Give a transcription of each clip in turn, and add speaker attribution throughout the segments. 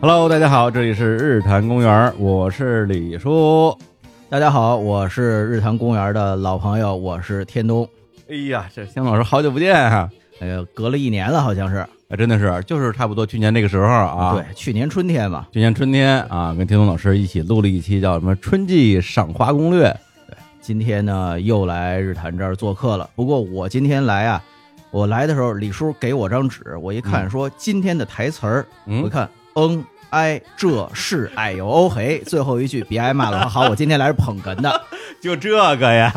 Speaker 1: Hello，大家好，这里是日坛公园，我是李叔。
Speaker 2: 大家好，我是日坛公园的老朋友，我是天东。
Speaker 1: 哎呀，这香老师好久不见啊！
Speaker 2: 哎呀，隔了一年了，好像是。
Speaker 1: 哎，真的是，就是差不多去年这个时候啊，
Speaker 2: 对，去年春天嘛。
Speaker 1: 去年春天啊，跟天东老师一起录了一期叫什么《春季赏花攻略》。
Speaker 2: 今天呢，又来日坛这儿做客了。不过我今天来啊，我来的时候，李叔给我张纸，我一看说今天的台词儿，
Speaker 1: 嗯
Speaker 2: 我一看，嗯，哎，这是哎呦哦嘿，最后一句别挨骂了。我说好，我今天来是捧哏 的。
Speaker 1: 就这个呀，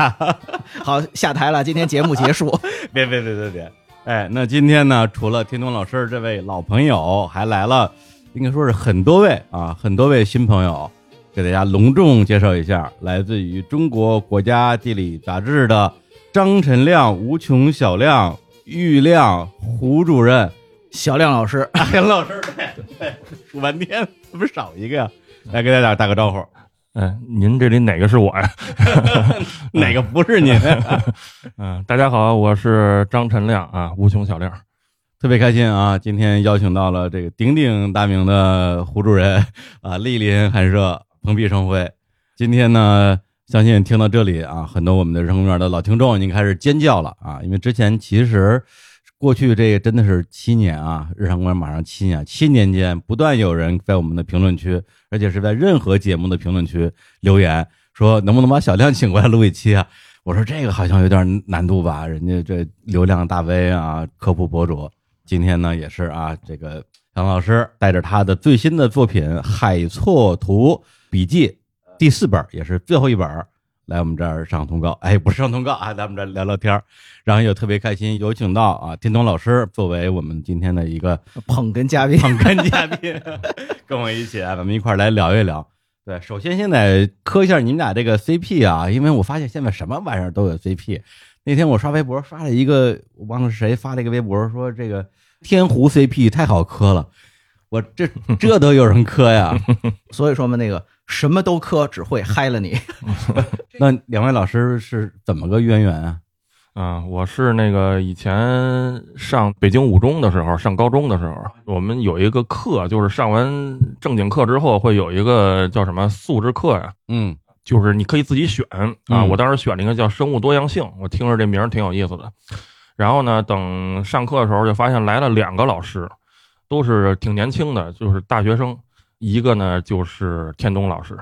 Speaker 2: 好，下台了，今天节目结 束。
Speaker 1: 别别别别别！哎，那今天呢，除了天东老师这位老朋友，还来了，应该说是很多位啊，很多位新朋友，给大家隆重介绍一下，来自于中国国家地理杂志的张晨亮、无穷小亮、玉亮、胡主任、
Speaker 2: 小亮老师，
Speaker 1: 阿阳老师，对对，数半天怎么少一个呀？来给大家打个招呼，
Speaker 3: 嗯，您这里哪个是 我呀？
Speaker 1: 哪个不是您？
Speaker 3: 嗯，大家好，我是张晨亮啊，无穷小亮。
Speaker 1: 特别开心啊！今天邀请到了这个鼎鼎大名的胡主任啊，莅临寒舍，蓬荜生辉。今天呢，相信听到这里啊，很多我们的人工园的老听众已经开始尖叫了啊！因为之前其实过去这真的是七年啊，日常公园马上七年，七年间不断有人在我们的评论区，而且是在任何节目的评论区留言说，能不能把小亮请过来录一期啊？我说这个好像有点难度吧，人家这流量大 V 啊，科普博主，今天呢也是啊，这个杨老师带着他的最新的作品《海错图笔记》第四本，也是最后一本儿，来我们这儿上通告。哎，不是上通告啊，来我们这儿聊聊天儿，然后也特别开心，有请到啊天童老师作为我们今天的一个
Speaker 2: 捧哏嘉宾，
Speaker 1: 捧哏嘉宾，跟我一起，咱们一块儿来聊一聊。对，首先现在磕一下你们俩这个 CP 啊，因为我发现现在什么玩意儿都有 CP。那天我刷微博刷了一个，我忘了是谁发了一个微博说这个天湖 CP 太好磕了，我这这都有人磕 呀。
Speaker 2: 所以说嘛，那个什么都磕，只会嗨了你。
Speaker 1: 那两位老师是怎么个渊源啊？
Speaker 3: 啊、我是那个以前上北京五中的时候，上高中的时候，我们有一个课，就是上完正经课之后，会有一个叫什么素质课呀、
Speaker 1: 嗯
Speaker 3: 就是你可以自己选啊。
Speaker 1: 嗯
Speaker 3: 我当时选了一个叫生物多样性，我听着这名儿挺有意思的。然后呢，等上课的时候就发现来了两个老师，都是挺年轻的，就是大学生。一个呢就是天东老师，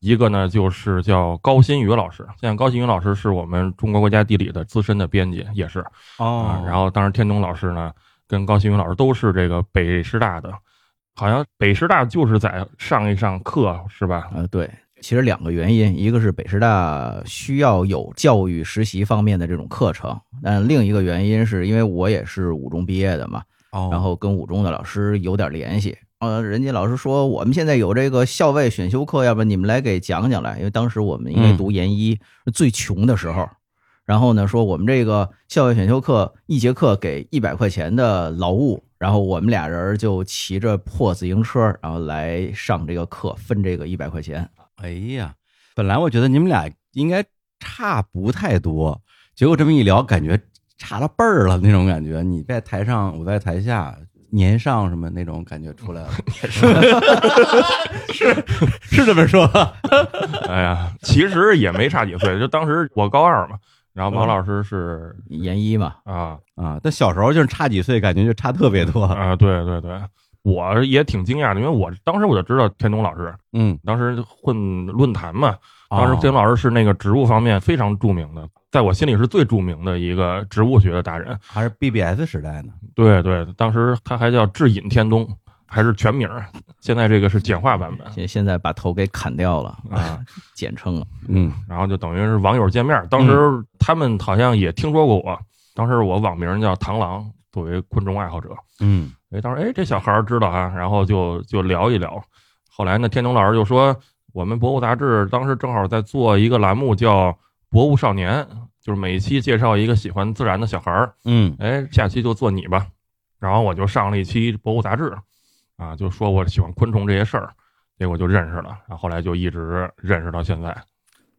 Speaker 3: 一个呢就是叫高新宇老师。现在高新宇老师是我们中国国家地理的资深的编辑，也是啊
Speaker 1: 哦，
Speaker 3: 然后当时天东老师呢，跟高新宇老师都是这个北师大的，好像北师大就是在上一上课是吧？
Speaker 2: 呃，对，其实两个原因，一个是北师大需要有教育实习方面的这种课程，但另一个原因是因为我也是五中毕业的嘛，
Speaker 1: 哦，
Speaker 2: 然后跟五中的老师有点联系。呃，人家老师说我们现在有这个校外选修课，要不然你们来给讲讲来，因为当时我们应该读研一，是最穷的时候。然后呢，说我们这个校外选修课一节课给一百块钱的劳务，然后我们俩人就骑着破自行车，然后来上这个课，分这个一百块钱。
Speaker 1: 哎呀，本来我觉得你们俩应该差不太多，结果这么一聊，感觉差了辈儿了那种感觉。你在台上，我在台下，年上什么那种感觉出来 了，是是这么说吧？
Speaker 3: 哎呀，其实也没差几岁，就当时我高二嘛，然后王老师是
Speaker 2: 研一嘛，
Speaker 3: 啊
Speaker 1: 啊？但小时候就是差几岁，感觉就差特别多。
Speaker 3: 啊，对对对，我也挺惊讶的，因为我当时我就知道天东老师，
Speaker 1: 嗯，
Speaker 3: 当时混论坛嘛，当时天
Speaker 1: 哦
Speaker 3: 东老师是那个植物方面非常著名的，在我心里是最著名的一个植物学的达人。
Speaker 1: 还是 BBS 时代呢。
Speaker 3: 对对，当时他还叫智隐天东，还是全名儿，现在这个是简化版本
Speaker 2: 现现在把头给砍掉了，
Speaker 3: 啊。
Speaker 2: 简称了。
Speaker 1: 嗯，
Speaker 3: 然后就等于是网友见面。当时他们好像也听说过我，当时我网名叫螳螂，作为昆虫爱好者。
Speaker 1: 嗯，
Speaker 3: 哎，当时哎这小孩儿知道啊，然后就就聊一聊。后来呢，天童老师就说，我们博物杂志当时正好在做一个栏目叫《博物少年》，就是每一期介绍一个喜欢自然的小孩儿。
Speaker 1: 嗯，
Speaker 3: 哎，下期就做你吧。然后我就上了一期博物杂志，啊，就说我喜欢昆虫这些事儿，结果就认识了。然后后来就一直认识到现在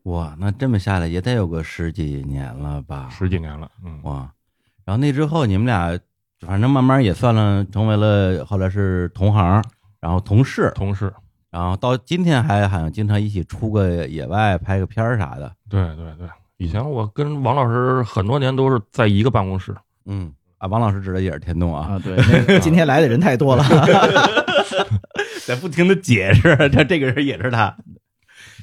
Speaker 1: 哇，那这么下来也得有个十几年了吧？
Speaker 3: 十几年了，嗯。
Speaker 1: 哇，然后那之后你们俩反正慢慢也算了，成为了后来是同行然后同事，
Speaker 3: 同事，
Speaker 1: 然后到今天还好像经常一起出个野外拍个片儿啥的。
Speaker 3: 对对对，以前我跟王老师很多年都是在一个办公室，
Speaker 1: 嗯，啊，王老师指的也是天动啊，
Speaker 2: 啊， 对，那个今天来的人太多了，
Speaker 1: 在不停的解释，这这个人也是他。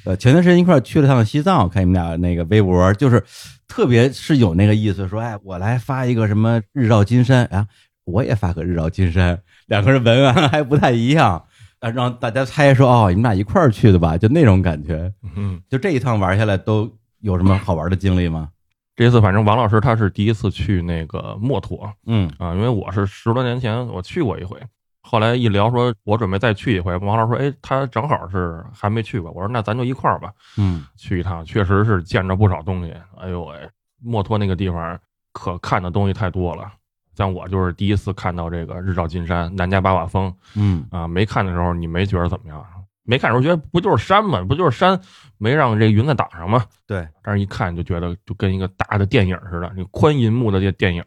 Speaker 1: 呃，前段时间一块儿去了趟西藏，我看你们俩那个微博，就是特别是有那个意思，说哎，我来发一个什么日照金山啊，我也发个日照金山，两个人文案还不太一样，啊，让大家猜说哦，你们俩一块儿去的吧，就那种感觉。
Speaker 3: 嗯，
Speaker 1: 就这一趟玩下来，都有什么好玩的经历吗？
Speaker 3: 这次反正王老师他是第一次去那个墨脱
Speaker 1: 嗯
Speaker 3: 啊，因为我是十多年前我去过一回，后来一聊说我准备再去一回，王老师说，哎，他正好是还没去过，我说那咱就一块儿吧，
Speaker 1: 嗯
Speaker 3: 去一趟，确实是见着不少东西。哎呦喂，墨脱那个地方可看的东西太多了。像我就是第一次看到这个日照金山、南迦巴瓦峰
Speaker 1: 嗯
Speaker 3: 啊，没看的时候你没觉得怎么样，啊没看的时候觉得不就是山吗？不就是山，没让这云彩挡上吗？
Speaker 1: 对，
Speaker 3: 但是一看就觉得就跟一个大的电影似的，那宽银幕的这电影，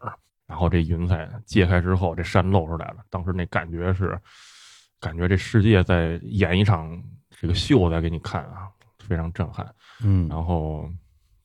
Speaker 3: 然后这云彩揭开之后，这山露出来了，当时那感觉是，感觉这世界在演一场这个秀在给你看啊，非常震撼。
Speaker 1: 嗯，
Speaker 3: 然后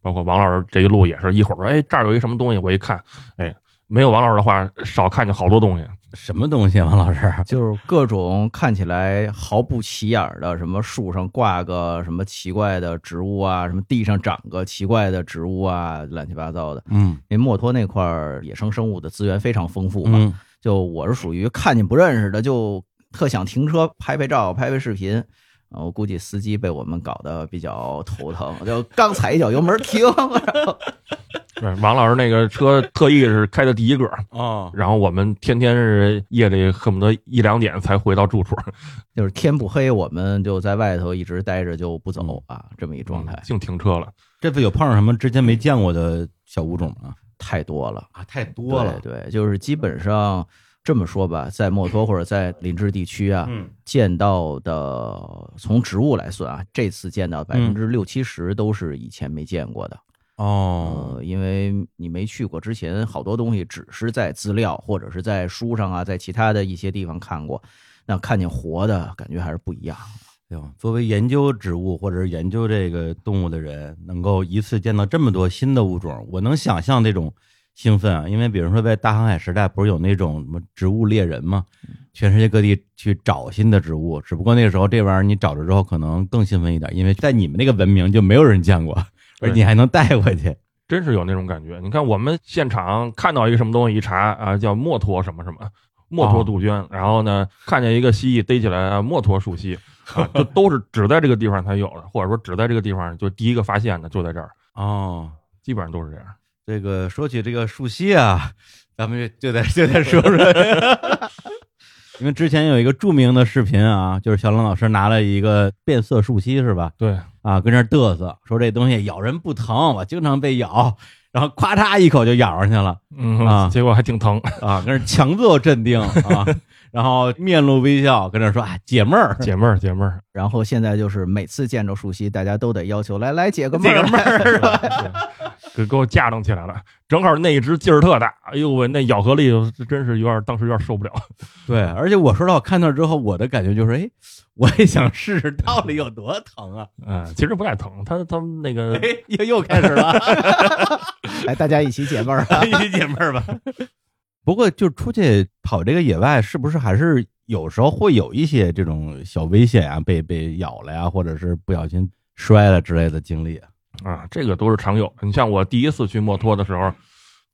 Speaker 3: 包括王老师这一路也是一会儿说，哎，这儿有一什么东西，我一看，哎，没有王老师的话，少看见好多东西。
Speaker 1: 什么东西啊，王老师？
Speaker 2: 就是各种看起来毫不起眼儿的，什么树上挂个什么奇怪的植物啊，什么地上长个奇怪的植物啊，乱七八糟的。
Speaker 1: 嗯
Speaker 2: 因为墨脱那块儿野生生物的资源非常丰富嘛，
Speaker 1: 嗯
Speaker 2: 就我是属于看见不认识的，就特想停车拍拍照、拍拍视频。啊，我估计司机被我们搞得比较头疼，就刚踩一脚油门停， 然后
Speaker 3: 对，王老师那个车特意是开的第一个，
Speaker 1: 哦，
Speaker 3: 然后我们天天是夜里恨不得一两点才回到住处，
Speaker 2: 就是天不黑，我们就在外头一直待着就不走
Speaker 1: 嗯
Speaker 2: 啊，这么一状态
Speaker 3: 净停车了。
Speaker 1: 这次有碰上什么之前没见过的小物种吗？
Speaker 2: 太多了，
Speaker 1: 啊，太多
Speaker 2: 对，对，就是基本上这么说吧，在墨脱或者在林芝地区啊，
Speaker 1: 嗯
Speaker 2: 见到的从植物来算啊，这次见到百分
Speaker 1: 嗯
Speaker 2: 之六七十都是以前没见过的。
Speaker 1: 哦，
Speaker 2: 呃，因为你没去过之前，好多东西只是在资料或者是在书上啊，在其他的一些地方看过，那看见活的感觉还是不一样。
Speaker 1: 对吧？作为研究植物或者是研究这个动物的人，能够一次见到这么多新的物种，我能想象这种兴奋啊！因为比如说在大航海时代，不是有那种什么植物猎人吗？全世界各地去找新的植物，只不过那个时候这玩意儿你找着之后，可能更兴奋一点，因为在你们那个文明就没有人见过，而
Speaker 3: 对
Speaker 1: 你还能带回去。
Speaker 3: 真是有那种感觉。你看，我们现场看到一个什么东西，一查啊，叫墨脱什么什么，墨脱杜鹃。然后呢，看见一个蜥蜴逮起来，啊，墨脱树蜥， 啊，就都是只在这个地方才有的，或者说只在这个地方就第一个发现的，就在这儿，
Speaker 1: 哦，
Speaker 3: 基本上都是这样。
Speaker 1: 这个说起这个树蜥啊，咱们就就得就得说说， 因为之前有一个著名的视频啊，就是小冷老师拿了一个变色树蜥是吧？
Speaker 3: 对，
Speaker 1: 啊，跟那儿嘚瑟，说这东西咬人不疼，我经常被咬，然后咔嚓一口就咬上去了
Speaker 3: 嗯
Speaker 1: 啊
Speaker 3: 结果还挺 疼，
Speaker 1: 啊，跟那儿强作镇定啊，然后面露微笑，跟那儿说啊解闷儿，
Speaker 3: 姐妹儿，姐妹儿，
Speaker 2: 然后现在就是每次见着树蜥，大家都得要求来来解个闷
Speaker 1: 解
Speaker 2: 儿
Speaker 1: 个闷儿是吧？
Speaker 3: 对给给我架动起来了。正好那一只劲儿特大，哎呦喂，那咬合力真是有点，当时有点受 不了。
Speaker 1: 对，而且我说到我看到之后，我的感觉就是，哎，我也想试试到底有多疼啊！
Speaker 3: 嗯，其实不太疼，它它那个
Speaker 1: 哎，又又开始了。
Speaker 2: 来大家一起解闷 儿。
Speaker 1: 一姐妹儿吧。不过，就出去跑这个野外，是不是还是有时候会有一些这种小危险啊，被被咬了呀，或者是不小心摔了之类的经历啊？
Speaker 3: 啊，这个都是常有的。你像我第一次去墨脱的时候，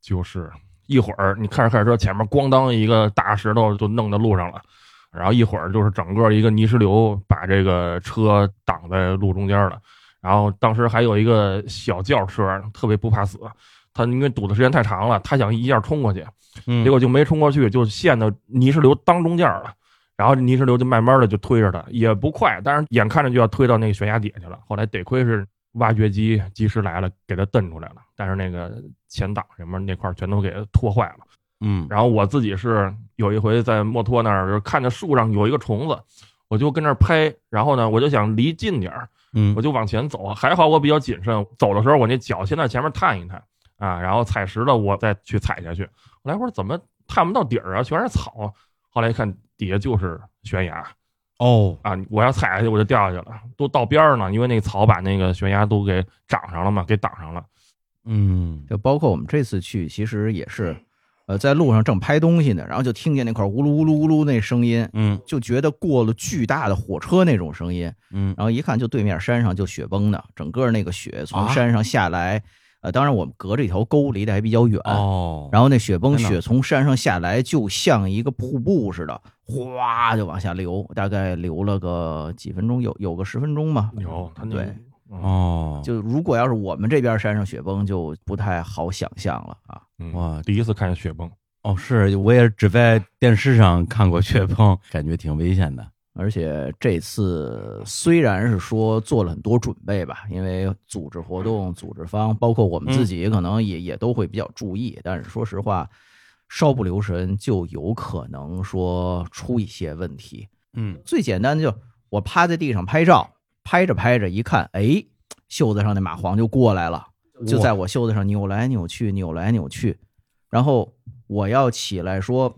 Speaker 3: 就是一会儿你开着开着车，前面咣当一个大石头就弄到路上了，然后一会儿就是整个一个泥石流把这个车挡在路中间了。然后当时还有一个小轿车，特别不怕死，他因为堵的时间太长了，他想一下冲过去，
Speaker 1: 嗯
Speaker 3: 结果就没冲过去，就陷到泥石流当中间儿了。然后泥石流就慢慢的就推着他，也不快，但是眼看着就要推到那个悬崖底下去了。后来得亏是挖掘机及时来了，给他蹬出来了，但是那个前挡什么那块儿全都给它拖坏了。
Speaker 1: 嗯
Speaker 3: 然后我自己是有一回在墨脱那儿，就是看着树上有一个虫子，我就跟那儿拍，然后呢，我就想离近点儿，
Speaker 1: 嗯
Speaker 3: 我就往前走，啊还好我比较谨慎，走的时候我那脚先在前面探一探啊，然后踩实了我再去踩下去。啊后来我说怎么探不到底儿啊，全是草。后来一看底下就是悬崖，
Speaker 1: 哦，
Speaker 3: 啊，我要踩下去我就掉下去了，都到边儿呢，因为那个草把那个悬崖都给长上了嘛，给挡上了。
Speaker 1: 嗯，
Speaker 2: 就包括我们这次去，其实也是，呃，在路上正拍东西呢，然后就听见那块儿呜噜呜噜呜噜那声音，
Speaker 1: 嗯
Speaker 2: 就觉得过了巨大的火车那种声音，
Speaker 1: 嗯，
Speaker 2: 然后一看就对面山上就雪崩的，整个那个雪从
Speaker 1: 啊
Speaker 2: 山上下来，呃，当然我们隔着一条沟，离得还比较远，
Speaker 1: 哦，
Speaker 2: 然后那雪崩
Speaker 1: 天哪
Speaker 2: 雪从山上下来，就像一个瀑布似的，哗就往下流，大概流了个几分钟，有有个十分钟吧。
Speaker 3: 有他那
Speaker 2: 对，
Speaker 3: 哦，
Speaker 1: 哦，
Speaker 2: 就如果要是我们这边山上雪崩，就不太好想象了啊。
Speaker 1: 哇
Speaker 3: 哇，嗯第一次看见雪崩，
Speaker 1: 哦，是我也只在电视上看过雪崩，感觉挺危险的。
Speaker 2: 而且这次虽然是说做了很多准备吧，因为组织活动、组织方，包括我们自己，可能也、也都会比较注意。但是说实话，稍不留神就有可能说出一些问题。
Speaker 1: 嗯
Speaker 2: 最简单的就我趴在地上拍照，拍着拍着一看，哎，袖子上那蚂蟥就过来了，就在我袖子上扭来扭去，扭来扭去。然后我要起来说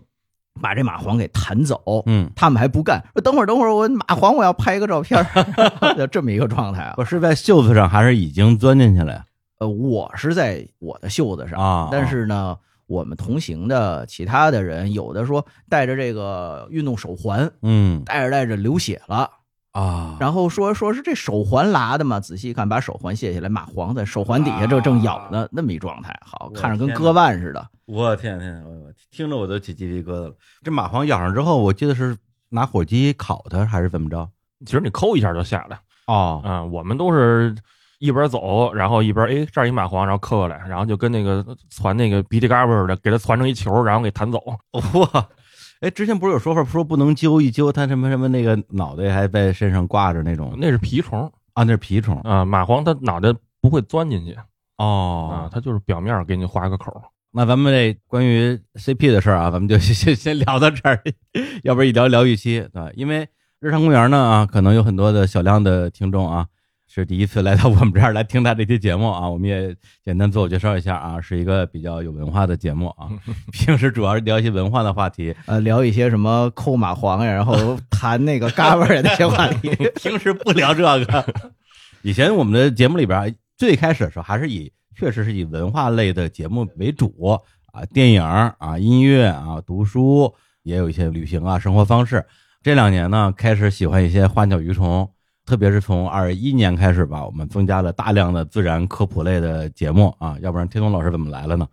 Speaker 2: 把这蚂蟥给弹走，
Speaker 1: 嗯，
Speaker 2: 他们还不干，说等会儿等会儿，我蚂蟥我要拍个照片儿， 就这么一个状态啊。
Speaker 1: 我是在袖子上还是已经钻进去了呀？
Speaker 2: 呃，我是在我的袖子上，
Speaker 1: 啊
Speaker 2: 但是呢，我们同行的其他的人，有的说带着这个运动手环，
Speaker 1: 嗯
Speaker 2: 带着带着流血了，
Speaker 1: 啊，
Speaker 2: 然后说说是这手环拉的嘛，仔细一看把手环卸下来，蚂蟥在手环底下这正咬呢，那么一状态，好
Speaker 1: 哦我
Speaker 2: 看着跟
Speaker 1: 天哪
Speaker 2: 割腕似的。
Speaker 1: 我天天我我听着我都起鸡皮疙瘩了。这蚂蟥咬上之后，我记得是拿火机烤它还是怎么着？
Speaker 3: 其实你抠一下就下来
Speaker 1: 哦，
Speaker 3: 啊、我们都是一边走，然后一边哎这儿一蚂蟥，然后磕过来，然后就跟那个攒那个鼻涕嘎巴似的，给它攒成一球，然后给弹走。
Speaker 1: 哇！哎，之前不是有说法说不能揪一揪它什么什么那个脑袋还在身上挂着那种
Speaker 3: 那是蜱虫
Speaker 1: 啊，那是蜱虫
Speaker 3: 啊、蚂蟥它脑袋不会钻进去啊、
Speaker 1: 哦。
Speaker 3: 它就是表面给你划个口。
Speaker 1: 那咱们这关于 CP 的事儿啊，咱们就 先先聊到这儿，要不然一聊聊一期对吧？因为日常公园呢啊，可能有很多的小量的听众啊，是第一次来到我们这儿来听他这期节目啊，我们也简单自我介绍一下啊，是一个比较有文化的节目啊， 平时主要是聊一些文化的话题，
Speaker 2: 呃，聊一些什么抠蚂蟥呀，然后弹那个 嘎巴呀那些话题。
Speaker 1: 平时不聊这个。以前我们的节目里边儿最开始的时候，还是以确实是以文化类的节目为主啊，电影儿啊、音乐啊、读书，也有一些旅行啊、生活方式。这两年呢，开始喜欢一些花鸟鱼虫，特别是从二一年开始吧，我们增加了大量的自然科普类的节目啊，要不然天东老师怎么来了呢？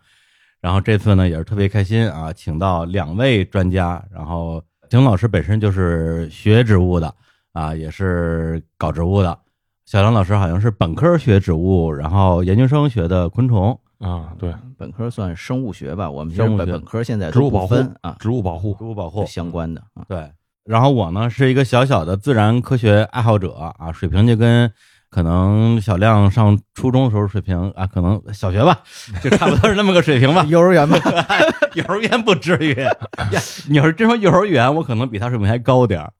Speaker 1: 然后这次呢也是特别开心啊，请到两位专家，然后天东老师本身就是学植物的，啊，也是搞植物的。小梁老师好像是本科学植物，然后研究生学的昆虫。
Speaker 3: 啊，对，
Speaker 2: 本科算生物学吧，我们
Speaker 1: 生物
Speaker 2: 本
Speaker 1: 学
Speaker 2: 本科现在
Speaker 3: 植
Speaker 2: 都
Speaker 3: 物
Speaker 2: 不
Speaker 3: 保护哦
Speaker 2: 分啊，
Speaker 3: 植物保护
Speaker 1: 植物保
Speaker 2: 就
Speaker 1: 护。
Speaker 2: 相关的啊。。
Speaker 1: 对，然后我呢是一个小小的自然科学爱好者啊，水平就跟可能小亮上初中的时候水平啊，可能小学吧，就差不多是那么个水平 吧
Speaker 2: 幼儿园吧，
Speaker 1: 幼儿园不至于，呀你要是真说幼儿园，我可能比他水平还高点儿。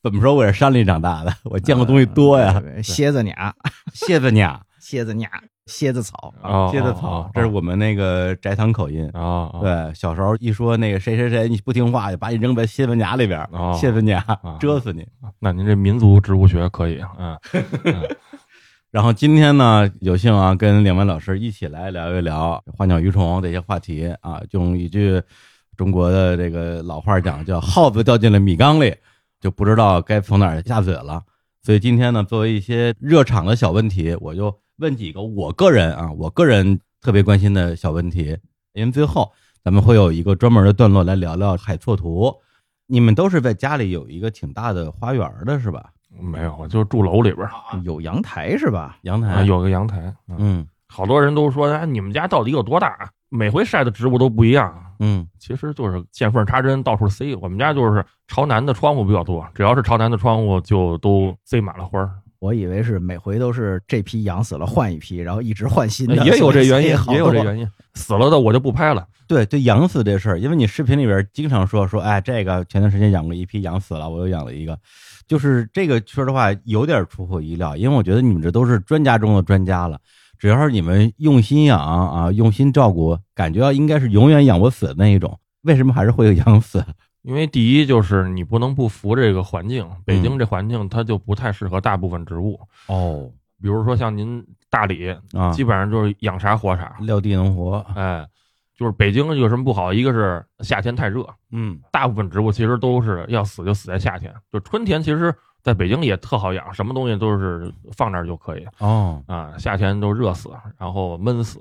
Speaker 1: 怎么说，我也是山里长大的，我见过东西多
Speaker 3: 啊
Speaker 1: 呀，
Speaker 2: 嗯，蝎子鸟，
Speaker 1: 谢子鸟、
Speaker 2: 蝎子鸟，蝎子草啊，
Speaker 3: 啊，
Speaker 1: 谢子
Speaker 3: 哦
Speaker 1: 草，这是我们那个翟塘口音。
Speaker 3: 哦哦
Speaker 1: 对，小时候一说那个谁谁谁，你不听话就把你扔在蝎子nhà里边儿，
Speaker 3: 哦
Speaker 1: 蝎子nhà
Speaker 3: 哦
Speaker 1: 蛰死你。
Speaker 3: 那您这民族植物学可以啊，
Speaker 1: 然后今天呢，有幸啊跟两位老师一起来聊一聊花鸟鱼虫的一些话题啊，用一句中国的这个老话讲，叫“耗子掉进了米缸里”，就不知道该从哪儿下嘴了。所以今天呢，作为一些热场的小问题，我就问几个我个人啊，我个人特别关心的小问题，因为最后咱们会有一个专门的段落来聊聊海错图。你们都是在家里有一个挺大的花园的是吧？
Speaker 3: 没有，我就住楼里边儿，
Speaker 2: 有阳台是吧？
Speaker 1: 阳台、
Speaker 3: 啊，有个阳台，嗯，
Speaker 1: 哎嗯
Speaker 3: 好多人都说，哎，你们家到底有多大？啊每回晒的植物都不一样，
Speaker 1: 嗯
Speaker 3: 其实就是见缝插针，到处塞。我们家就是朝南的窗户比较多，只要是朝南的窗户就都塞满了花儿，
Speaker 2: 我以为是每回都是这批养死了换一批，然后一直换新的，
Speaker 3: 哎也有这 原因，也有这
Speaker 2: 因。
Speaker 3: 原因。死了的我就不拍了，
Speaker 1: 对对，养死这事儿，因为你视频里边经常说说，哎，这个前段时间养过一批，养死了，我又养了一个，就是这个说实话有点出乎意料，因为我觉得你们这都是专家中的专家了，只要是你们用心养啊，用心照顾，感觉到应该是永远养不死的那一种，为什么还是会有养死？
Speaker 3: 因为第一就是你不能不服这个环境，北京
Speaker 1: 嗯
Speaker 3: 这环境它就不太适合大部分植物，
Speaker 1: 哦
Speaker 3: 比如说像您大理，
Speaker 1: 啊，
Speaker 3: 基本上就是养啥活啥，
Speaker 1: 撂地能活，
Speaker 3: 哎，就是北京有什么不好？一个是夏天太热，
Speaker 1: 嗯
Speaker 3: 大部分植物其实都是要死就死在夏天，就春天其实在北京也特好养，什么东西都是放那儿就可以
Speaker 1: 哦
Speaker 3: 啊，夏天都热死，然后闷死，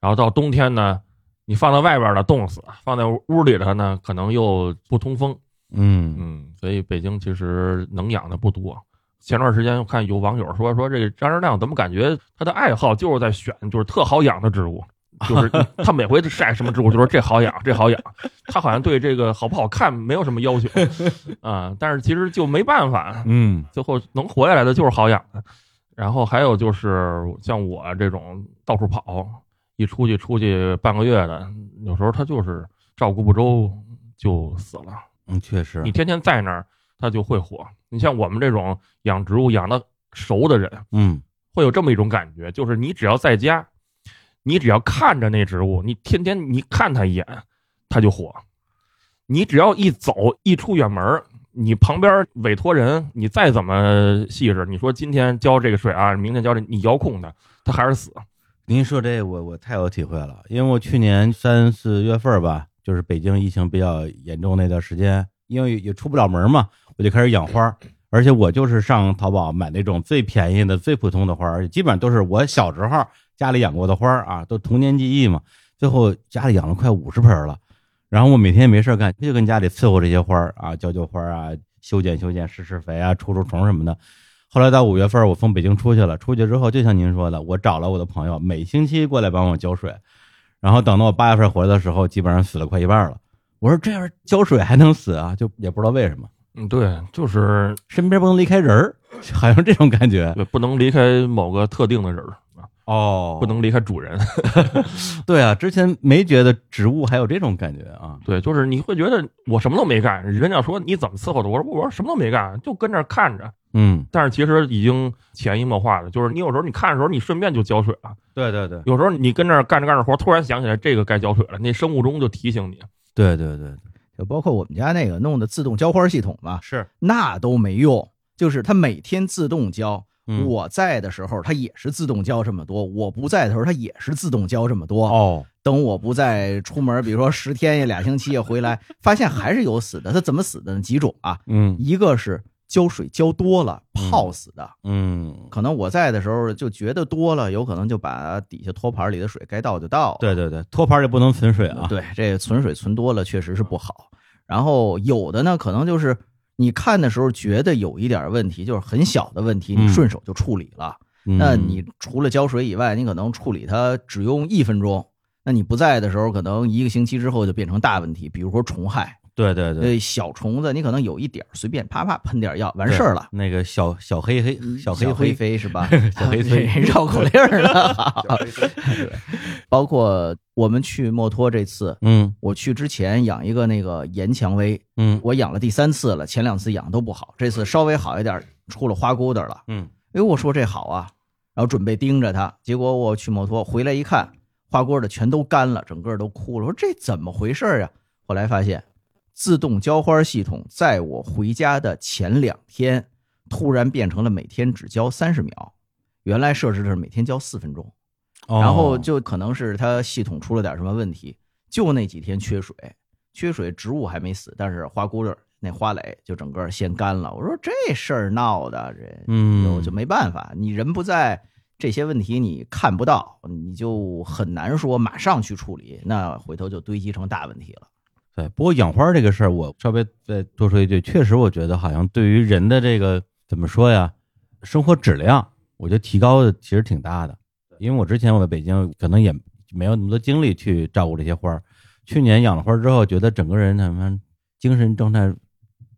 Speaker 3: 然后到冬天呢，你放到外边儿了冻死，放在屋里头呢可能又不通风，
Speaker 1: 嗯
Speaker 3: 嗯，所以北京其实能养的不多。前段时间我看有网友说说这个张仁亮怎么感觉他的爱好就是在选就是特好养的植物，就是他每回晒什么植物就说这好养这好养，他好像对这个好不好看没有什么要求啊、但是其实就没办法，
Speaker 1: 嗯
Speaker 3: 最后能活下来的就是好养的。然后还有就是像我这种到处跑，一出去出去半个月的，有时候他就是照顾不周就死了。
Speaker 1: 嗯，确实
Speaker 3: 你，天天在那儿，它就会火。你像我们这种养植物养的熟的人，
Speaker 1: 嗯
Speaker 3: 会有这么一种感觉，就是你只要在家，你只要看着那植物，你天天你看它一眼，它就火。你只要一走一出远门儿，你旁边委托人，你再怎么细致，你说今天浇这个水啊，明天浇这，你遥控它，它还是死。
Speaker 1: 您说这我我太有体会了，因为我去年三四月份儿吧，就是北京疫情比较严重那段时间，因为也出不了门嘛，我就开始养花儿，而且我就是上淘宝买那种最便宜的、最普通的花儿，而且基本上都是我小时候家里养过的花儿啊，都童年记忆嘛。最后家里养了快五十盆儿了，然后我每天也没事儿干，就跟家里伺候这些花儿啊，浇浇花儿啊，修剪修剪，施施肥啊，除除虫什么的。后来到五月份儿，我从北京出去了。出去之后，就像您说的，我找了我的朋友，每星期过来帮我浇水。然后等到我八月份回来的时候，基本上死了快一半了。我说这样浇水还能死啊？就也不知道为什么，
Speaker 3: 嗯，对，就是
Speaker 1: 身边不能离开人儿，好像这种感 觉。
Speaker 3: 不能离开某个特定的人儿，
Speaker 1: 哦
Speaker 3: 不能离开主人。
Speaker 1: 对啊，之前没觉得植物还有这种感觉啊。
Speaker 3: 对，就是你会觉得我什么都没干，人家说你怎么伺候的，我说我说什么都没干，就跟那儿看着。
Speaker 1: 嗯，
Speaker 3: 但是其实已经潜移默化的，就是你有时候你看的时候，你顺便就浇水了；
Speaker 1: 对对对，
Speaker 3: 有时候你跟那儿干着干着活，突然想起来这个该浇水了，那生物钟就提醒你。
Speaker 1: 对对对，
Speaker 2: 就包括我们家那个弄的自动浇花系统嘛，
Speaker 1: 是
Speaker 2: 那都没用，就是它每天自动浇。
Speaker 1: 嗯
Speaker 2: 我在的时候，它也是自动浇这么多；我不在的时候，它也是自动浇这么多。
Speaker 1: 哦，
Speaker 2: 等我不再出门，比如说十天呀、俩星期呀回来，发现还是有死的。它怎么死的呢？几种啊？
Speaker 1: 嗯
Speaker 2: 一个是浇水浇多了泡死的，
Speaker 1: 嗯，
Speaker 2: 可能我在的时候就觉得多了，有可能就把底下托盘里的水该倒就倒了。
Speaker 1: 对对对，托盘儿也不能存水啊。
Speaker 2: 对，这存水存多了确实是不好。然后有的呢，可能就是你看的时候觉得有一点问题，就是很小的问题，
Speaker 1: 嗯
Speaker 2: 你顺手就处理了。
Speaker 1: 嗯，
Speaker 2: 那你除了浇水以外，你可能处理它只用一分钟。那你不在的时候，可能一个星期之后就变成大问题，比如说虫害，
Speaker 1: 对对对，
Speaker 2: 呃，小虫子你可能有一点儿，随便啪啪喷点儿药完事儿了。嗯
Speaker 1: 那个小小黑黑小黑
Speaker 2: 黑
Speaker 1: 灰
Speaker 2: 飞是吧？
Speaker 1: 小黑飞
Speaker 2: 绕口令儿 了。对包括我们去墨脱这次，
Speaker 1: 嗯
Speaker 2: 我去之前养一个那个岩蔷薇，
Speaker 1: 嗯
Speaker 2: 我养了第三次了，前两次养都不好，这次稍微好一点，出了花骨朵了。
Speaker 1: 嗯，
Speaker 2: 哎呦，我说这好啊，然后准备盯着它，结果我去摩托回来一看，花骨朵全都干了，整个都枯了。我说这怎么回事啊？后来发现，自动浇花系统在我回家的前两天突然变成了每天只浇三十秒，原来设置的是每天浇四分钟。
Speaker 1: 哦
Speaker 2: 然后就可能是它系统出了点什么问题，就那几天缺水，缺水植物还没死，但是花骨朵儿那花蕾就整个先干了。我说这事儿闹的，这
Speaker 1: 嗯
Speaker 2: 我就没办法，你人不在，这些问题你看不到，你就很难说马上去处理，那回头就堆积成大问题了。
Speaker 1: 对，不过养花这个事儿，我稍微再多说一句，确实我觉得好像对于人的这个怎么说呀，生活质量，我觉得提高的其实挺大的。因为我之前我在北京可能也没有那么多精力去照顾这些花儿，去年养了花儿之后，觉得整个人他妈精神状态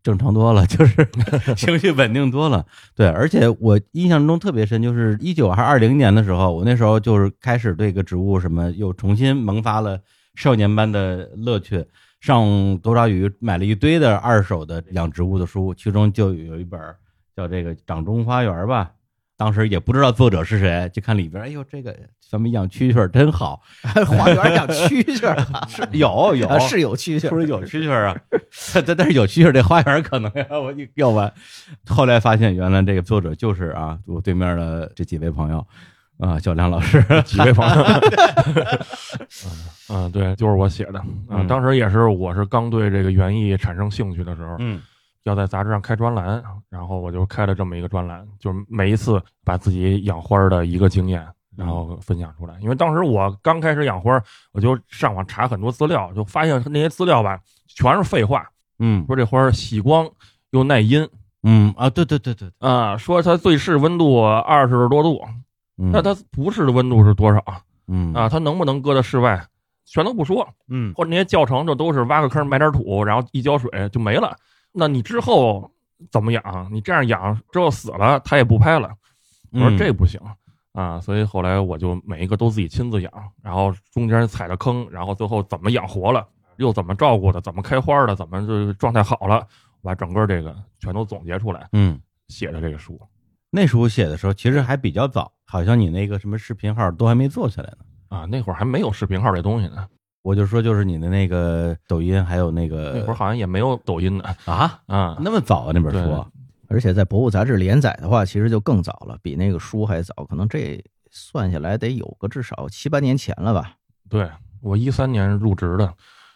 Speaker 1: 正常多了， 就是情绪稳定多了。对，而且我印象中特别深，就是一九还二零年的时候，我那时候就是开始对个植物什么又重新萌发了少年般的乐趣。上多抓鱼买了一堆的二手的养植物的书，其中就有一本儿叫这个《掌中花园》吧。当时也不知道作者是谁，就看里边，哎呦，这个咱们养蛐蛐儿真好，
Speaker 2: 花园养蛐蛐儿啊
Speaker 1: 是 有有
Speaker 2: 啊是有蛐蛐
Speaker 1: 是不
Speaker 2: 儿，
Speaker 1: 是有蛐蛐儿啊？但但是有蛐蛐儿这花园可能要我要完。后来发现，原来这个作者就是啊，我对面的这几位朋友啊，小梁老师，
Speaker 3: 几位朋友， 嗯，对，就是我写的啊。
Speaker 1: 嗯
Speaker 3: 当时也是，我是刚对这个园艺产生兴趣的时候，
Speaker 1: 嗯
Speaker 3: 要在杂志上开专栏，然后我就开了这么一个专栏，就是每一次把自己养花儿的一个经验，然后分享出来。因为当时我刚开始养花儿，我就上网查很多资料，就发现那些资料吧全是废话，
Speaker 1: 嗯
Speaker 3: 说这花儿喜光又耐阴
Speaker 1: 嗯啊，对对对对，
Speaker 3: 啊、说它最适温度二十多度，
Speaker 1: 那
Speaker 3: 那它不适的温度是多少
Speaker 1: 嗯
Speaker 3: 啊？它能不能搁到室外？全都不说，
Speaker 1: 嗯
Speaker 3: 或者那些教程就都是挖个坑埋点土，然后一浇水就没了。那你之后怎么养？啊你这样养之后死了，它也不拍了。我说
Speaker 1: 嗯
Speaker 3: 这不行啊，所以后来我就每一个都自己亲自养，然后中间踩了坑，然后最后怎么养活了，又怎么照顾的，怎么开花的，怎么就是状态好了，我把整个这个全都总结出来，
Speaker 1: 嗯，
Speaker 3: 写的这个书
Speaker 1: 那时候写的时候其实还比较早，好像你那个什么视频号都还没做起来呢。
Speaker 3: 啊。那会儿还没有视频号这东西呢，
Speaker 1: 我就说，就是你的那个抖音，还有那
Speaker 3: 那会儿
Speaker 1: 个
Speaker 3: 好像也没有抖音呢
Speaker 1: 啊，
Speaker 3: 啊。
Speaker 1: 那么早啊那本书啊，
Speaker 2: 而且在博物杂志连载的话，其实就更早了，比那个书还早，可能这算下来得有个至少七八年前了吧。
Speaker 3: 对我一三年入职的，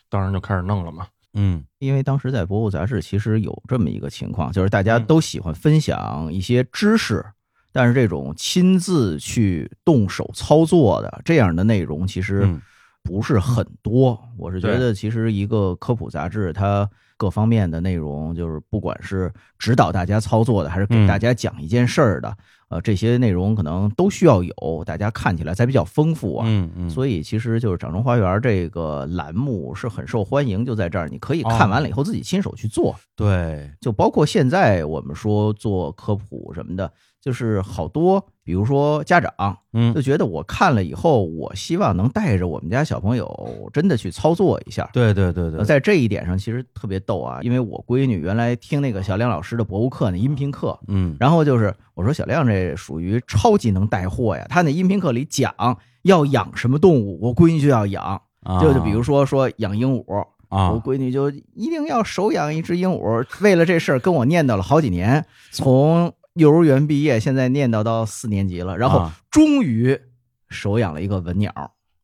Speaker 3: 当时就开始弄了嘛。
Speaker 1: 嗯
Speaker 2: 因为当时在博物杂志其实有这么一个情况，就是大家
Speaker 1: 嗯
Speaker 2: 都喜欢分享一些知识，但是这种亲自去动手操作的这样的内容，其实、
Speaker 1: 嗯
Speaker 2: 不是很多。我是觉
Speaker 3: 对
Speaker 2: 得，其实一个科普杂志，它各方面的内容，就是不管是指导大家操作的，还是给
Speaker 1: 嗯
Speaker 2: 大家讲一件事儿的，呃，这些内容可能都需要有，大家看起来才比较丰富啊。
Speaker 1: 嗯嗯，
Speaker 2: 所以，其实就是《掌中花园》这个栏目是很受欢迎，就在这儿，你可以看完了以
Speaker 1: 哦
Speaker 2: 后自己亲手去做。
Speaker 1: 对，
Speaker 2: 就包括现在我们说做科普什么的，就是好多，比如说家长，
Speaker 1: 嗯
Speaker 2: 就觉得我看了以后，我希望能带着我们家小朋友真的去操作一下。
Speaker 1: 对对对对
Speaker 2: 呃，在这一点上其实特别逗啊，因为我闺女原来听那个小亮老师的博物课那音频课，
Speaker 1: 嗯
Speaker 2: 然后就是我说小亮这属于超级能带货呀，他那音频课里讲要养什么动物，我闺女就要养，
Speaker 1: 啊
Speaker 2: 就就比如说说养鹦鹉，
Speaker 1: 啊
Speaker 2: 我闺女就一定要手养一只鹦鹉，为了这事儿跟我念叨了好几年，从幼儿园毕业，现在念叨到四年级了，然后
Speaker 1: 啊
Speaker 2: 终于手养了一个文鸟，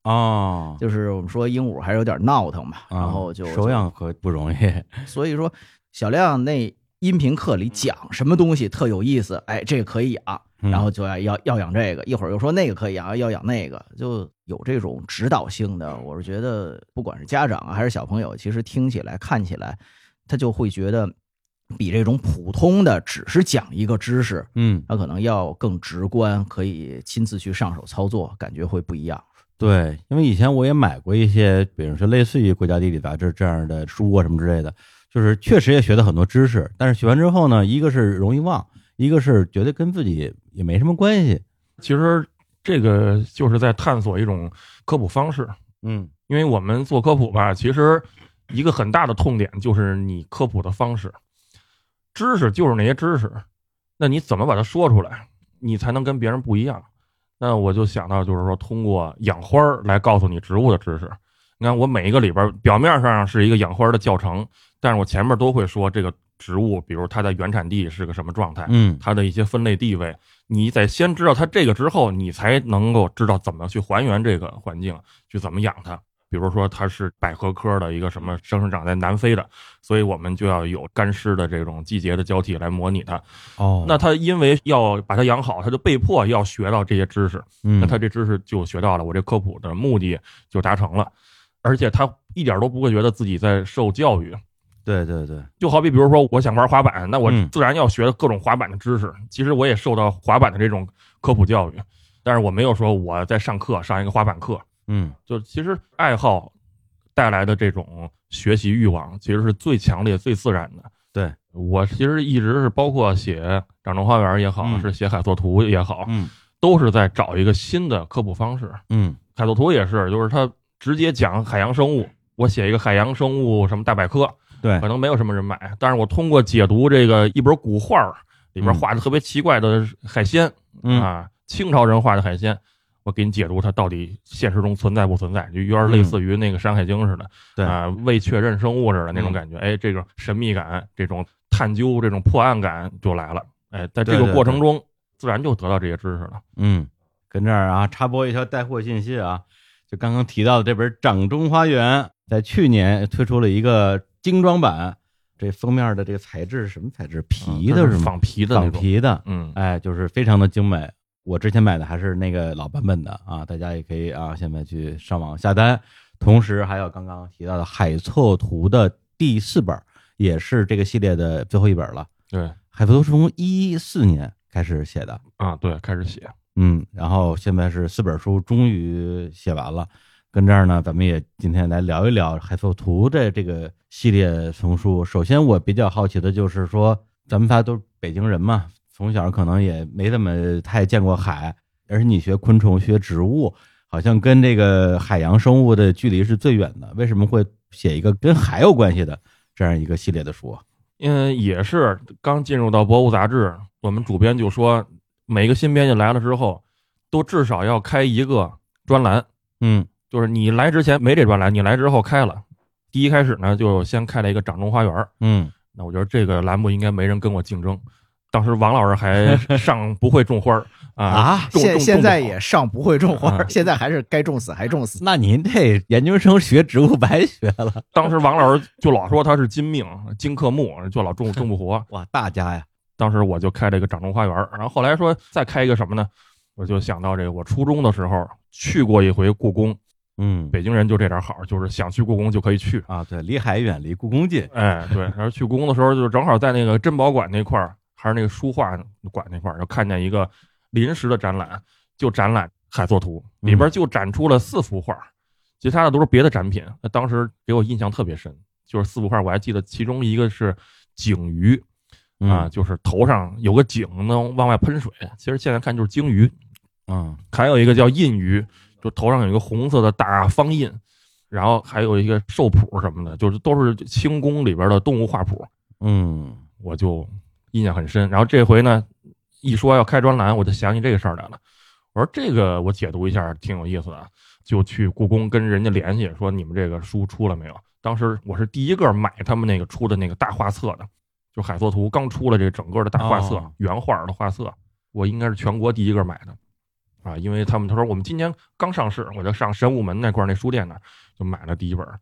Speaker 1: 哦，
Speaker 2: 就是我们说鹦鹉还是有点闹腾嘛，
Speaker 1: 啊
Speaker 2: 然后就
Speaker 1: 手，痒可不容易，
Speaker 2: 所以说小亮那音频课里讲什么东西特有意思，哎，这个可以养，
Speaker 1: 嗯
Speaker 2: 然后就要要要养这个，一会儿又说那个可以养，要养那个，就有这种指导性的。我是觉得，不管是家长啊还是小朋友，其实听起来、看起来，他就会觉得比这种普通的只是讲一个知识，
Speaker 1: 嗯，
Speaker 2: 他可能要更直观，可以亲自去上手操作，感觉会不一样。
Speaker 1: 对，因为以前我也买过一些，比如说类似于《国家地理》杂志这样的书啊什么之类的，就是确实也学到很多知识，但是学完之后呢，一个是容易忘，一个是觉得跟自己也没什么关系。
Speaker 3: 其实这个就是在探索一种科普方式，
Speaker 1: 嗯
Speaker 3: 因为我们做科普吧，其实一个很大的痛点就是你科普的方式，知识就是那些知识，那你怎么把它说出来，你才能跟别人不一样？那我就想到就是说，通过养花儿来告诉你植物的知识。你看，我每一个里边儿表面上是一个养花儿的教程，但是我前面都会说这个植物，比如它在原产地是个什么状态，
Speaker 1: 嗯
Speaker 3: 它的一些分类地位，你得先知道它这个之后，你才能够知道怎么去还原这个环境，去怎么养它。比如说它是百合科的一个什么生生长在南非的，所以我们就要有干湿的这种季节的交替来模拟它。
Speaker 1: 哦
Speaker 3: 那它因为要把它养好，它就被迫要学到这些知识，
Speaker 1: 那
Speaker 3: 那它这知识就学到了，我这科普的目的就达成了，而且它一点都不会觉得自己在受教育，
Speaker 1: 对对对，
Speaker 3: 就好比比如说，我想玩滑板，那我
Speaker 1: 嗯
Speaker 3: 自然要学各种滑板的知识。其实我也受到滑板的这种科普教育，但是我没有说我在上课上一个滑板课。
Speaker 1: 嗯
Speaker 3: 就其实爱好带来的这种学习欲望，其实是最强烈、最自然的。
Speaker 1: 对
Speaker 3: 我其实一直是包括写《掌中花园》也好，
Speaker 1: 嗯
Speaker 3: 是写海作图也好，
Speaker 1: 嗯
Speaker 3: 都是在找一个新的科普方式。
Speaker 1: 嗯
Speaker 3: 海作图也是，就是它直接讲海洋生物，我写一个海洋生物什么大百科，
Speaker 1: 对
Speaker 3: 可能没有什么人买，但是我通过解读这个一本古画儿里边画的特别奇怪的海鲜、
Speaker 1: 嗯
Speaker 3: 啊，清朝人画的海鲜，我给你解读它到底现实中存在不存在，就有点类似于那个《山海经》似的，
Speaker 1: 嗯对
Speaker 3: 啊、未确认生物似的那种
Speaker 1: 嗯
Speaker 3: 感觉。哎，这个神秘感、这种探究、这种破案感就来了。哎，在这
Speaker 1: 对
Speaker 3: 个
Speaker 1: 对
Speaker 3: 过
Speaker 1: 对
Speaker 3: 程中，自然就得到这些知识了。
Speaker 1: 嗯，跟这儿啊插播一条带货信息啊，就刚刚提到的这本《掌中花园》，在去年推出了一个精装版，这封面的这个材质是什么材质？皮
Speaker 3: 嗯它
Speaker 1: 的
Speaker 3: 是
Speaker 1: 吗？
Speaker 3: 仿皮的那
Speaker 1: 仿
Speaker 3: 种，
Speaker 1: 皮的，
Speaker 3: 嗯，
Speaker 1: 哎，就是非常的精美。我之前买的还是那个老版本的啊，大家也可以啊，现在去上网下单。同时还有刚刚提到的《海错图》的第四本，也是这个系列的最后一本了。
Speaker 3: 对
Speaker 1: 《海错图》是从一四年开始写的，
Speaker 3: 啊，对，开始写，
Speaker 1: 嗯，然后现在是四本书终于写完了，跟这儿呢，咱们也今天来聊一聊《海错图》的这个系列丛书。首先，我比较好奇的就是说，咱们仨都是北京人嘛，从小可能也没怎么太见过海，而且你学昆虫、学植物，好像跟这个海洋生物的距离是最远的。为什么会写一个跟海有关系的这样一个系列的书啊？
Speaker 3: 嗯，也是刚进入到《博物》杂志，我们主编就说，每个新编辑来了之后，都至少要开一个专栏，
Speaker 1: 嗯
Speaker 3: 就是你来之前没这专栏，你来之后开了。第一开始呢，就先开了一个掌中花园儿，
Speaker 1: 嗯，
Speaker 3: 那我觉得这个栏目应该没人跟我竞争。当时王老师还 上不会种花儿啊，
Speaker 1: 啊，
Speaker 3: 种
Speaker 2: 现
Speaker 3: 种
Speaker 2: 现在
Speaker 3: 种不好
Speaker 2: 也上不会种花儿，
Speaker 3: 啊
Speaker 2: 现在还是该种死还种死。
Speaker 1: 那您这研究生学植物白学了，
Speaker 3: 当时王老师就老说他是金命金克木，就老种种不活。
Speaker 1: 哇，大家呀！
Speaker 3: 当时我就开了一个掌中花园儿，然后后来说再开一个什么呢？我就想到这个，我初中的时候去过一回故宫，
Speaker 1: 嗯，
Speaker 3: 北京人就这点好，就是想去故宫就可以去。
Speaker 1: 啊，对，离海远，离故宫近。
Speaker 3: 哎，对，然后去故宫的时候，就正好在那个珍宝馆那块儿，还是那个书画馆那块儿，就看见一个临时的展览，就展览《海作图》，里边就展出了四幅画，其他的都是别的展品。那当时给我印象特别深，就是四幅画，我还记得其中一个是鲸鱼啊，
Speaker 1: 啊，
Speaker 3: 就是头上有个井能往外喷水，其实现在看就是鲸鱼，
Speaker 1: 嗯
Speaker 3: 还有一个叫印鱼，就头上有一个红色的大方印，然后还有一个兽谱什么的，就是都是清宫里边的动物画谱，
Speaker 1: 嗯
Speaker 3: 我就印象很深。然后这回呢，一说要开专栏，我就想起这个事儿来了。我说这个我解读一下，挺有意思的啊，就去故宫跟人家联系，说你们这个书出了没有？当时我是第一个买他们那个出的那个大画册的，就海作图刚出了这个整个的大画册，
Speaker 1: 哦
Speaker 3: 原画的画册，我应该是全国第一个买的。啊，因为他们他说我们今年刚上市，我就上神武门那块儿那书店那儿就买了第一本儿，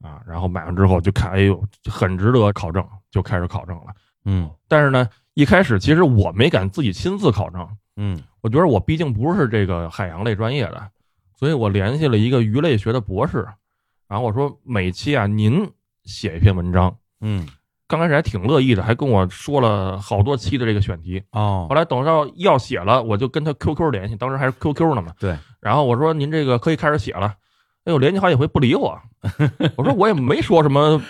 Speaker 3: 啊，然后买完之后就看，哎呦，很值得考证，就开始考证了。
Speaker 1: 嗯
Speaker 3: 但是呢，一开始其实我没敢自己亲自考证，
Speaker 1: 嗯
Speaker 3: 我觉得我毕竟不是这个海洋类专业的，所以我联系了一个鱼类学的博士，然后我说每期啊您写一篇文章，
Speaker 1: 嗯，
Speaker 3: 刚开始还挺乐意的，还跟我说了好多期的这个选题。
Speaker 1: 哦
Speaker 3: 后，来等到要写了，我就跟他 QQ 联系，当时还是 QQ 呢嘛。
Speaker 1: 对。
Speaker 3: 然后我说您这个可以开始写了，哎呦，联系好几回不理我，我说我也没说什么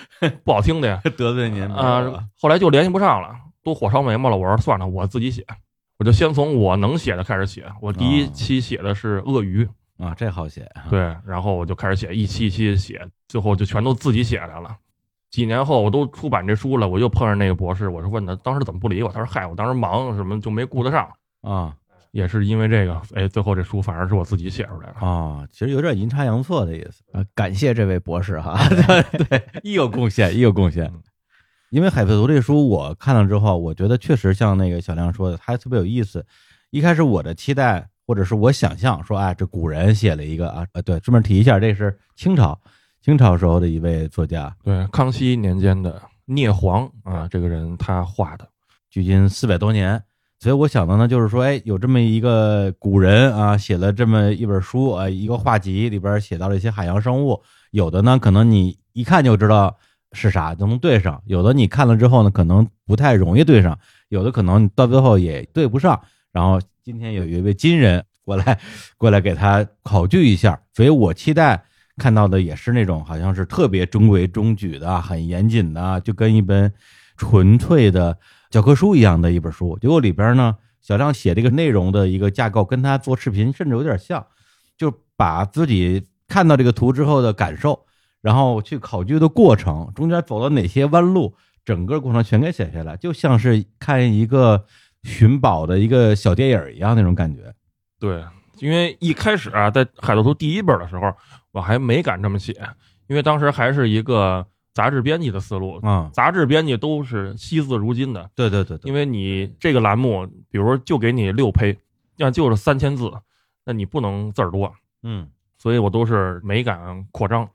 Speaker 3: 不好听的呀。
Speaker 1: 得罪您
Speaker 3: 啊，后来就联系不上了，都火烧眉毛了。我说算了，我自己写，我就先从我能写的开始写。我第一
Speaker 1: 啊
Speaker 3: 期写的是鳄鱼，
Speaker 1: 啊，这好写。
Speaker 3: 对，然后我就开始写，一期一期写，最后就全都自己写来了。几年后我都出版这书了，我又碰上那个博士，我就问他当时怎么不理我，他说嗨，我当时忙什么就没顾得上，
Speaker 1: 啊
Speaker 3: 也是因为这个，哎，最后这书反而是我自己写出来了。
Speaker 1: 啊，其实有点阴差阳错的意思，
Speaker 2: 呃感谢这位博士哈，
Speaker 1: 一有贡献，一有贡献
Speaker 3: 嗯。
Speaker 1: 因为《海飞图》这书我看了之后，我觉得确实像那个小亮说的，它特别有意思。一开始我的期待或者是我想象说，啊，这古人写了一个啊，呃，对，专门提一下，这是清朝，清朝时候的一位作家，
Speaker 3: 对，康熙年间的聂璜啊，这个人他画的，
Speaker 1: 距今四百多年。所以我想的呢，就是说，哎，有这么一个古人啊，写了这么一本书啊、呃一个画集里边写到了一些海洋生物，有的呢，可能你一看就知道是啥，就能对上；有的你看了之后呢，可能不太容易对上；有的可能你到最后也对不上。然后今天有一位金人过来，过来给他考据一下，所以我期待看到的也是那种好像是特别中规中矩的、很严谨的，就跟一本纯粹的教科书一样的一本书。结果里边呢，小亮写这个内容的一个架构跟他做视频甚至有点像，就把自己看到这个图之后的感受，然后去考据的过程，中间走了哪些弯路，整个过程全给写下来，就像是看一个寻宝的一个小电影一样那种感觉。
Speaker 3: 对，因为一开始啊，在海盗图第一本的时候，我还没敢这么写，因为当时还是一个杂志编辑的思路，
Speaker 1: 啊，
Speaker 3: 杂志编辑都是惜字如金的，
Speaker 1: 对对对对，
Speaker 3: 因为你这个栏目，比如就给你六胚，那就是三千字，那你不能字儿多，
Speaker 1: 嗯
Speaker 3: 所以我都是没敢扩张，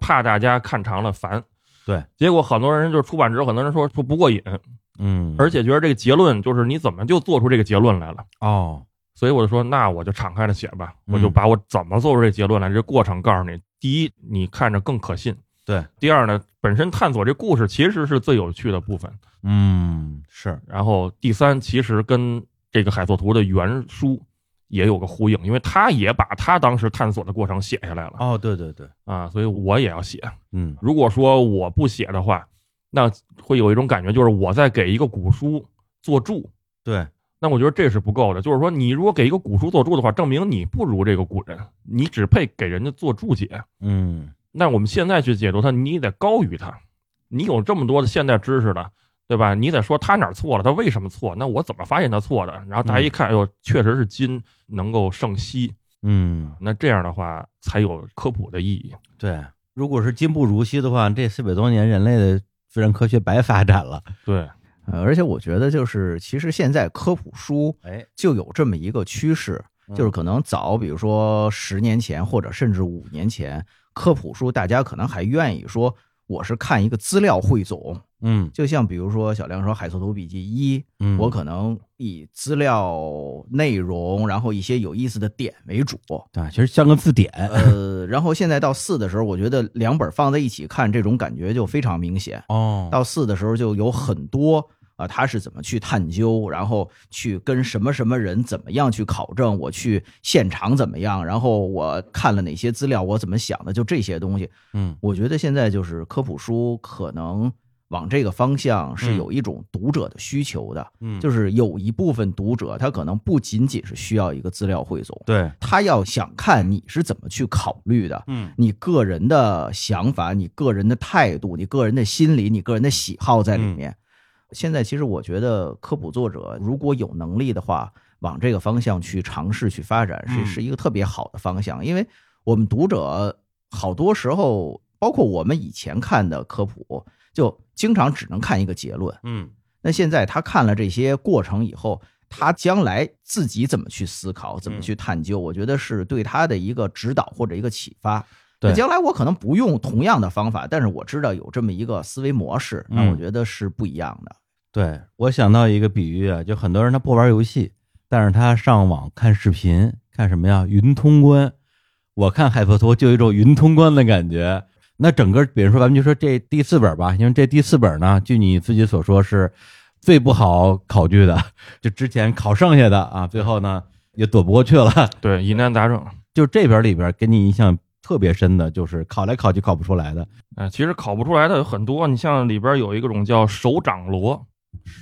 Speaker 3: 怕大家看长了烦。
Speaker 1: 对，
Speaker 3: 结果很多人就是出版社，很多人说说不过瘾，
Speaker 1: 嗯，
Speaker 3: 而且觉得这个结论就是你怎么就做出这个结论来了？
Speaker 1: 哦，
Speaker 3: 所以我就说，那我就敞开了写吧，
Speaker 1: 嗯
Speaker 3: 我就把我怎么做出这结论来，这过程告诉你。第一，你看着更可信；
Speaker 1: 对，
Speaker 3: 第二呢，本身探索这故事其实是最有趣的部分。
Speaker 1: 嗯是，
Speaker 3: 然后第三，其实跟这个海作图的原书也有个呼应，因为他也把他当时探索的过程写下来了
Speaker 1: 哦对对对，
Speaker 3: 啊，所以我也要写。
Speaker 1: 嗯
Speaker 3: 如果说我不写的话，那会有一种感觉，就是我在给一个古书做注。
Speaker 1: 对，
Speaker 3: 那我觉得这是不够的，就是说，你如果给一个古书做注的话，证明你不如这个古人，你只配给人家做注解。
Speaker 1: 嗯
Speaker 3: 那我们现在去解读它，你得高于它。你有这么多的现代知识了，对吧？你得说他哪儿错了，他为什么错？那我怎么发现他错的？然后大家一看，哎呦，确实是金能够胜西，
Speaker 1: 嗯
Speaker 3: 那这样的话才有科普的意义。
Speaker 1: 对，如果是今不如昔的话，这四百多年人类的自然科学白发展了，
Speaker 3: 对，
Speaker 2: 呃而且我觉得就是，其实现在科普书
Speaker 1: 哎，
Speaker 2: 就有这么一个趋势，
Speaker 1: 嗯
Speaker 2: 就是可能早，比如说十年前或者甚至五年前，科普书大家可能还愿意说我是看一个资料汇总，
Speaker 1: 嗯
Speaker 2: 就像比如说小亮说《海搜图笔记一》，
Speaker 1: 嗯，
Speaker 2: 我可能以资料内容，然后一些有意思的点为主。
Speaker 1: 对，其实像个字典，
Speaker 2: 呃，然后现在到四的时候，我觉得两本放在一起看，这种感觉就非常明显。
Speaker 1: 哦
Speaker 2: 到四的时候就有很多啊，他是怎么去探究，然后去跟什么什么人怎么样去考证，我去现场怎么样，然后我看了哪些资料，我怎么想的，就这些东西。
Speaker 1: 嗯
Speaker 2: 我觉得现在就是科普书可能往这个方向是有一种读者的需求的，
Speaker 1: 嗯，
Speaker 2: 就是是有一部分读者他可能不仅仅是需要一个资料汇总，
Speaker 1: 对，
Speaker 2: 他要想看你是怎么去考虑的，
Speaker 1: 嗯
Speaker 2: 你个人的想法、你个人的态度、你个人的心理、你个人的喜好在里
Speaker 1: 嗯
Speaker 2: 面。现在其实我觉得科普作者如果有能力的话，往这个方向去尝试去发展，是
Speaker 1: 嗯
Speaker 2: 是一个特别好的方向，因为我们读者好多时候，包括我们以前看的科普，就经常只能看一个结论。
Speaker 1: 嗯
Speaker 2: 那现在他看了这些过程以后，他将来自己怎么去思考、怎么去探究，我觉得是对他的一个指导或者一个启发。
Speaker 1: 对
Speaker 2: 那将来我可能不用同样的方法，但是我知道有这么一个思维模式，
Speaker 1: 嗯
Speaker 2: 那我觉得是不一样的。
Speaker 1: 对我想到一个比喻啊，就很多人他不玩游戏，但是他上网看视频，看什么呀？云通关。我看海瑟图就有一种云通关的感觉。那整个，比如说咱们就说这第四本吧，因为这第四本呢，据你自己所说是最不好考据的，就之前考剩下的啊，最后呢也躲不过去了。
Speaker 3: 对，疑难杂症。
Speaker 1: 就这本里边给你印象特别深的，就是考来考去考不出来的。
Speaker 3: 哎，其实考不出来的有很多，你像里边有一个种叫手掌螺，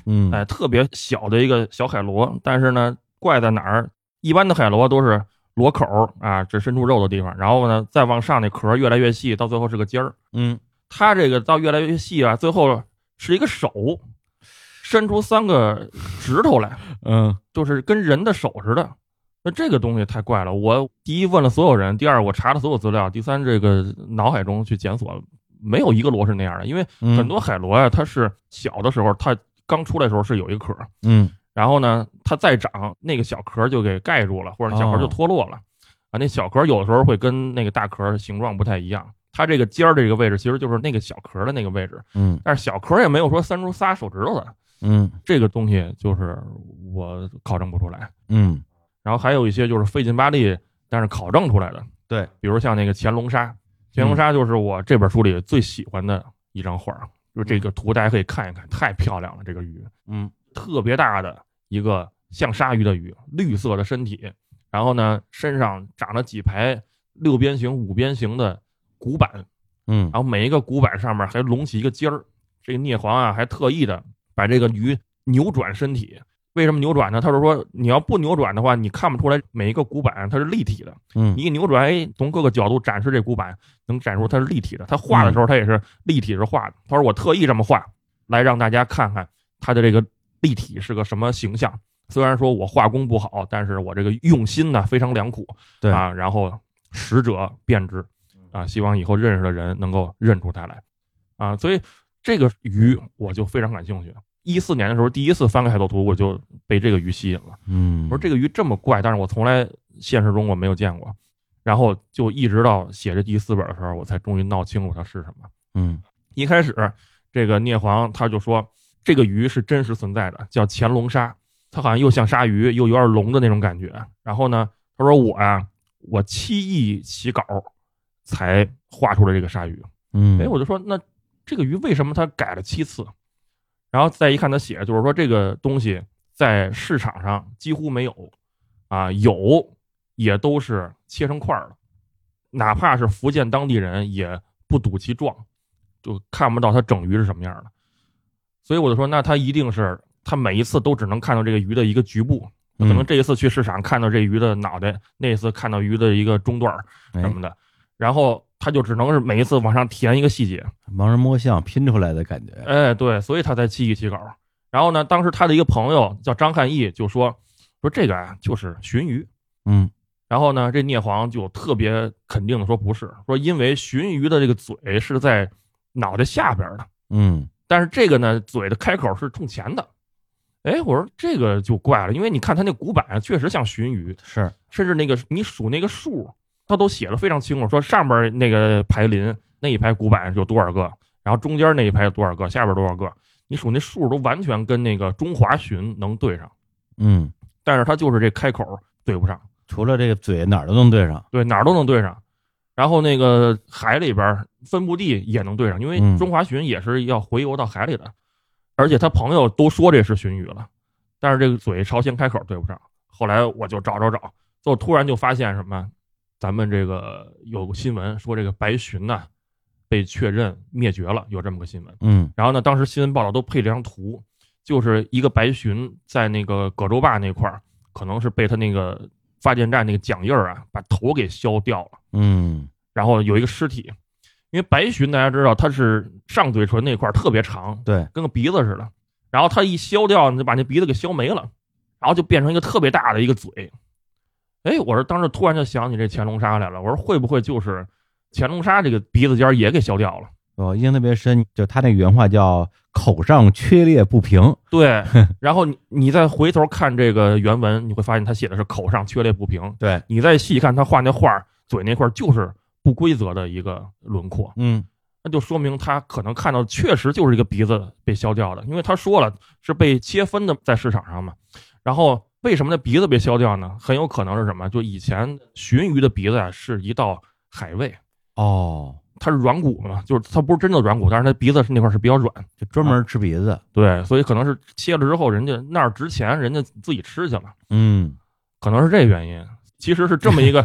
Speaker 1: 嗯，
Speaker 3: 哎，特别小的一个小海螺，但是呢，怪在哪儿？一般的海螺都是螺口儿啊，只伸出肉的地方，然后呢，再往上那壳儿越来越细，到最后是个尖儿。
Speaker 1: 嗯，
Speaker 3: 它这个到越来越细啊，最后是一个手，伸出三个指头来，
Speaker 1: 嗯
Speaker 3: 就是跟人的手似的。那这个东西太怪了。我第一问了所有人，第二我查了所有资料，第三这个脑海中去检索，没有一个螺是那样的，因为
Speaker 1: 嗯，
Speaker 3: 很多海螺呀、它是小的时候，它刚出来的时候是有一壳儿，
Speaker 1: 嗯
Speaker 3: 然后呢，它再长，那个小壳儿就给盖住了，或者小壳儿就脱落了。啊，那小壳儿有的时候会跟那个大壳儿形状不太一样，它这个尖儿这个位置其实就是那个小壳儿的那个位置，
Speaker 1: 嗯
Speaker 3: 但是小壳儿也没有说伸出仨手指头的，
Speaker 1: 嗯
Speaker 3: 这个东西就是我考证不出来。
Speaker 1: 嗯，
Speaker 3: 然后还有一些就是费劲巴力，但是考证出来的，
Speaker 1: 对，
Speaker 3: 比如像那个乾隆沙，乾隆沙就是我这本书里最喜欢的一张画儿，啊就是这个图大家可以看一看，太漂亮了，这个鱼，
Speaker 1: 嗯，
Speaker 3: 特别大的一个像鲨鱼的鱼，绿色的身体，然后呢身上长了几排六边形、五边形的骨板，
Speaker 1: 嗯
Speaker 3: 然后每一个骨板上面还隆起一个尖儿。这个聂璜啊，还特意的把这个鱼扭转身体。为什么扭转呢？他是说，你要不扭转的话，你看不出来每一个骨板啊它是立体的。
Speaker 1: 嗯
Speaker 3: 你一扭转，哎，从各个角度展示这骨板，能展示它是立体的。他画的
Speaker 1: 嗯
Speaker 3: 时候，他也是立体是画的。他说我特意这么画，来让大家看看它的这个立体是个什么形象。虽然说我画工不好，但是我这个用心呢非常良苦，
Speaker 1: 对
Speaker 3: 啊，然后识者辨之，啊，希望以后认识的人能够认出他来，啊，所以这个鱼我就非常感兴趣。一四年的时候，第一次翻开海斗图，我就被这个鱼吸引了。
Speaker 1: 嗯，
Speaker 3: 我说这个鱼这么怪，但是我从来现实中我没有见过。然后就一直到写这第四本的时候，我才终于闹清楚它是什么。
Speaker 1: 嗯
Speaker 3: 一开始，这个聂璜他就说这个鱼是真实存在的，叫乾隆鲨，它好像又像鲨鱼又有点龙的那种感觉。然后呢，他说我呀、我七亿起稿才画出了这个鲨鱼。
Speaker 1: 嗯，
Speaker 3: 哎，我就说那这个鱼为什么它改了七次？然后再一看他写，就是说这个东西在市场上几乎没有，啊，有也都是切成块儿的，哪怕是福建当地人也不睹其状，就看不到它整鱼是什么样的。所以我就说，那它一定是它每一次都只能看到这个鱼的一个局部，可
Speaker 1: 嗯
Speaker 3: 能这一次去市场看到这鱼的脑袋，那一次看到鱼的一个中段儿
Speaker 1: 哎
Speaker 3: 什么的，然后他就只能是每一次往上填一个细节。
Speaker 1: 哎盲人摸象拼出来的感觉，
Speaker 3: 哎，对，所以他才起义起稿。然后呢，当时他的一个朋友叫张汉义就说说这个啊就是鲟鱼。
Speaker 1: 嗯
Speaker 3: 然后呢，这聂璜就特别肯定的说不是，说因为鲟鱼的这个嘴是在脑袋下边的，
Speaker 1: 嗯
Speaker 3: 但是这个呢嘴的开口是冲前的。哎，我说这个就怪了，因为你看他那骨板啊确实像鲟鱼，
Speaker 1: 是，
Speaker 3: 甚至那个你数那个数，他都写的非常清楚，说上边那个排林那一排骨板有多少个，然后中间那一排有多少个，下边多少个，你数那数都完全跟那个中华鲟能对上，
Speaker 1: 嗯，
Speaker 3: 但是他就是这开口对不上，
Speaker 1: 除了这个嘴哪儿都能对上，
Speaker 3: 对哪儿都能对上，然后那个海里边分布地也能对上，因为
Speaker 1: 嗯
Speaker 3: 中华鲟也是要回游到海里的，而且他朋友都说这是鲟鱼了，但是这个嘴朝前开口对不上。后来我就找找找，最后突然就发现什么，咱们这个有个新闻说这个白鲟呐、被确认灭绝了，有这么个新闻。
Speaker 1: 嗯
Speaker 3: 然后呢，当时新闻报道都配了张图，就是一个白鲟在那个葛洲坝那块儿，可能是被他那个发电站那个桨叶儿啊，把头给削掉了，
Speaker 1: 嗯
Speaker 3: 然后有一个尸体。因为白鲟大家知道它是上嘴唇那块儿特别长，
Speaker 1: 对，
Speaker 3: 跟个鼻子似的。然后它一削掉，你就把那鼻子给削没了，然后就变成一个特别大的一个嘴。哎，我说当时突然就想起这乾隆鲨来了，我说会不会就是乾隆鲨这个鼻子尖儿也给削掉了？
Speaker 1: 我印象特别深，就他那个原话叫“口上缺裂不平
Speaker 3: 对，然后你你再回头看这个原文，你会发现他写的是口上缺裂不平”，。
Speaker 1: 对，
Speaker 3: 你再细看他画那画儿，嘴那块儿就是不规则的一个轮廓，
Speaker 1: 嗯
Speaker 3: 那就说明他可能看到的确实就是一个鼻子被削掉的，因为他说了是被切分的在市场上嘛。然后为什么那鼻子被削掉呢？很有可能是什么？就以前鲟鱼的鼻子啊是一道海味，
Speaker 1: 哦，
Speaker 3: 它是软骨嘛，就是它不是真的软骨，但是它鼻子是那块儿是比较软。
Speaker 1: 就专
Speaker 3: 啊
Speaker 1: 门吃鼻子，
Speaker 3: 对，所以可能是切了之后，人家那儿值钱，人家自己吃去了，
Speaker 1: 嗯
Speaker 3: 可能是这原因。其实是这么 一个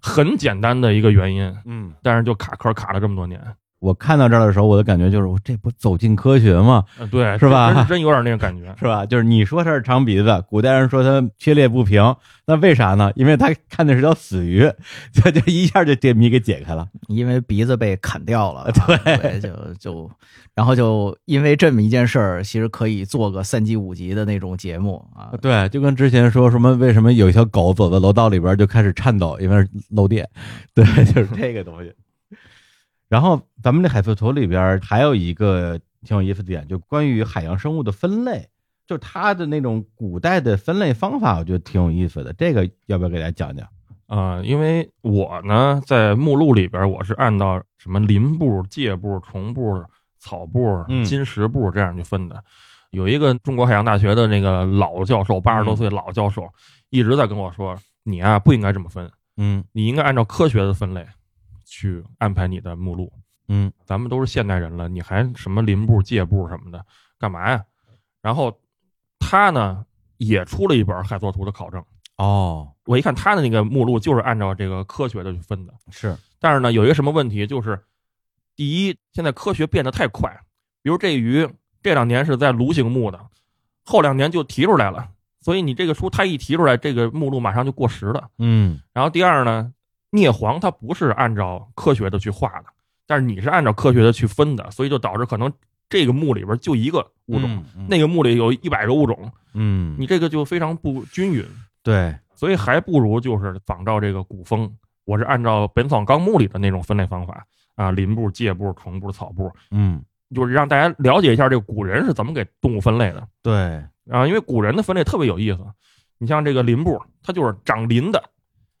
Speaker 3: 很简单的一个原因，
Speaker 1: 嗯。
Speaker 3: 但是就卡壳卡了这么多年，
Speaker 1: 我看到这儿的时候，我的感觉就是，我这不走进科学吗？
Speaker 3: 呃、对，
Speaker 1: 嗯是吧
Speaker 3: 真真有点那个 感觉。
Speaker 1: 是吧？就是你说它是长鼻子，古代人说它缺裂不平，那为啥呢？因为他看的是条死鱼，这就一下就这谜给解开了。
Speaker 2: 因为鼻子被砍掉了，啊对，就就，然后就因为这么一件事儿，其实可以做个三集五集的那种节目啊，
Speaker 1: 对，就跟之前说什么为什么有一条狗走到楼道里边就开始颤抖，因为是漏电， 对，就是这个东西。然后咱们这海测图里边还有一个挺有意思的点，就关于海洋生物的分类，就它的那种古代的分类方法，我觉得挺有意思的。这个要不要给大家讲讲？
Speaker 3: 呃，因为我呢在目录里边，我是按照什么林部、介部、虫部、草部
Speaker 1: 嗯、
Speaker 3: 金石部这样去分的。有一个中国海洋大学的那个老教授，八
Speaker 1: 嗯
Speaker 3: 十多岁老教授，一直在跟我说，你啊不应该这么分，
Speaker 1: 嗯
Speaker 3: 你应该按照科学的分类去安排你的目录。
Speaker 1: 嗯
Speaker 3: 咱们都是现代人了，你还什么林部、介部什么的，干嘛呀？然后他呢也出了一本海作图的考证，
Speaker 1: 哦
Speaker 3: 我一看他的那个目录就是按照这个科学的去分的。
Speaker 1: 是
Speaker 3: 但是呢，有一个什么问题就是，第一，现在科学变得太快，比如这鱼这两年是在卢形目的，后两年就提出来了，所以你这个书它一提出来，这个目录马上就过时了。
Speaker 1: 嗯
Speaker 3: 然后第二呢，镍黄它不是按照科学的去画的，但是你是按照科学的去分的，所以就导致可能这个墓里边就一个物种，
Speaker 1: 嗯
Speaker 3: 那个墓里有一百个物种，
Speaker 1: 嗯，
Speaker 3: 你这个就非常不均匀，
Speaker 1: 对，
Speaker 3: 所以还不如就是仿照这个古风，我是按照《本草纲目》里的那种分类方法啊，林部、介部、虫部、草部，
Speaker 1: 嗯
Speaker 3: 就是让大家了解一下这个古人是怎么给动物分类的
Speaker 1: 对，
Speaker 3: 啊，因为古人的分类特别有意思。你像这个林部，它就是长鳞的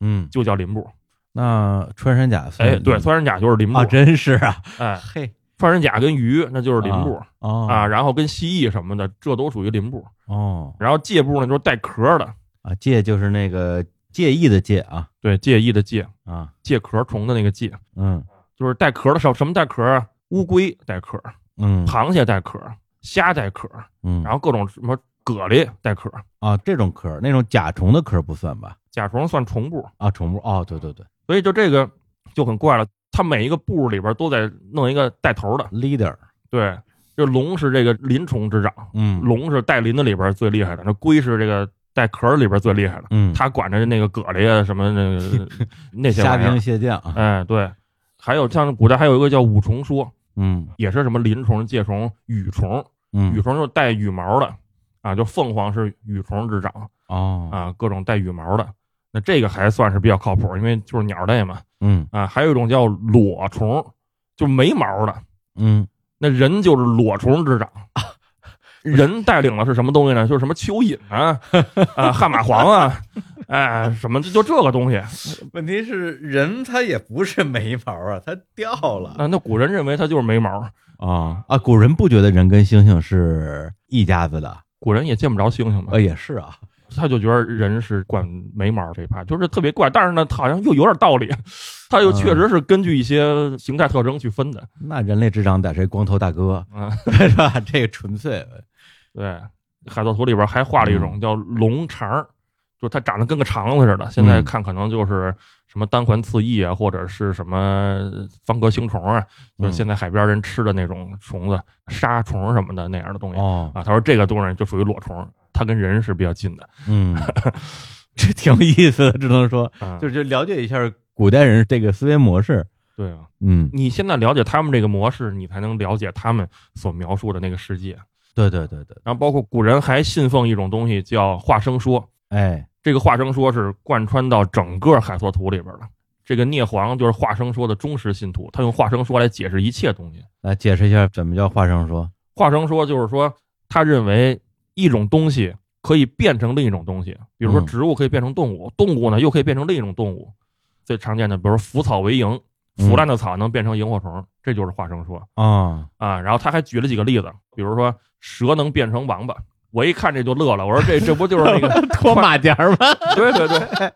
Speaker 1: 嗯，
Speaker 3: 就叫林部，
Speaker 1: 那穿山甲算，
Speaker 3: 哎，对，穿山甲就是林部，
Speaker 1: 嗯啊，真是啊，
Speaker 3: 哎，
Speaker 1: 嘿，
Speaker 3: 穿山甲跟鱼那就是鳞部
Speaker 1: 哦
Speaker 3: 啊，然后跟蜥蜴什么的，这都属于鳞部。
Speaker 1: 哦
Speaker 3: 然后介部呢就是带壳的，
Speaker 1: 啊，介就是那个介意的介啊
Speaker 3: 对，介意的介，
Speaker 1: 啊，
Speaker 3: 介壳虫的那个介，
Speaker 1: 嗯
Speaker 3: 就是带壳的什什么带壳啊？乌龟带壳，
Speaker 1: 嗯
Speaker 3: 螃蟹带壳，虾带壳，
Speaker 1: 嗯，
Speaker 3: 然后各种什么蛤蜊带壳，
Speaker 1: 啊，这种壳儿那种甲虫的壳儿不算吧？
Speaker 3: 甲虫算虫部，
Speaker 1: 啊，虫部哦，对对对
Speaker 3: 所以就这个就很怪了。它每一个部里边都得弄一个带头的，
Speaker 1: ，leader，
Speaker 3: 对，这龙是这个鳞虫之长，
Speaker 1: 嗯，
Speaker 3: 龙是带鳞的里边最厉害的，那龟是这个带壳儿里边最厉害的。
Speaker 1: 嗯，
Speaker 3: 他管着那个蛤蜊啊什么那个那些
Speaker 1: 虾
Speaker 3: 玩意
Speaker 1: 兵
Speaker 3: 儿。
Speaker 1: 蟹将啊，
Speaker 3: 哎，对，还有像古代还有一个叫五虫说，
Speaker 1: 嗯
Speaker 3: 也是什么鳞虫、介虫、羽虫，
Speaker 1: 嗯
Speaker 3: 羽虫就是带羽毛的啊，就凤凰是羽虫之长
Speaker 1: 哦
Speaker 3: 啊，各种带羽毛的。那这个还算是比较靠谱，因为就是鸟类嘛
Speaker 1: 嗯
Speaker 3: 啊。还有一种叫裸虫，就没毛的。
Speaker 1: 嗯
Speaker 3: 那人就是裸 虫之长。人带领的是什么东西呢？就是什么蚯蚓啊， 啊，悍马黄啊，哎，什么就这个东西。
Speaker 4: 问题是人他也不是没毛啊，他掉了。
Speaker 3: 啊，那古人认为它就是没毛，
Speaker 1: 啊啊，古人不觉得人跟猩猩是一家子的，
Speaker 3: 古人也见不着猩猩嘛
Speaker 1: 呃，，也是啊，
Speaker 3: 他就觉得人是管没毛这一派，就是特别怪。但是呢，好像又有点道理，他
Speaker 1: 嗯
Speaker 3: 又确实是根据一些形态特征去分的。
Speaker 1: 那人类智障得是光头大哥
Speaker 3: 啊，
Speaker 1: 是吧？这个纯粹
Speaker 3: 对，海盗图里边还画了一
Speaker 1: 嗯
Speaker 3: 种叫龙肠儿，就是它长得跟个肠子似的。现在
Speaker 1: 嗯
Speaker 3: 看可能就是什么单环刺翼啊，或者是什么方格星虫啊，
Speaker 1: 嗯
Speaker 3: 就是现在海边人吃的那种虫子、沙虫什么的那样的东西
Speaker 1: 哦，
Speaker 3: 啊。他说这个东西就属于裸虫，它跟人是比较近的。
Speaker 1: 嗯，这挺有意思的，只能说
Speaker 3: 啊
Speaker 1: 就是就了解一下古代人这个思维模式，
Speaker 3: 对啊，
Speaker 1: 嗯，
Speaker 3: 你现在了解他们这个模式，你才能了解他们所描述的那个世界。
Speaker 1: 对对对对，
Speaker 3: 然后包括古人还信奉一种东西叫化生说，
Speaker 1: 哎，
Speaker 3: 这个化生说是贯穿到整个海错图里边的。这个聂璜就是化生说的忠实信徒，他用化生说来解释一切东西。
Speaker 1: 来解释一下怎么叫化生说，
Speaker 3: 化生说就是说，他认为一种东西可以变成另一种东西，比如说
Speaker 1: 嗯
Speaker 3: 植物可以变成动物，动物呢又可以变成另一种动物。最常见的，比如说腐草为萤，腐烂的草能变成萤火虫，这就是化生说。
Speaker 1: 啊，
Speaker 3: 啊，然后他还举了几个例子，比如说蛇能变成王八，我一看这就乐了，我说这这不就是 那个
Speaker 1: 脱马甲吗？
Speaker 3: 对对对。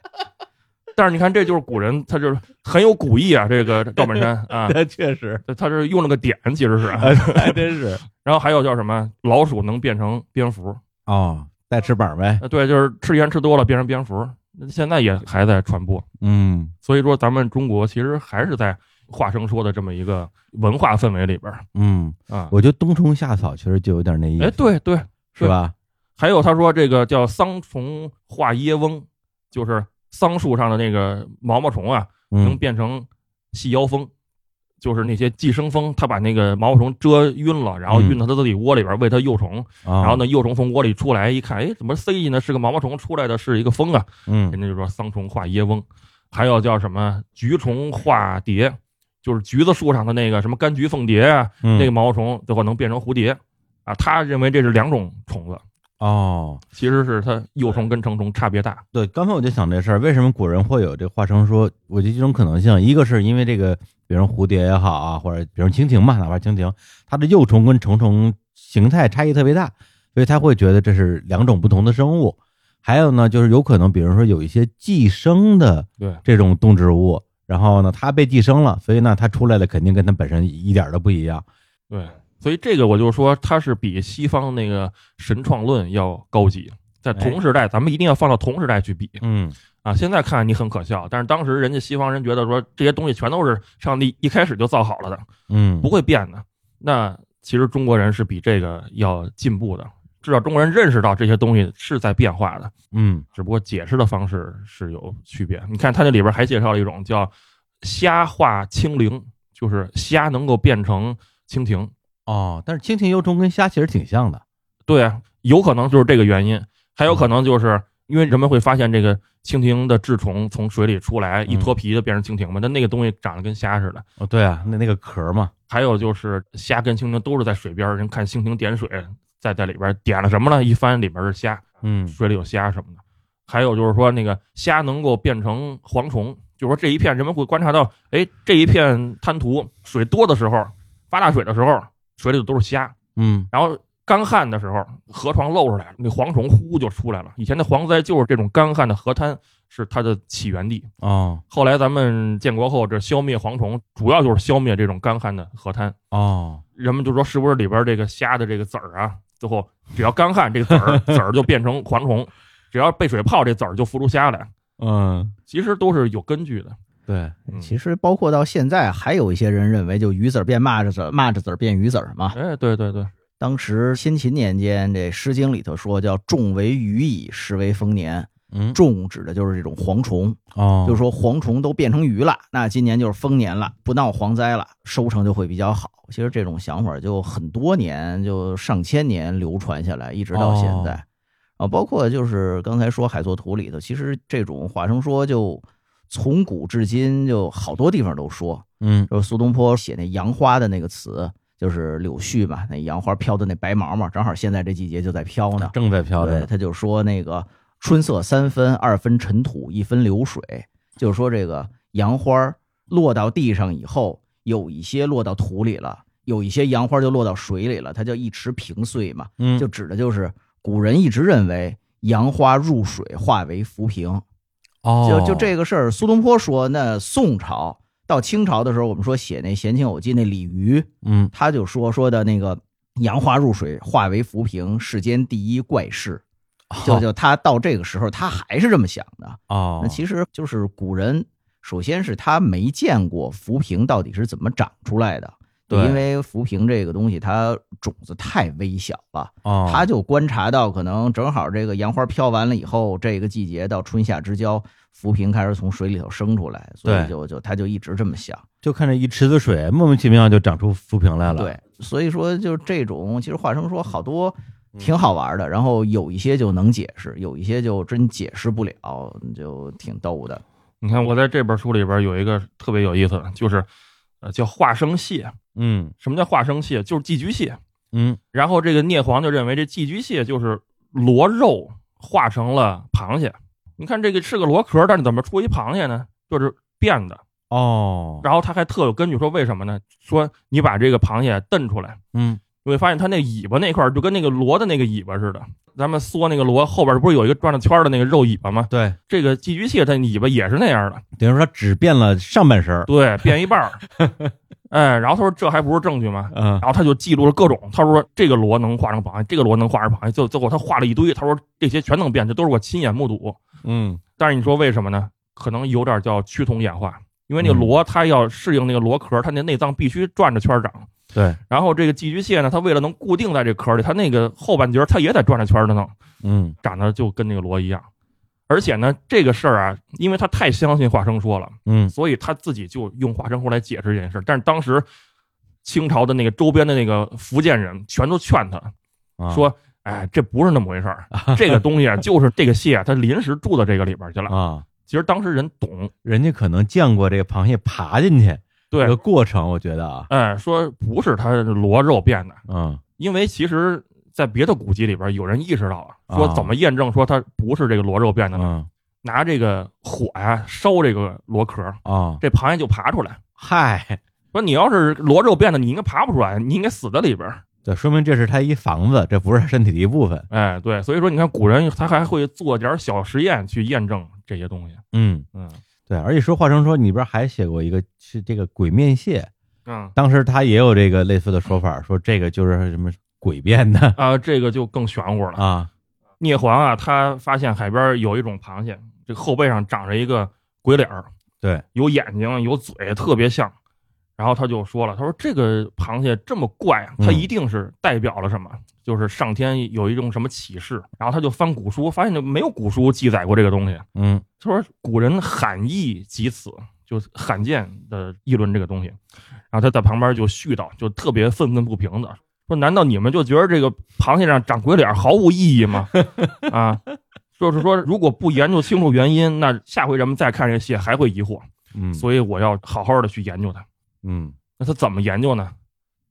Speaker 3: 但是你看，这就是古人，他就是很有古意啊。这个赵本山啊，
Speaker 1: 确实，
Speaker 3: 他是用了个点，其实是。啊
Speaker 1: 还真 是
Speaker 3: 然后还有叫什么，老鼠能变成蝙蝠，
Speaker 1: 哦，带翅膀呗，
Speaker 3: 啊对，就是吃盐吃多了变成蝙蝠，现在也还在传播。
Speaker 1: 嗯
Speaker 3: 所以说，咱们中国其实还是在化生说的这么一个文化氛围里边儿
Speaker 1: 嗯，
Speaker 3: 啊。
Speaker 1: 我觉得冬虫夏草其实就有点那意思，
Speaker 3: 哎，对对，
Speaker 1: 是吧？
Speaker 3: 还有他说这个叫桑虫化椰翁，就是桑树上的那个毛毛虫啊，能
Speaker 1: 嗯
Speaker 3: 变成细腰蜂，就是那些寄生蜂，它把那个毛毛虫蛰晕了，然后
Speaker 1: 嗯
Speaker 3: 运到它自己窝里边喂它幼虫，
Speaker 1: 啊，
Speaker 3: 然后呢幼虫从窝里出来一看，哎，怎么塞进的是个毛毛虫，出来的是一个蜂啊，
Speaker 1: 嗯，
Speaker 3: 人家就说桑虫化椰翁，还有叫什么菊虫化蝶，就是橘子树上的那个什么柑橘凤蝶啊，
Speaker 1: 嗯
Speaker 3: 那个毛毛虫最后能变成蝴蝶啊，他认为这是两种虫子。
Speaker 1: 哦。
Speaker 3: 其实是它幼虫跟成虫差别大。
Speaker 1: 对，刚才我就想这事儿，为什么古人会有这化生说？我觉得几种可能性，一个是因为这个，比如蝴蝶也好啊，或者比如蜻蜓吧，哪怕蜻蜓，它的幼虫跟成虫形态差异特别大，所以他会觉得这是两种不同的生物。还有呢，就是有可能，比如说有一些寄生的
Speaker 3: 对
Speaker 1: 这种动植物，然后呢，它被寄生了，所以呢，它出来的肯定跟它本身一点儿都不一样。
Speaker 3: 对，所以这个我就说它是比西方那个神创论要高级。在同时代，咱们一定要放到同时代去比
Speaker 1: 嗯，
Speaker 3: 啊！现在看你很可笑，但是当时人家西方人觉得说这些东西全都是上帝一开始就造好了的，
Speaker 1: 嗯
Speaker 3: 不，会变的。那其实中国人是比这个要进步的，至少中国人认识到这些东西是在变化的，
Speaker 1: 嗯，
Speaker 3: 只不过解释的方式是有区别。你看它那里边还介绍了一种叫虾化青灵，就是虾能够变成蜻蜓，
Speaker 1: 哦，但是青青油虫跟虾其实挺像的。
Speaker 3: 对啊，有可能就是这个原因，还有可能就是因为人们会发现这个蜻蜓的稚虫从水里出来，一脱皮就变成蜻蜓嘛，但那个东西长得跟虾似的。
Speaker 1: 哦，对啊，那那个壳嘛，
Speaker 3: 还有就是虾跟蜻蜓都是在水边儿，人看蜻蜓点水，在在里边儿点了什么呢？一翻里边儿是虾，
Speaker 1: 嗯
Speaker 3: 水里有虾什么的。还有就是说，那个虾能够变成蝗虫，就是说这一片人们会观察到，哎，这一片滩涂水多的时候，发大水的时候，水里头都是虾，
Speaker 1: 嗯，
Speaker 3: 然后干旱的时候，河床露出来了，那蝗虫呼就出来了。以前的蝗灾就是这种干旱的河滩是它的起源地。
Speaker 1: 哦
Speaker 3: 后来咱们建国后，这消灭蝗虫主要就是消灭这种干旱的河滩。
Speaker 1: 哦，
Speaker 3: 人们就说是不是里边这个虾的这个籽儿啊，最后只要干旱，这个籽儿籽儿就变成蝗虫，只要被水泡，这籽儿就孵出虾来。
Speaker 1: 嗯，
Speaker 3: 其实都是有根据的。
Speaker 1: 对，
Speaker 3: 嗯
Speaker 2: 其实包括到现在，还有一些人认为，就鱼子儿变蚂蚱子儿，蚂蚱子儿变鱼子儿嘛。
Speaker 3: 哎，对对对，
Speaker 2: 当时先秦年间，这《诗经》里头说叫“众为鱼矣，食为丰年”。
Speaker 1: 嗯，
Speaker 2: 众指的就是这种蝗虫，
Speaker 1: 哦，
Speaker 2: 就是说蝗虫都变成鱼了，那今年就是丰年了，不闹蝗灾了，收成就会比较好。其实这种想法就很多年，就上千年流传下来，一直到现在。啊，包括就是刚才说海作图里头，其实这种话生说就从古至今就好多地方都说，
Speaker 1: 嗯
Speaker 2: 就是苏东坡写那杨花的那个词，就是柳絮嘛，那杨花飘的那白毛毛，正好现在这季节就在飘呢。
Speaker 1: 正在飘着
Speaker 2: 对，
Speaker 1: 呢，
Speaker 2: 他就说那个春色三分，二分尘土，一分流水，就是说这个杨花落到地上以后，有一些落到土里了，有一些杨花就落到水里了，它叫一池平碎嘛，
Speaker 1: 嗯，
Speaker 2: 就指的就是古人一直认为杨花入水化为浮萍，
Speaker 1: 哦，
Speaker 2: 就就这个事儿，苏东坡说，那宋朝到清朝的时候，我们说写那《闲情偶记》那鲤鱼，
Speaker 1: 嗯，
Speaker 2: 他就说说的那个杨花入水化为浮萍，世间第一怪事。就就他到这个时候，他还是这么想的。
Speaker 1: 哦，
Speaker 2: 那其实就是古人，首先是他没见过浮萍到底是怎么长出来的，
Speaker 1: 对
Speaker 2: 因为浮萍这个东西它种子太微小了。
Speaker 1: 哦，
Speaker 2: 他就观察到，可能正好这个杨花飘完了以后，这个季节到春夏之交，浮萍开始从水里头生出来，所
Speaker 1: 对
Speaker 2: 以就就他就一直这么想。
Speaker 1: 就看这一池子水，莫名其妙就长出浮萍来了，，
Speaker 2: 对，所以说就这种，其实华生说好多挺好玩的，然后有一些就能解释，有一些就真解释不了，就挺逗的。
Speaker 3: 你看我在这本书里边有一个特别有意思的，就是呃叫化生蟹。
Speaker 1: 嗯
Speaker 3: 什么叫化生蟹？就是寄居蟹。
Speaker 1: 嗯，
Speaker 3: 然后这个聂璜就认为这寄居蟹就是螺肉化成了螃蟹。你看这个是个螺壳，但是怎么出一螃蟹呢？就是变的。
Speaker 1: 哦，
Speaker 3: 然后他还特有根据说为什么呢？说你把这个螃蟹蹬出来，
Speaker 1: 嗯，
Speaker 3: 你会发现它那尾巴那块儿就跟那个螺的那个尾巴似的。咱们缩那个螺后边不是有一个转着圈儿的那个肉尾巴吗？
Speaker 1: 对，
Speaker 3: 这个寄居蟹它尾巴也是那样的，
Speaker 1: 等于说它只变了上半身儿，
Speaker 3: 对，变一半儿。哎，然后他说这还不是证据吗？
Speaker 1: 嗯，
Speaker 3: 然后他就记录了各种，他说这个螺能画成螃蟹，这个螺能画成螃蟹，就最后他画了一堆，他说这些全能变，这都是我亲眼目睹。
Speaker 1: 嗯，
Speaker 3: 但是你说为什么呢？可能有点叫趋同演化，因为那个
Speaker 1: 嗯
Speaker 3: 螺它要适应那个螺壳，它那内脏必须转着圈儿长。
Speaker 1: 对，
Speaker 3: 然后这个寄居蟹呢，它为了能固定在这壳里，它那个后半截儿它也得转着圈儿的弄，
Speaker 1: 嗯，
Speaker 3: 长得就跟那个螺一样。而且呢，这个事儿啊，因为他太相信华生说了，
Speaker 1: 嗯，
Speaker 3: 所以他自己就用华生说来解释这件事儿。但是当时清朝的那个周边的那个福建人全都劝他，
Speaker 1: 啊，
Speaker 3: 说：“哎，这不是那么回 事儿，这个东西啊，就是这个蟹啊，它临时住到这个里边儿去了。
Speaker 1: 啊，”
Speaker 3: 其实当时人懂，
Speaker 1: 人家可能见过这个螃蟹爬进去这
Speaker 3: 对
Speaker 1: 个，过程，我觉得啊，
Speaker 3: 哎，说不是它螺肉变的，
Speaker 1: 嗯，
Speaker 3: 因为其实，在别的古籍里边儿有人意识到了，说
Speaker 1: 啊
Speaker 3: 怎么验证说它不是这个螺肉变的呢？
Speaker 1: 嗯，
Speaker 3: 拿这个火呀、烧这个螺壳儿，
Speaker 1: 哦，
Speaker 3: 这螃蟹就爬出来。
Speaker 1: 嗨，
Speaker 3: 说你要是螺肉变的，你应该爬不出来，你应该死在里边儿。
Speaker 1: 对，说明这是它一房子，这不是它身体的一部分，
Speaker 3: 哎，对，所以说你看古人他还会做点儿小实验去验证这些东西。
Speaker 1: 嗯，
Speaker 3: 嗯
Speaker 1: 对，而且说华生说里边还写过一个是这个鬼面蟹，
Speaker 3: 嗯
Speaker 1: 当时他也有这个类似的说法，说这个就是什么鬼变的
Speaker 3: 啊，这个就更玄乎了。
Speaker 1: 啊，
Speaker 3: 聂璜啊，他发现海边有一种螃蟹，这个后背上长着一个鬼脸儿，
Speaker 1: 对，
Speaker 3: 有眼睛，有嘴，特别像。然后他就说了，他说这个螃蟹这么怪啊，它
Speaker 1: 嗯
Speaker 3: 一定是代表了什么，就是上天有一种什么启示。然后他就翻古书，发现就没有古书记载过这个东西。
Speaker 1: 嗯
Speaker 3: 他说古人罕议及此，就是罕见的议论这个东西。然然后他在旁边就絮叨，就特别愤愤不平的说：“难道你们就觉得这个螃蟹上长鬼脸毫无意义吗？啊， 就是说如果不研究清楚原因，那下回人们再看这个蟹还会疑惑。
Speaker 1: 嗯
Speaker 3: 所以我要好好的去研究它。
Speaker 1: 嗯
Speaker 3: 那他怎么研究呢？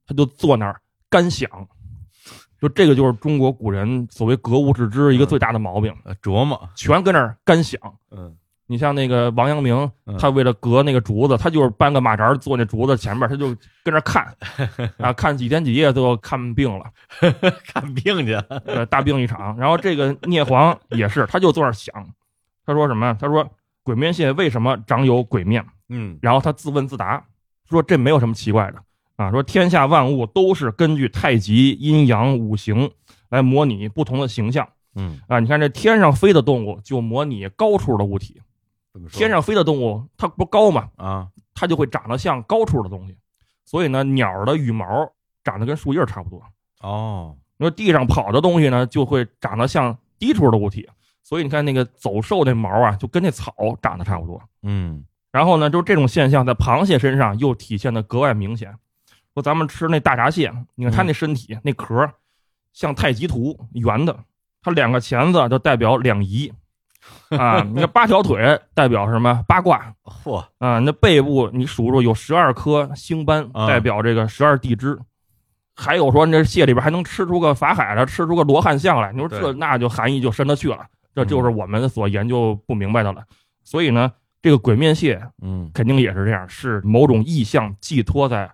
Speaker 3: 他就坐那儿干想，就这个就是中国古人所谓格物致知一个最大的毛病，
Speaker 1: 呃琢磨，
Speaker 3: 全跟那儿干想。
Speaker 1: 嗯
Speaker 3: 你像那个王阳明
Speaker 1: 嗯，
Speaker 3: 他为了隔那个竹子，他就是搬个马扎儿坐那竹子前面，他就跟那儿看 啊，看几天几夜，最后看病了，
Speaker 1: 看病去，
Speaker 3: 呃，大病一场。然后这个聂璜也是，他就坐那儿想，他说什么？他说鬼面蟹为什么长有鬼面？
Speaker 1: 嗯
Speaker 3: 然后他自问自答，说这没有什么奇怪的啊，说天下万物都是根据太极、阴阳、五行来模拟不同的形象
Speaker 1: 嗯，
Speaker 3: 啊。你看这天上飞的动物就模拟高处的物体，
Speaker 1: 怎么说
Speaker 3: 天上飞的动物它不高嘛，
Speaker 1: 啊，
Speaker 3: 它就会长得像高处的东西。所以呢，鸟儿的羽毛长得跟树叶儿差不多。
Speaker 1: 哦，
Speaker 3: 你说地上跑的东西呢，就会长得像低处的物体。所以你看那个走兽那毛啊，就跟那草长得差不多。
Speaker 1: 嗯
Speaker 3: 然后呢，就这种现象在螃蟹身上又体现的格外明显。说咱们吃那大闸蟹，你看它
Speaker 1: 嗯
Speaker 3: 那身体、那壳儿像太极图圆的，它两个钳子就代表 两仪啊，你看八条腿代表什么八卦
Speaker 1: 哦嚯，
Speaker 3: 啊，那背部你数数有十二颗星斑，
Speaker 1: 啊
Speaker 3: 代表这个十二地支。还有说，那蟹里边还能吃出个法海来，吃出个罗汉像来。你说这
Speaker 1: 对嗯
Speaker 3: 那就含义就深得去了，这就是我们所研究不明白的了。所以呢，这个鬼面蟹
Speaker 1: 嗯
Speaker 3: 肯定也是这样，是某种意象寄托在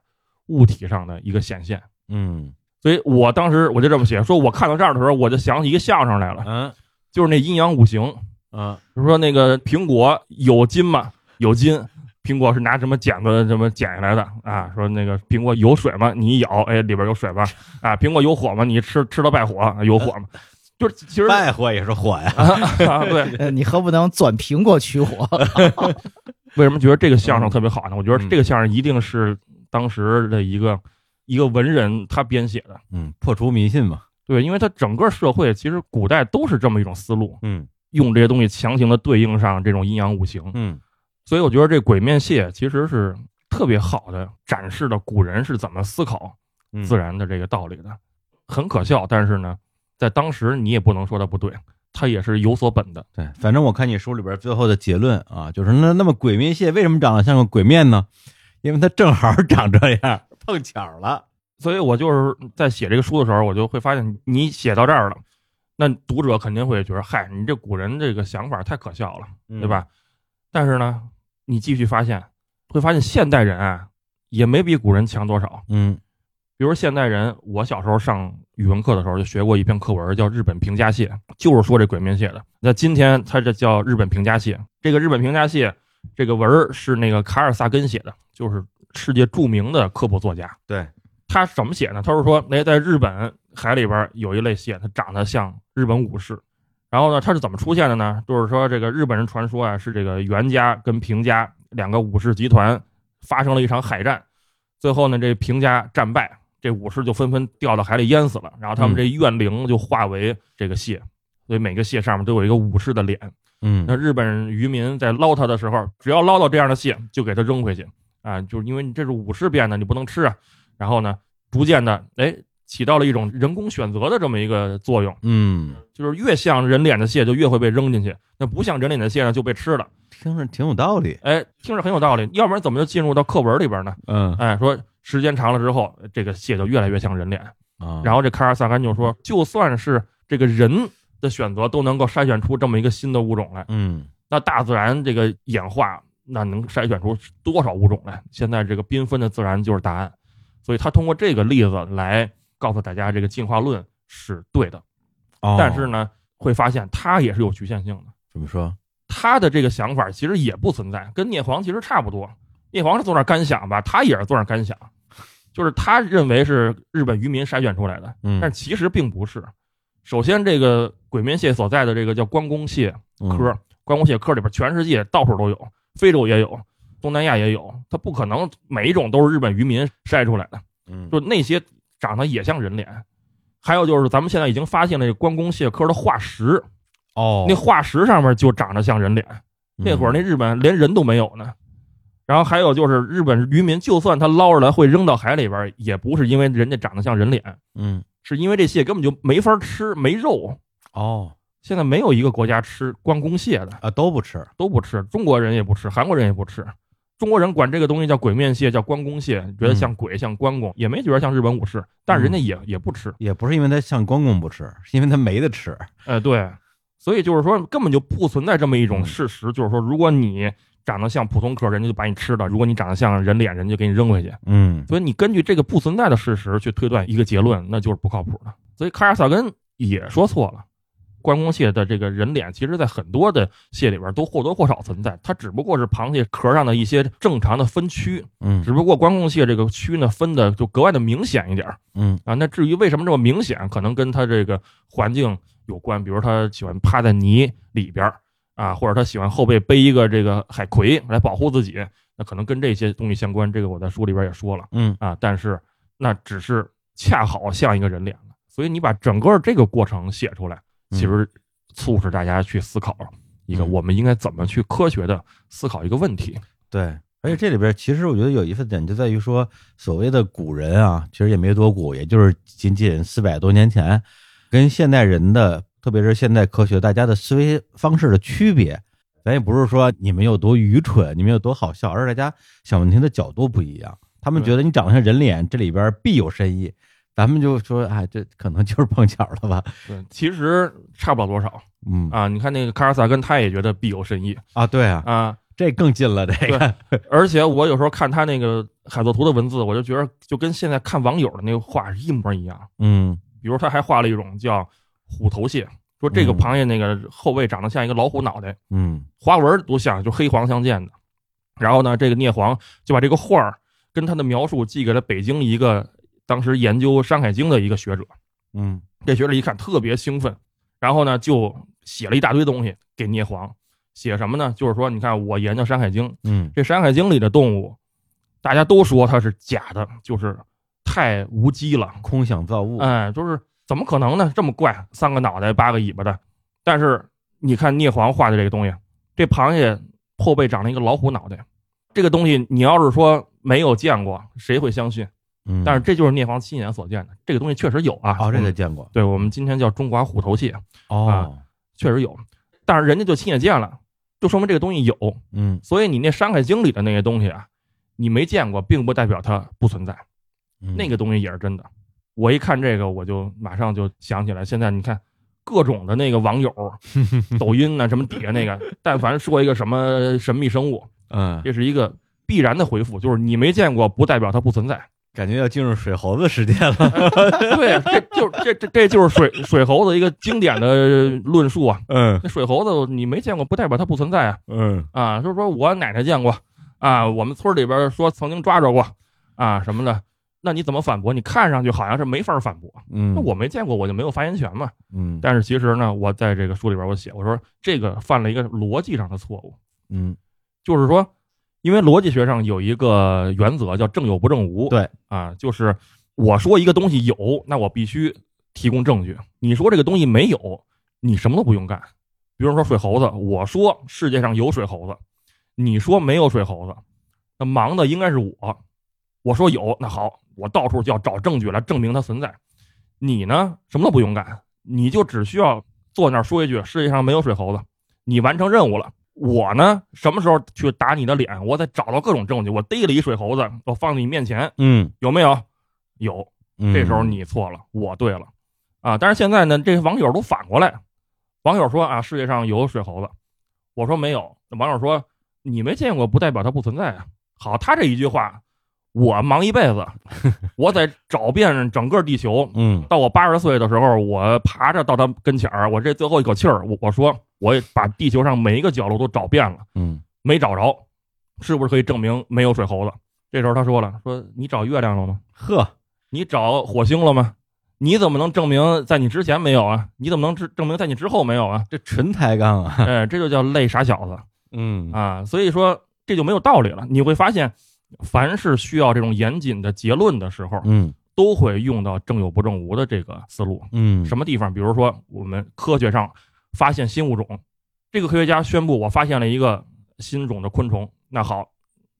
Speaker 3: 物体上的一个显现。
Speaker 1: 嗯
Speaker 3: 所以我当时我就这么写，说我看到这儿的时候，我就想起一个相声来了，
Speaker 1: 嗯
Speaker 3: 就是那阴阳五行，
Speaker 1: 啊，
Speaker 3: 就是说那个苹果有筋吗？有筋，苹果是拿什么剪子什么剪下来的啊？说那个苹果有水吗？你一咬，哎，里边有水吧？啊，苹果有火吗？你吃吃到败火，啊有火 吗？就是其实
Speaker 1: 败火也是火呀，
Speaker 3: 啊，对，
Speaker 2: 呃你何不能钻苹果取火？
Speaker 3: 为什么觉得这个相声特别好呢？我觉得
Speaker 1: 嗯
Speaker 3: 这个相声一定是当时的一个一个文人他编写的，
Speaker 1: 嗯，破除迷信嘛，
Speaker 3: 对，因为他整个社会其实古代都是这么一种思路，
Speaker 1: 嗯
Speaker 3: 用这些东西强行的对应上这种阴阳五行，
Speaker 1: 嗯
Speaker 3: 所以我觉得这鬼面蟹其实是特别好的展示了古人是怎么思考
Speaker 1: 嗯
Speaker 3: 自然的这个道理的，很可笑，但是呢，在当时你也不能说它不对，它也是有所本的，
Speaker 1: 对，反正我看你书里边最后的结论啊，就是那那么鬼面蟹为什么长得像个鬼面呢？因为它正好长这样，碰巧了。
Speaker 3: 所以我就是在写这个书的时候，我就会发现，你写到这儿了，那读者肯定会觉得，嗨，你这古人这个想法太可笑了，
Speaker 1: 嗯
Speaker 3: 对吧？但是呢，你继续发现，会发现现代人啊，也没比古人强多少。
Speaker 1: 嗯
Speaker 3: 比如现代人，我小时候上语文课的时候就学过一篇课文，叫《日本平家蟹》，就是说这鬼面蟹的。那今天它这叫日本平家蟹，这个日本平家蟹这个文儿是那个卡尔萨根写的，就是世界著名的科普作家。
Speaker 1: 对，
Speaker 3: 他怎么写呢？他是说，哎，在日本海里边有一类蟹，它长得像日本武士。然后呢，它是怎么出现的呢？就是说，这个日本人传说啊，是这个袁家跟平家两个武士集团发生了一场海战，最后呢，这平家战败，这武士就纷纷掉到海里淹死了。然后他们这怨灵就化为这个蟹，所以每个蟹上面都有一个武士的脸。那
Speaker 1: 嗯
Speaker 3: 日本渔民在捞它的时候，只要捞到这样的蟹，就给它扔回去啊，就是因为你这是武士变的，你不能吃啊。然后呢，逐渐的，哎，起到了一种人工选择的这么一个作用，
Speaker 1: 嗯，
Speaker 3: 就是越像人脸的蟹就越会被扔进去，那不像人脸的蟹呢就被吃了。
Speaker 1: 听着挺有道理。
Speaker 3: 哎，听着很有道理，要不然怎么就进入到课文里边呢？
Speaker 1: 嗯
Speaker 3: 哎，说时间长了之后，这个蟹就越来越像人脸。
Speaker 1: 啊，
Speaker 3: 然
Speaker 1: 后
Speaker 3: 后这卡尔萨干就说，就算是这个人的选择都能够筛选出这么一个新的物种来。
Speaker 1: 嗯
Speaker 3: 那大自然这个演化，那能筛选出多少物种来？现在这个缤纷的自然就是答案，所以他通过这个例子来告诉大家，这个进化论是对的。
Speaker 1: 哦
Speaker 3: 但是呢，会发现它也是有局限性的，
Speaker 1: 怎么说？
Speaker 3: 他的这个想法其实也不存在，跟聂璜其实差不多。聂璜是坐那儿干想吧，他也是坐那儿干想，就是他认为是日本渔民筛选出来的，
Speaker 1: 嗯，
Speaker 3: 但其实并不是。首先，这个鬼面蟹所在的这个叫关公蟹，
Speaker 1: 嗯
Speaker 3: 科，关公蟹科里边全世界到处都有，非洲也有，东南亚也有，它不可能每一种都是日本渔民筛出来的，
Speaker 1: 嗯，
Speaker 3: 就那些长得也像人脸。还有就是，咱们现在已经发现了这关公蟹科的化石，
Speaker 1: 哦，嗯
Speaker 3: 那化石上面就长得像人脸。那会儿那日本连人都没有呢，然后还有就是日本渔民，就算他捞上来会扔到海里边儿，也不是因为人家长得像人脸，
Speaker 1: 嗯，
Speaker 3: 是因为这蟹根本就没法吃，没肉。
Speaker 1: 哦
Speaker 3: 现在没有一个国家吃关公蟹的，
Speaker 1: 啊，都不吃，
Speaker 3: 都不吃，中国人也不吃，韩国人也不吃。中国人管这个东西叫鬼面蟹，叫关公蟹，觉得像鬼，像关公，也没觉得像日本武士，但是人家也、也不吃。
Speaker 1: 也不是因为它像关公不吃，是因为它没得吃。
Speaker 3: 哎，对，嗯所以就是说，根本就不存在这么一种事实，就是说，如果你长得像普通壳，人家就把你吃了；如果你长得像人脸，人家就给你扔回去。
Speaker 1: 嗯
Speaker 3: 所以你根据这个不存在的事实去推断一个结论，那就是不靠谱的。所以卡尔萨根也说错了。关公蟹的这个人脸，其实在很多的蟹里边都或多或少存在，它只不过是螃蟹壳上的一些正常的分区，
Speaker 1: 嗯
Speaker 3: 只不过关公蟹这个区呢分的就格外的明显一点儿
Speaker 1: 嗯
Speaker 3: 啊。那至于为什么这么明显，可能跟它这个环境有关，比如它喜欢趴在泥里边儿啊，或者它喜欢后背背一个这个海葵来保护自己，那可能跟这些东西相关。这个我在书里边也说了。
Speaker 1: 嗯
Speaker 3: 啊，但是那只是恰好像一个人脸了。所以你把整个这个过程写出来，其实促使大家去思考一个
Speaker 1: 嗯
Speaker 3: 我们应该怎么去科学的思考一个问题。
Speaker 1: 对，而
Speaker 3: 嗯
Speaker 1: 且这里边其实我觉得有一个点就在于说，所谓的古人啊，其实也没多古，也就是仅仅四百多年前，跟现代人的，特别是现代科学大家的思维方式的区别。咱也不是说你们有多愚蠢，你们有多好笑，而是大家想问题的角度不一样。他们觉得你长得像人脸，这里边必有深意。咱们就说，哎，这可能就是碰巧了吧？
Speaker 3: 对，其实差不了多少
Speaker 1: 嗯
Speaker 3: 啊。你看那个卡尔萨根，他也觉得必有深意
Speaker 1: 啊，对啊，
Speaker 3: 啊。
Speaker 1: 这更近了，这个
Speaker 3: 而且我有时候看他那个海作图的文字，我就觉得就跟现在看网友的那个画是一模一样。
Speaker 1: 嗯
Speaker 3: 比如他还画了一种叫虎头蟹，说这个
Speaker 1: 嗯
Speaker 3: 螃蟹那个后背长得像一个老虎脑袋，
Speaker 1: 嗯
Speaker 3: 花纹儿多像，就黑黄相间的。然后呢，这个聂璜就把这个画儿跟他的描述寄给了北京一个当时研究《山海经》的一个学者。
Speaker 1: 嗯
Speaker 3: 这学者一看特别兴奋，然后呢就写了一大堆东西给聂璜，写什么呢？就是说，你看我研究《山海经》，
Speaker 1: 嗯
Speaker 3: 这《山海经》里的动物，大家都说它是假的，就是太无稽了，
Speaker 1: 空想造物，
Speaker 3: 哎，就是怎么可能呢？这么怪，三个脑袋八个尾巴的。但是你看聂璜画的这个东西，这螃蟹后背长了一个老虎脑袋，这个东西你要是说没有见过，谁会相信？
Speaker 1: 嗯，
Speaker 3: 但是这就是聂璜亲眼所见的，这个东西确实有啊。
Speaker 1: 哦，这
Speaker 3: 我
Speaker 1: 个
Speaker 3: 们
Speaker 1: 见过
Speaker 3: 对我们今天叫中华虎头蟹，啊
Speaker 1: 哦，
Speaker 3: 确实有，但是人家就亲眼见了，就说明这个东西有。
Speaker 1: 嗯
Speaker 3: 所以你那《山海经》里的那些东西啊，你没见过，并不代表它不存在。
Speaker 1: 嗯
Speaker 3: 那个东西也是真的。我一看这个，我就马上就想起来，现在你看各种的那个网友，抖音呐、什么底下那个，但凡说一个什么神秘生物，
Speaker 1: 嗯，
Speaker 3: 这是一个必然的回复，就是你没见过，不代表它不存在。
Speaker 1: 感觉要进入水猴子时间了。
Speaker 3: 对，啊这就这这这就是水水猴子一个经典的论述啊。
Speaker 1: 嗯
Speaker 3: 那水猴子你没见过，不代表它不存在啊。
Speaker 1: 嗯
Speaker 3: 啊，就是说我奶奶见过啊，我们村里边说曾经抓着过啊什么的，那你怎么反驳？你看上去好像是没法反驳，
Speaker 1: 嗯，
Speaker 3: 那我没见过，我就没有发言权嘛。
Speaker 1: 嗯
Speaker 3: 但是其实呢，我在这个书里边我写，我说这个犯了一个逻辑上的错误，
Speaker 1: 嗯
Speaker 3: 就是说，因为逻辑学上有一个原则叫正有不正无，
Speaker 1: 对
Speaker 3: 啊，就是我说一个东西有，那我必须提供证据；你说这个东西没有，你什么都不用干。比如说水猴子，我说世界上有水猴子，你说没有水猴子，那忙的应该是我。我说有，那好，我到处就要找证据来证明它存在。你呢，什么都不用干，你就只需要坐那儿说一句“世界上没有水猴子”，你完成任务了。我呢，什么时候去打你的脸？我得找到各种证据，我逮了一水猴子，我放在你面前，
Speaker 1: 嗯，
Speaker 3: 有没有？有，
Speaker 1: 嗯
Speaker 3: 这时候你错了，我对了，啊！但是现在呢，这些网友都反过来，网友说啊，世界上有水猴子，我说没有，网友说你没见过，不代表它不存在啊。好，他这一句话，我忙一辈子，我得找遍整个地球，
Speaker 1: 嗯
Speaker 3: 到我八十岁的时候，我爬着到他跟前儿，我这最后一口气儿，我我说我把地球上每一个角落都找遍了，
Speaker 1: 嗯
Speaker 3: 没找着，是不是可以证明没有水猴子？这时候他说了，说你找月亮了吗？
Speaker 1: 呵，？
Speaker 3: 你找火星了吗？你怎么能证明在你之前没有啊？你怎么能证证明在你之后没有啊
Speaker 1: 这纯抬杠啊。
Speaker 3: 哎，这就叫累傻小子
Speaker 1: 嗯
Speaker 3: 啊！所以说这就没有道理了。你会发现，凡是需要这种严谨的结论的时候，
Speaker 1: 嗯
Speaker 3: 都会用到正有不正无的这个思路。
Speaker 1: 嗯，
Speaker 3: 什么地方？比如说我们科学上发现新物种，这个科学家宣布我发现了一个新种的昆虫，那好，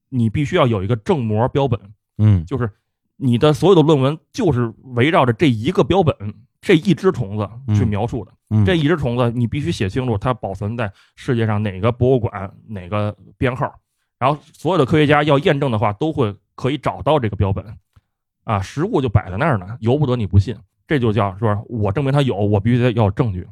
Speaker 3: 你必须要有一个正模标本，
Speaker 1: 嗯
Speaker 3: 就是你的所有的论文就是围绕着这一个标本、这一只虫子去描述的。
Speaker 1: 嗯，
Speaker 3: 这一只虫子你必须写清楚它保存在世界上哪个博物馆、哪个编号，然后所有的科学家要验证的话，都会可以找到这个标本。啊，实物就摆在那儿呢，由不得你不信，这就叫是吧？我证明它有，我必须得要有证据。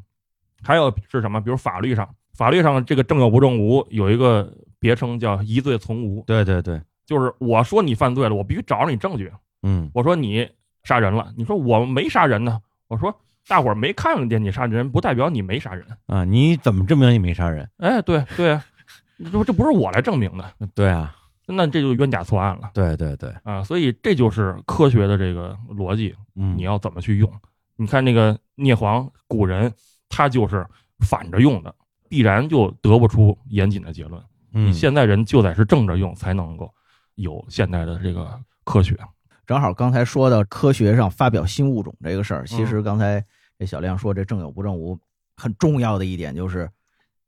Speaker 3: 还有是什么？比如法律上，法律上这个证有不证无有一个别称叫疑罪从无，
Speaker 1: 对对对，
Speaker 3: 就是我说你犯罪了，我必须找着你证据。
Speaker 1: 嗯
Speaker 3: 我说你杀人了，你说我没杀人呢。我说大伙儿没看见你杀人，不代表你没杀人。
Speaker 1: 啊，你怎么证明你没杀人？
Speaker 3: 哎，对对啊， 你说这不是我来证明的，
Speaker 1: 对啊，
Speaker 3: 那这就冤假错案了
Speaker 1: 对对对，
Speaker 3: 啊。所以这就是科学的这个逻辑，
Speaker 1: 嗯，
Speaker 3: 你要怎么去用？你看那个聂璜古人，他就是反着用的，必然就得不出严谨的结论。
Speaker 1: 嗯
Speaker 3: 现代人就得是正着用，才能够有现代的这个科学。
Speaker 2: 正好刚才说到科学上发表新物种这个事儿，其实刚才这小亮说这正有不正无，很重要的一点就是，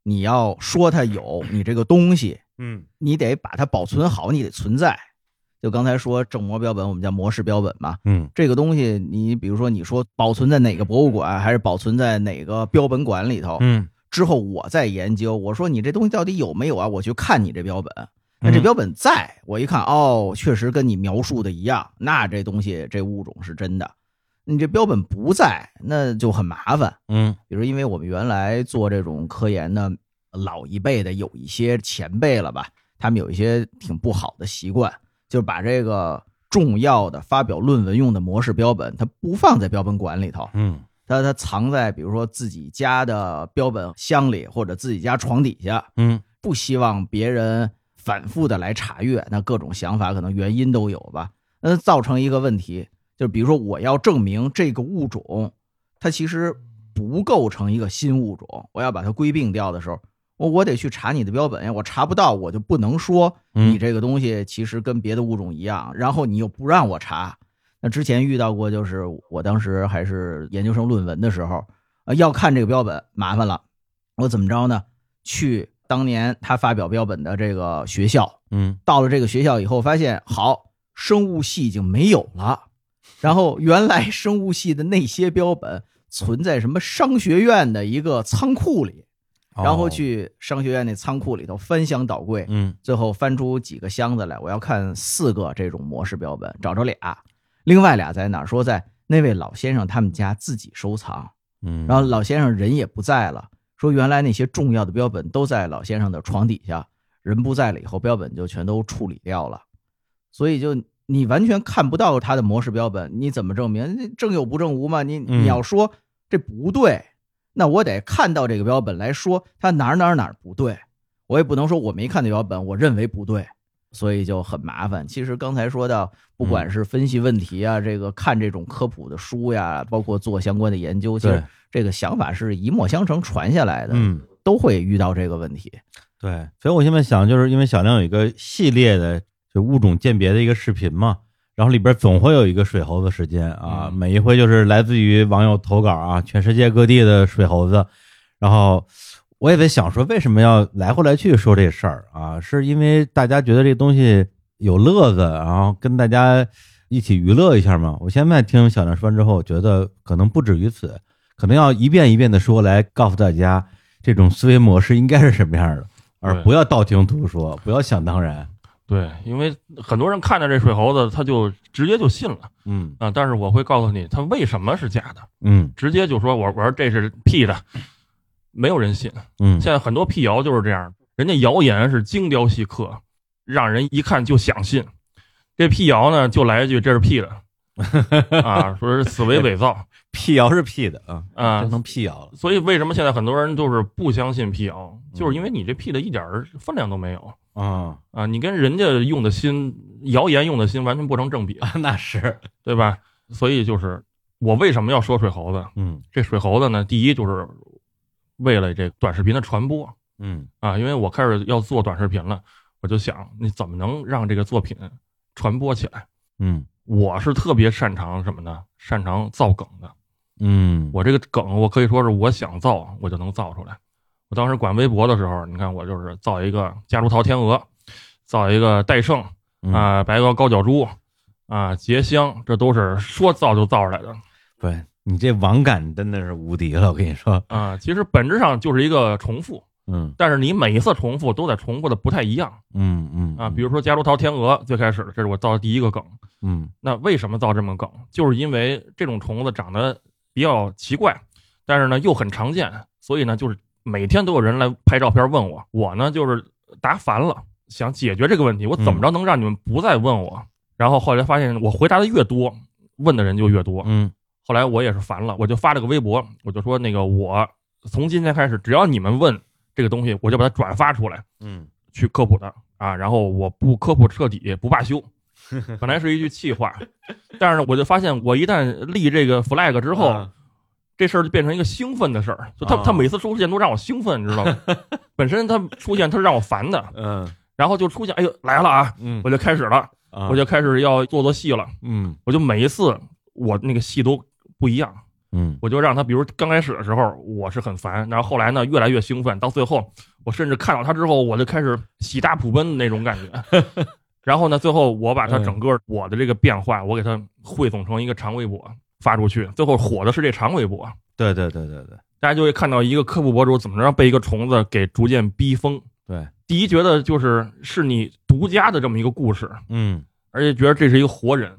Speaker 2: 你要说它有，你这个东西
Speaker 4: 嗯
Speaker 2: 你得把它保存好，你得存在。就刚才说正模标本，我们叫模式标本嘛，
Speaker 1: 嗯
Speaker 2: 这个东西你比如说你说保存在哪个博物馆，还是保存在哪个标本馆里头，
Speaker 1: 嗯，
Speaker 2: 之后我再研究，我说你这东西到底有没有啊？我去看你这标本，那这标本在我一看，哦，确实跟你描述的一样，那这东西这物种是真的。你这标本不在，那就很麻烦。
Speaker 1: 嗯
Speaker 2: 比如，因为我们原来做这种科研的老一辈的有一些前辈了吧，他们有一些挺不好的习惯，就是把这个重要的发表论文用的模式标本，它不放在标本馆里头，
Speaker 1: 嗯
Speaker 2: 他他藏在比如说自己家的标本箱里或者自己家床底下，
Speaker 1: 嗯
Speaker 2: 不希望别人反复的来查阅，那各种想法可能原因都有吧。那造成一个问题，就比如说我要证明这个物种，它其实不构成一个新物种，我要把它归并掉的时候，我我得去查你的标本呀，我查不到，我就不能说
Speaker 1: 嗯
Speaker 2: 你这个东西其实跟别的物种一样，然后你又不让我查。那之前遇到过，就是我当时还是研究生论文的时候，呃，要看这个标本麻烦了，我怎么着呢？去当年他发表标本的这个学校，
Speaker 1: 嗯
Speaker 2: 到了这个学校以后，发现好生物系已经没有了，然后原来生物系的那些标本存在什么商学院的一个仓库里，
Speaker 1: 哦
Speaker 2: 然后去商学院那仓库里头翻箱倒柜，
Speaker 1: 嗯
Speaker 2: 最后翻出几个箱子来，我要看四个这种模式标本，找着俩，另外俩在哪儿？说在那位老先生他们家自己收藏。
Speaker 1: 嗯，
Speaker 2: 然后老先生人也不在了，说原来那些重要的标本都在老先生的床底下，人不在了以后，标本就全都处理掉了，所以就你完全看不到他的模式标本，你怎么证明正有不正无嘛？你
Speaker 1: 嗯
Speaker 2: 你要说这不对，那我得看到这个标本来说它哪儿哪儿哪儿不对，我也不能说我没看到标本，我认为不对。所以就很麻烦。其实刚才说到，
Speaker 1: 嗯
Speaker 2: 不管是分析问题啊，这个看这种科普的书呀，包括做相关的研究，其实
Speaker 1: 对
Speaker 2: 这个想法是一脉相承传下来的，
Speaker 1: 嗯。
Speaker 2: 都会遇到这个问题。
Speaker 1: 对，所以我现在想，就是因为小亮有一个系列的就物种鉴别的一个视频嘛，然后里边总会有一个水猴子时间啊，
Speaker 3: 嗯
Speaker 1: 每一回就是来自于网友投稿啊，全世界各地的水猴子，然后我也在想说，为什么要来回来去说这事儿啊？是因为大家觉得这东西有乐子，然后跟大家一起娱乐一下嘛？我现在听小亮说完之后，我觉得可能不止于此，可能要一遍一遍的说来告诉大家这种思维模式应该是什么样的，而
Speaker 3: 对
Speaker 1: 不要道听途说，不要想当然。
Speaker 3: 对，因为很多人看着这水猴子，他就直接就信了
Speaker 1: 嗯
Speaker 3: 啊。但是我会告诉你，它为什么是假的，
Speaker 1: 嗯
Speaker 3: 直接就说我我说这是 P 的，没有人信。
Speaker 1: 嗯
Speaker 3: 现在很多辟谣就是这样，人家谣言是精雕细刻，让人一看就想信。这辟谣呢，就来一句这是 P 的啊，说是死为伪造
Speaker 1: 辟谣是辟的啊，
Speaker 3: 啊
Speaker 1: 真。成辟谣了。
Speaker 3: 所以为什么现在很多人就是不相信辟谣，
Speaker 1: 嗯
Speaker 3: 就是因为你这 P 的一点儿分量都没有
Speaker 1: 啊、
Speaker 3: 啊，你跟人家用的心，谣言用的心完全不成正比，
Speaker 1: 那是，
Speaker 3: 对吧？所以就是我为什么要说水猴子？
Speaker 1: 嗯
Speaker 3: 这水猴子呢，第一就是为了这短视频的传播，
Speaker 1: 嗯
Speaker 3: 啊，因为我开始要做短视频了，我就想，你怎么能让这个作品传播起来？
Speaker 1: 嗯
Speaker 3: 我是特别擅长什么呢？擅长造梗的。
Speaker 1: 嗯，
Speaker 3: 我这个梗，我可以说是我想造，我就能造出来。我当时管微博的时候，你看我就是造一个“家如淘天鹅”，造一个戴胜
Speaker 1: 嗯
Speaker 3: 啊、白鹅高脚猪啊、杰香，这都是说造就造出来的
Speaker 1: 不是你这网感真的是无敌了，我跟你说，
Speaker 3: 啊、其实本质上就是一个重复，
Speaker 1: 嗯
Speaker 3: 但是你每一次重复都在重复的不太一样
Speaker 1: 嗯嗯
Speaker 3: 啊。比如说加州桃天鹅最开始这是我造的第一个梗，
Speaker 1: 嗯
Speaker 3: 那为什么造这么梗？就是因为这种虫子长得比较奇怪，但是呢又很常见，所以呢就是每天都有人来拍照片问我，我呢就是答烦了，想解决这个问题，我怎么着能让你们不再问我？然后后来发现我回答的越多，问的人就越多。
Speaker 1: 嗯
Speaker 3: 后来我也是烦了，我就发了个微博，我就说那个我从今天开始，只要你们问这个东西，我就把它转发出来。
Speaker 1: 嗯
Speaker 3: 去科普的啊，然后我不科普彻底不罢休。本来是一句气 话，但是呢，我就发现我一旦立这个 flag 之后，
Speaker 4: 啊
Speaker 3: 这事儿就变成一个兴奋的事儿。就他、
Speaker 4: 啊
Speaker 3: 他每次出现都让我兴奋，你知 道吗？本身他出现他是让我烦的，
Speaker 1: 嗯
Speaker 3: 然后就出现哎呦来了啊，
Speaker 1: 嗯
Speaker 3: 我就开始了，
Speaker 4: 啊
Speaker 3: 我就开始要做做戏了。
Speaker 1: 啊嗯
Speaker 3: 我就每一次我那个戏都不一样，
Speaker 1: 嗯
Speaker 3: 我就让他，比如刚开始的时候我是很烦，然后后来呢越来越兴奋，到最后我甚至看到他之后我就开始喜大普奔的那种感觉。然后呢，最后我把他整个我的这个变化，我给他汇总成一个长微博发出去，最后火的是这长微博，
Speaker 1: 对对对对对
Speaker 3: 大家就会看到一个科普博主怎么着被一个虫子给逐渐逼疯。
Speaker 1: 对，
Speaker 3: 第一觉得就是是你独家的这么一个故事，
Speaker 1: 嗯
Speaker 3: 而且觉得这是一个活人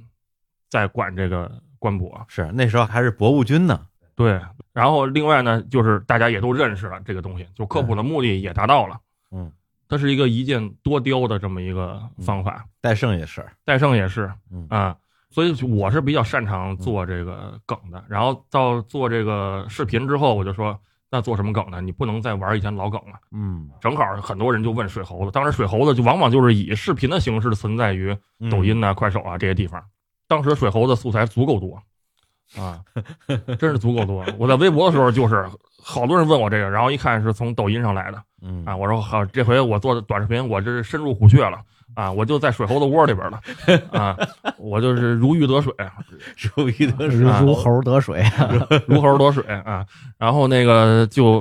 Speaker 3: 在管这个官博，
Speaker 1: 是那时候还是博物君呢，
Speaker 3: 对，然后另外呢，就是大家也都认识了这个东西，就科普的目的也达到了。
Speaker 1: 嗯，
Speaker 3: 它是一个一箭多雕的这么一个方法。
Speaker 1: 戴胜也是，
Speaker 3: 戴胜也是
Speaker 1: 嗯
Speaker 3: 啊，所以我是比较擅长做这个梗的。然后到做这个视频之后，我就说。那做什么梗呢？你不能再玩以前老梗了。
Speaker 1: 嗯，
Speaker 3: 正好很多人就问水猴子，当时水猴子就往往就是以视频的形式存在于
Speaker 1: 嗯
Speaker 3: 抖音呐、快手啊这些地方。当时水猴子素材足够多啊，真是足够多。我在微博的时候，就是好多人问我这个，然后一看是从抖音上来的
Speaker 1: 嗯
Speaker 3: 啊，我说好，这回我做的短视频，我这是深入虎穴了啊，我就在水猴子窝里边了啊，我就是如鱼得水，
Speaker 1: 如鱼得水，
Speaker 2: 如
Speaker 3: 啊
Speaker 2: 如猴得水，
Speaker 3: 如猴得水啊。然后那个就，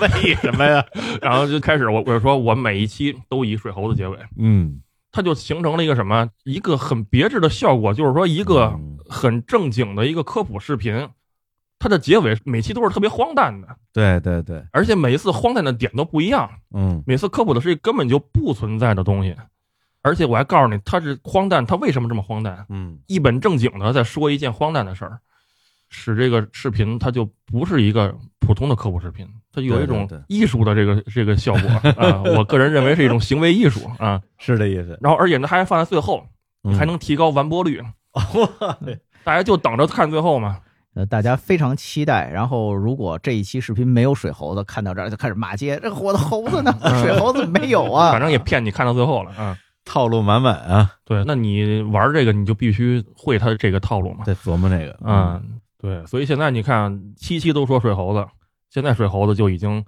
Speaker 1: 为什么呀？
Speaker 3: 然后就开始我我说我每一期都以水猴子结尾，
Speaker 1: 嗯，
Speaker 3: 它就形成了一个什么一个很别致的效果，就是说一个。
Speaker 1: 嗯
Speaker 3: 很正经的一个科普视频，它的结尾每期都是特别荒诞的，
Speaker 1: 对对对，
Speaker 3: 而且每一次荒诞的点都不一样，
Speaker 1: 嗯
Speaker 3: 每次科普的是一个根本就不存在的东西，而且我还告诉你，它是荒诞，它为什么这么荒诞？
Speaker 1: 嗯
Speaker 3: 一本正经的在说一件荒诞的事儿，使这个视频它就不是一个普通的科普视频，它有一种
Speaker 1: 对对对
Speaker 3: 艺术的这个这个效 果啊，我个人认为是一种行为艺术啊，
Speaker 1: 是这意思，
Speaker 3: 然后而且呢还放在最后，
Speaker 1: 嗯
Speaker 3: 还能提高完 播率，大家就等着看最后嘛。
Speaker 2: 呃，大家非常期待。然后，如果这一期视频没有水猴子，看到这儿就开始骂街，这我的猴子呢？水猴子没有啊？
Speaker 3: 反正也骗你看到最后了啊。
Speaker 1: 套路满满啊，
Speaker 3: 对，那你玩这个你就必须会他这个套路 嘛。
Speaker 1: 在琢磨这个，嗯
Speaker 3: 啊，对，所以现在你看，七七都说水猴子，现在水猴子就已经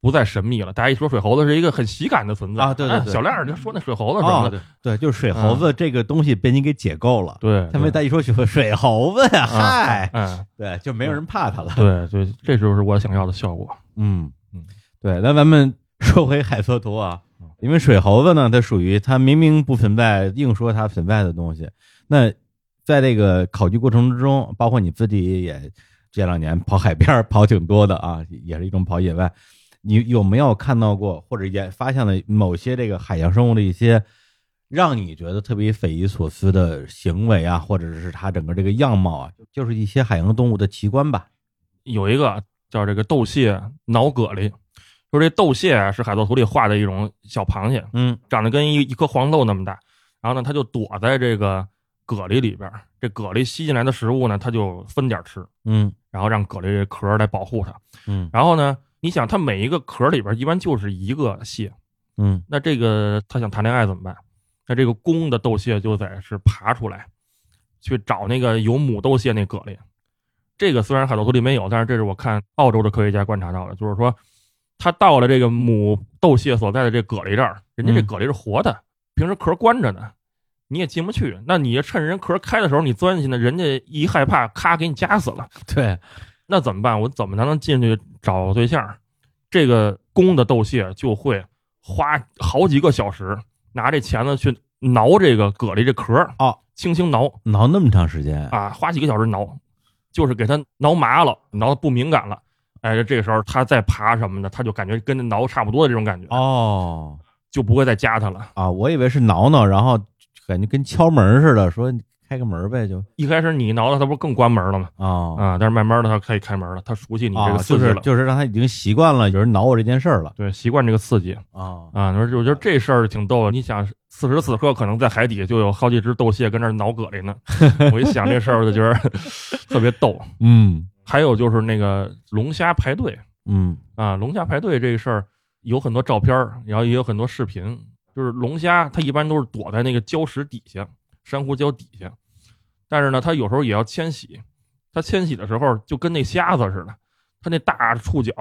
Speaker 3: 不再神秘了。大家一说水猴子是一个很喜感的存在
Speaker 1: 啊对对
Speaker 3: 哎
Speaker 1: 对
Speaker 3: 小亮儿就说那水猴子什么
Speaker 1: 哦
Speaker 3: 的，，
Speaker 1: 对，就是水猴子这个东西被你给解构了。
Speaker 3: 对，
Speaker 1: 他们
Speaker 3: 对
Speaker 1: 再一说水水猴子呀，嗨，
Speaker 3: 嗯，
Speaker 1: 对，就没有人怕他了。
Speaker 3: 对对，这就是我想要的效果。
Speaker 1: 嗯
Speaker 3: 嗯，
Speaker 1: 对。那咱们说回海缩图啊
Speaker 3: 嗯，
Speaker 1: 因为水猴子呢，它属于它明明不存在，硬说它存在的东西。那在这个考据过程之中，包括你自己也这两年跑海边儿跑挺多的啊，也是一种跑野外。你有没有看到过，或者也发现了某些这个海洋生物的一些让你觉得特别匪夷所思的行为啊，或者是它整个这个样貌啊，就是一些海洋动物的奇观吧？
Speaker 3: 有一个叫这个斗蟹挠蛤蜊，说这斗蟹啊是海作图里画的一种小螃蟹，
Speaker 1: 嗯
Speaker 3: 长得跟一一颗黄豆那么大。然后呢，它就躲在这个蛤蜊里边儿，这蛤蜊吸进来的食物呢，它就分点儿吃，
Speaker 1: 嗯
Speaker 3: 然后让蛤蜊壳儿来保护它。
Speaker 1: 嗯
Speaker 3: 然后呢，你想它每一个壳儿里边儿一般就是一个蟹，
Speaker 1: 嗯
Speaker 3: 那这个它想谈恋爱怎么办？那这个公的斗蟹就得是爬出来，去找那个有母斗蟹那蛤蜊。这个虽然海斗图里没有，但是这是我看澳洲的科学家观察到的，就是说，它到了这个母斗蟹所在的这蛤蜊这儿，人家这
Speaker 1: 嗯
Speaker 3: 蛤蜊是活的，平时壳关着呢，你也进不去。那你趁人壳开的时候你钻进去呢，人家一害怕，咔给你夹死了。
Speaker 1: 对，
Speaker 3: 那怎么办？我怎么才能进去找对象？这个公的斗蟹就会花好几个小时拿这钳子去挠这个蛤蜊这壳儿
Speaker 5: 哦，
Speaker 3: 轻轻挠
Speaker 5: 挠那么长时间，
Speaker 3: 啊，花几个小时挠，就是给它挠麻了，挠得不敏感了。哎，这个时候它再爬什么的，它就感觉跟那挠差不多的这种感觉，
Speaker 5: 哦
Speaker 3: 就不会再夹它了。
Speaker 5: 啊，我以为是挠挠，然后感觉跟敲门似的，说你开个门呗，就
Speaker 3: 一开始你挠它，它不是更关门了吗？
Speaker 5: 哦
Speaker 3: 啊，但是慢慢的它可以开门了，它熟悉你这
Speaker 5: 啊
Speaker 3: 个
Speaker 5: 就
Speaker 3: 刺激了，
Speaker 5: 是就是让他已经习惯了有人挠我这件事儿了
Speaker 3: 对，习惯这个刺激
Speaker 5: 啊
Speaker 3: 啊。你说就，我觉得这事儿挺逗的。你想，此时此刻可能在海底就有好几只斗蟹跟那儿挠蛤蜊呢。我一想这事儿，我就觉得 特别逗。
Speaker 5: 嗯
Speaker 3: 还有就是那个龙虾排队
Speaker 5: 嗯
Speaker 3: 啊，龙虾排队这个事儿有很多照片儿，然后也有很多视频。就是龙虾，它一般都是躲在那个礁石底下，珊瑚礁底下，但是呢，它有时候也要迁徙。它迁徙的时候就跟那虾子似的，它那大触角，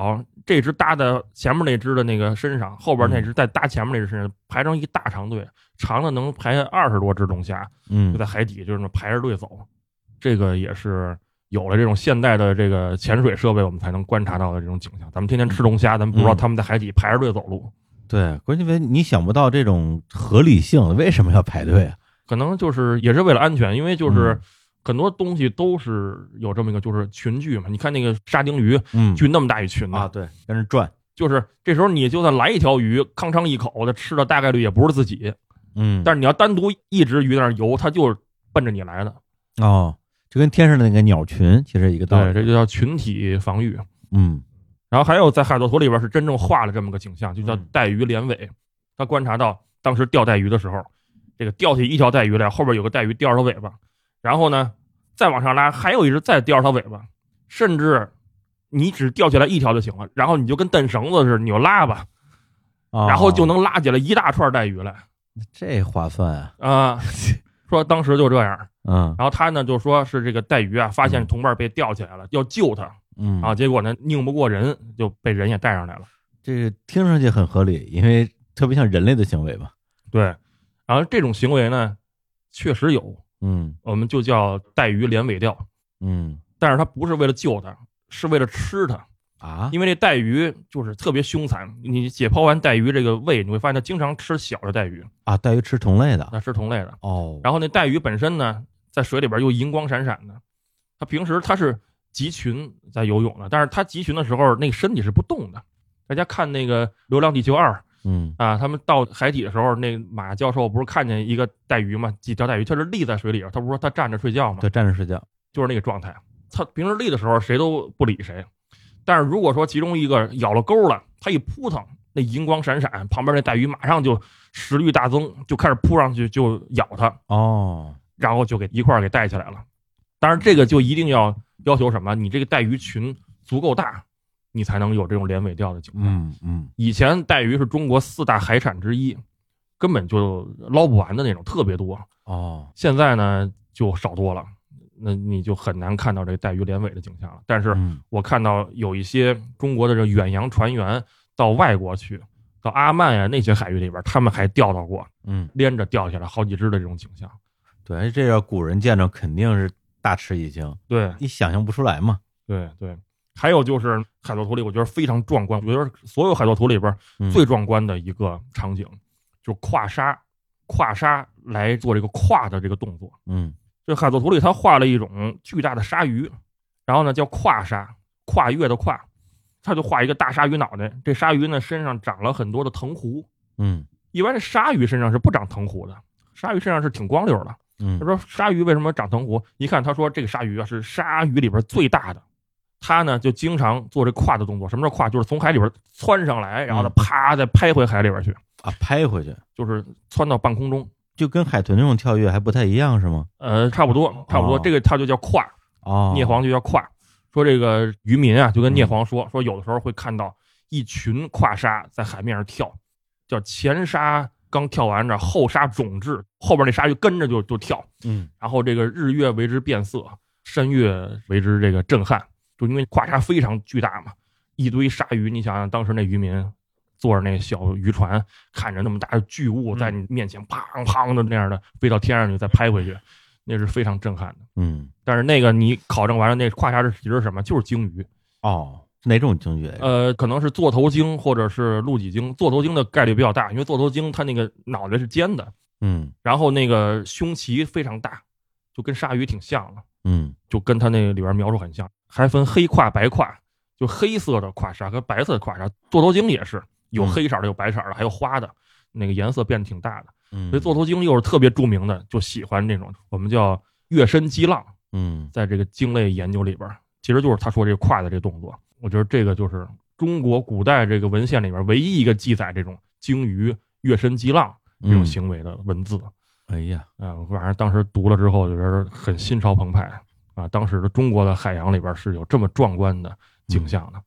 Speaker 3: 这只搭在前面那只的那个身上，后边那只再搭前面那只身上，排成一大长队，长的能排二十多只龙虾。就
Speaker 5: 嗯
Speaker 3: 在海底就是那么排着队走。这个也是有了这种现代的这个潜水设备，我们才能观察到的这种景象。咱们天天吃龙虾，咱们不知道
Speaker 5: 嗯
Speaker 3: 他们在海底排着队走路，
Speaker 5: 对，关键为你想不到这种合理性，为什么要排队啊？
Speaker 3: 可能就是也是为了安全，因为就是
Speaker 5: 嗯
Speaker 3: 很多东西都是有这么一个就是群聚嘛。你看那个沙丁鱼
Speaker 5: 嗯
Speaker 3: 聚那么大一群呢
Speaker 5: 啊，，对，跟着转，
Speaker 3: 就是这时候你就算来一条鱼，吭哧一口的吃的大概率也不是自己，
Speaker 5: 嗯，
Speaker 3: 但是你要单独一只鱼在那儿游，它就是奔着你来的。
Speaker 5: 哦，就跟天上的那个鸟群其实一个道
Speaker 3: 对，
Speaker 5: 理，
Speaker 3: 这就叫群体防御。啊
Speaker 5: 嗯
Speaker 3: 然后还有在海盗图里边是真正画了这么个景象，就叫
Speaker 5: 嗯
Speaker 3: 带鱼连尾。他观察到当时钓带鱼的时候，这个钓起一条带鱼来，后边有个带鱼吊着它尾巴，然后呢再往上拉，还有一只再吊着它尾巴，甚至你只吊起来一条就行了，然后你就跟蹬绳子似的，你就拉吧，
Speaker 5: 啊，
Speaker 3: 然后就能拉起来一大串带鱼来
Speaker 5: 这划算啊，
Speaker 3: 啊。说当时就这样，
Speaker 5: 嗯
Speaker 3: 然后他呢就说是这个带鱼啊，发现
Speaker 5: 嗯
Speaker 3: 同伴被吊起来了，要救他
Speaker 5: 嗯
Speaker 3: 啊，结果呢拧不过人，就被人也带上来了。
Speaker 5: 这个听上去很合理，因为特别像人类的行为吧。
Speaker 3: 对，然后这种行为呢，确实有，
Speaker 5: 嗯
Speaker 3: 我们就叫带鱼连尾钓，
Speaker 5: 嗯
Speaker 3: 但是它不是为了救它，是为了吃它，
Speaker 5: 啊，
Speaker 3: 因为这带鱼就是特别凶残，你解剖完带鱼这个胃，你会发现它经常吃小的带鱼，
Speaker 5: 啊，带鱼吃同类的
Speaker 3: 它吃同类的，
Speaker 5: 哦，
Speaker 3: 嗯然后那带鱼本身呢，在水里边又银光闪闪的，它平时它是集群在游泳的，但是它集群的时候那个身体是不动的。大家看那个《流浪地球二》，
Speaker 5: 嗯
Speaker 3: 啊，他们到海底的时候，那马教授不是看见一个带鱼吗？几条带鱼，它是立在水里边，他不是说他站着睡觉吗？
Speaker 5: 对，站着睡觉，
Speaker 3: 就是那个状态。他平时立的时候，谁都不理谁，但是如果说其中一个咬了钩了，他一扑腾，那银光闪闪，旁边那带鱼马上就食欲大增，就开始扑上去就咬它，
Speaker 5: 哦，
Speaker 3: 然后就给一块儿给带起来了。当然，这个就一定要要求什么？你这个带鱼群足够大，你才能有这种连尾钓的情况。
Speaker 5: 嗯嗯
Speaker 3: 以前带鱼是中国四大海产之一，根本就捞不完的那种，特别多。
Speaker 5: 哦，
Speaker 3: 现在呢就少多了，那你就很难看到这带鱼连尾的景象了。但是
Speaker 5: 嗯
Speaker 3: 我看到有一些中国的这远洋船员到外国去，到阿曼呀那些海域里边，他们还钓到过
Speaker 5: 嗯，
Speaker 3: 连着钓下来好几只的这种景象。
Speaker 5: 对，哎这要古人见着肯定是大吃一惊，
Speaker 3: 对
Speaker 5: 你想象不出来嘛。
Speaker 3: 对对，还有就是海盗图里，我觉得非常壮观，我觉得所有海盗图里边
Speaker 5: 嗯
Speaker 3: 最壮观的一个场景，就是跨沙，跨沙来做这个跨的这个动作。
Speaker 5: 嗯
Speaker 3: 这海作图里他画了一种巨大的鲨鱼，然后呢叫跨鲨，跨越的跨，他就画一个大鲨鱼脑袋。这鲨鱼呢身上长了很多的藤壶，
Speaker 5: 嗯
Speaker 3: 一般这鲨鱼身上是不长藤壶的，鲨鱼身上是挺光溜的。
Speaker 5: 嗯
Speaker 3: 他，说鲨鱼为什么长藤壶？一看他说这个鲨鱼啊是鲨鱼里边最大的，它呢就经常做这跨的动作。什么叫跨？就是从海里边窜上来，然后呢啪再拍回海里边去。
Speaker 5: 啊，拍回去
Speaker 3: 就是窜到半空中，
Speaker 5: 就跟海豚那种跳跃还不太一样是吗？
Speaker 3: 呃，差不多，差不多，
Speaker 5: 哦
Speaker 3: 这个它就叫跨，
Speaker 5: 哦，嗯
Speaker 3: 聂黄就叫跨。说这个渔民啊，就跟聂黄说，说有的时候会看到一群跨鲨在海面上跳，叫前鲨刚跳完这，后鲨种质，后边那鲨鱼跟着就就跳，
Speaker 5: 嗯
Speaker 3: 然后这个日月为之变色，山月为之这个震撼，就因为跨沙非常巨大嘛，一堆鲨鱼，你想想当时那渔民坐着那小渔船，看着那么大的巨物在你面前砰砰的那样的飞到天上去，再拍回去，那是非常震撼的。
Speaker 5: 嗯
Speaker 3: 但是那个你考证完了，那跨沙是其实是什么？就是鲸鱼，
Speaker 5: 哦，
Speaker 1: 哪种经血？
Speaker 3: 呃，可能是座头鲸或者是露脊鲸，座头鲸的概率比较大，因为座头鲸它那个脑袋是尖的，
Speaker 1: 嗯
Speaker 3: 然后那个胸鳍非常大，就跟鲨鱼挺像的，
Speaker 1: 嗯
Speaker 3: 就跟它那里边描述很像。还分黑胯、白胯，就黑色的胯鲨和白色的胯鲨。座头鲸也是有
Speaker 1: 嗯
Speaker 3: 黑色的，有白色的，还有花的，那个颜色变得挺大的。
Speaker 1: 嗯，
Speaker 3: 所以座头鲸又是特别著名的，就喜欢这种我们叫跃身激浪，
Speaker 1: 嗯
Speaker 3: 在这个鲸类研究里边儿，其实就是他说这个胯的这动作。我觉得这个就是中国古代这个文献里边唯一一个记载这种鲸鱼跃身激浪这种
Speaker 1: 嗯
Speaker 3: 行为的文字。
Speaker 1: 哎呀，
Speaker 3: 啊、反正当时读了之后，就觉得很心潮澎湃啊！当时的中国的海洋里边是有这么壮观的
Speaker 1: 嗯
Speaker 3: 景象的。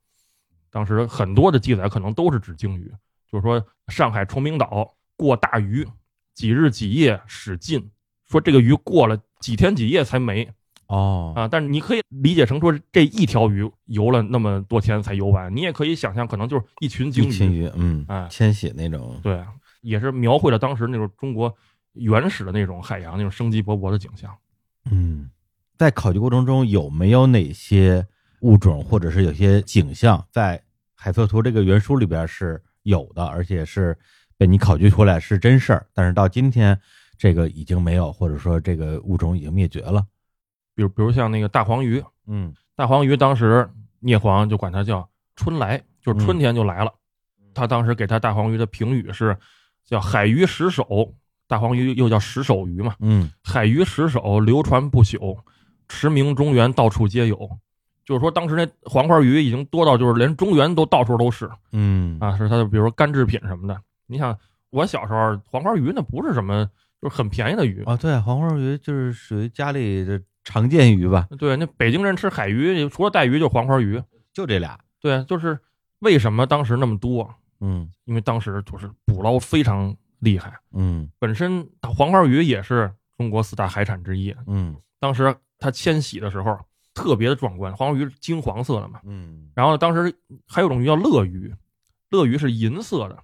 Speaker 3: 当时很多的记载可能都是指鲸鱼，就是说上海崇明岛过大鱼，几日几夜使尽，说这个鱼过了几天几夜才没
Speaker 1: 哦，
Speaker 3: 啊。但是你可以理解成说这一条鱼游了那么多天才游完，你也可以想象可能就是一群鲸
Speaker 1: 一群
Speaker 3: 鱼，
Speaker 1: 鱼，嗯，
Speaker 3: 哎，
Speaker 1: 迁徙那种，
Speaker 3: 对，啊也是描绘了当时那种中国原始的那种海洋那种生机勃勃的景象。
Speaker 1: 嗯，在考据过程中有没有哪些物种或者是有些景象在海测图这个原书里边是有的，而且是被你考据出来是真事儿，但是到今天这个已经没有，或者说这个物种已经灭绝了。
Speaker 3: 比如比如像那个大黄鱼，
Speaker 1: 嗯
Speaker 3: 大黄鱼当时聂璜就管它叫春来，就是春天就来了。他当时给他大黄鱼的评语是叫海鱼十首，大黄鱼又叫十首鱼嘛，
Speaker 1: 嗯
Speaker 3: 海鱼十首流传不朽，驰名中原到处皆有。就是说，当时那黄花鱼已经多到就是连中原都到处都是
Speaker 1: 嗯
Speaker 3: 啊，是它的比如说干制品什么的。你想，我小时候黄花鱼那不是什么，就是很便宜的鱼
Speaker 1: 啊，对，黄花鱼就是属于家里的常见鱼吧，
Speaker 3: 对，那北京人吃海鱼，除了带鱼就黄花鱼。
Speaker 1: 就这俩。
Speaker 3: 对，啊就是为什么当时那么多？啊
Speaker 1: 嗯
Speaker 3: 因为当时就是捕捞非常厉害，
Speaker 1: 嗯
Speaker 3: 本身黄花鱼也是中国四大海产之一。
Speaker 1: 嗯
Speaker 3: 当时它迁徙的时候特别的壮观，黄花鱼是金黄色的嘛。
Speaker 1: 嗯
Speaker 3: 然后当时还有种鱼叫乐鱼，乐鱼是银色的，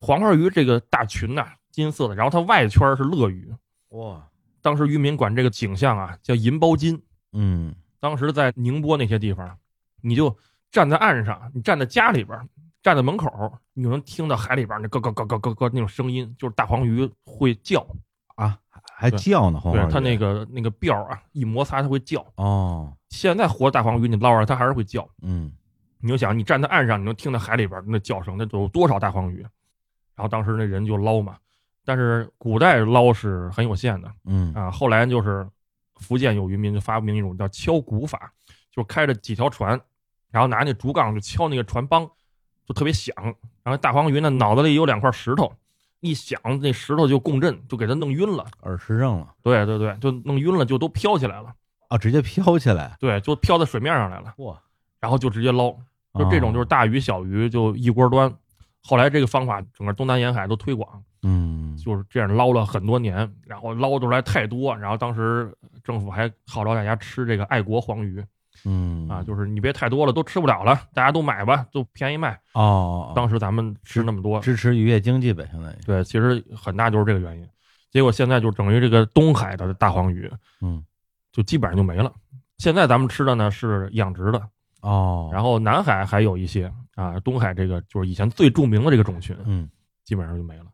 Speaker 3: 黄花鱼这个大群呐、金色的，然后它外圈是乐鱼。
Speaker 1: 哇
Speaker 3: 当时渔民管这个景象啊叫银包金。
Speaker 1: 嗯
Speaker 3: 当时在宁波那些地方，你就站在岸上，你站在家里边，站在门口，你就能听到海里边那咯咯咯咯咯咯那种声音，就是大黄鱼会叫，
Speaker 1: 啊，还
Speaker 3: 对
Speaker 1: 叫呢，黄花
Speaker 3: 对
Speaker 1: 鱼
Speaker 3: 它那个那个鳔儿啊，一摩擦它会叫。
Speaker 1: 哦
Speaker 3: 现在活的大黄鱼你捞上它还是会叫，
Speaker 1: 嗯
Speaker 3: 你就想你站在岸上，你能听到海里边那叫声，那有多少大黄鱼？然后当时那人就捞嘛，但是古代捞是很有限的，
Speaker 1: 嗯
Speaker 3: 啊，后来就是福建有渔民就发明一种叫敲鼓法，就是开着几条船，然后拿那竹杠就敲那个船帮，就特别响。然后大黄鱼呢脑子里有两块石头，一响那石头就共振，就给它弄晕了。
Speaker 1: 耳石症了
Speaker 3: 对对对，就弄晕了，就都飘起来了。
Speaker 1: 啊，直接飘起来。
Speaker 3: 对，就飘在水面上来了，
Speaker 1: 哇，
Speaker 3: 然后就直接捞。就这
Speaker 1: 哦
Speaker 3: 种就是大鱼小鱼就一锅端。后来这个方法整个东南沿海都推广，
Speaker 1: 嗯
Speaker 3: 就是这样捞了很多年，然后捞出来太多，然后当时政府还号召大家吃这个爱国黄鱼
Speaker 1: 嗯
Speaker 3: 啊，就是你别太多了，都吃不了了，大家都买吧，都便宜卖。
Speaker 1: 哦，
Speaker 3: 当时咱们吃那么多，
Speaker 1: 支持渔业经济呗，相当于
Speaker 3: 对，其实很大就是这个原因。结果现在就等于这个东海的大黄鱼
Speaker 1: 嗯
Speaker 3: 就基本上就没了。现在咱们吃的呢是养殖的，
Speaker 1: 哦，
Speaker 3: 然后南海还有一些啊，东海这个就是以前最著名的这个种群，
Speaker 1: 嗯
Speaker 3: 基本上就没了。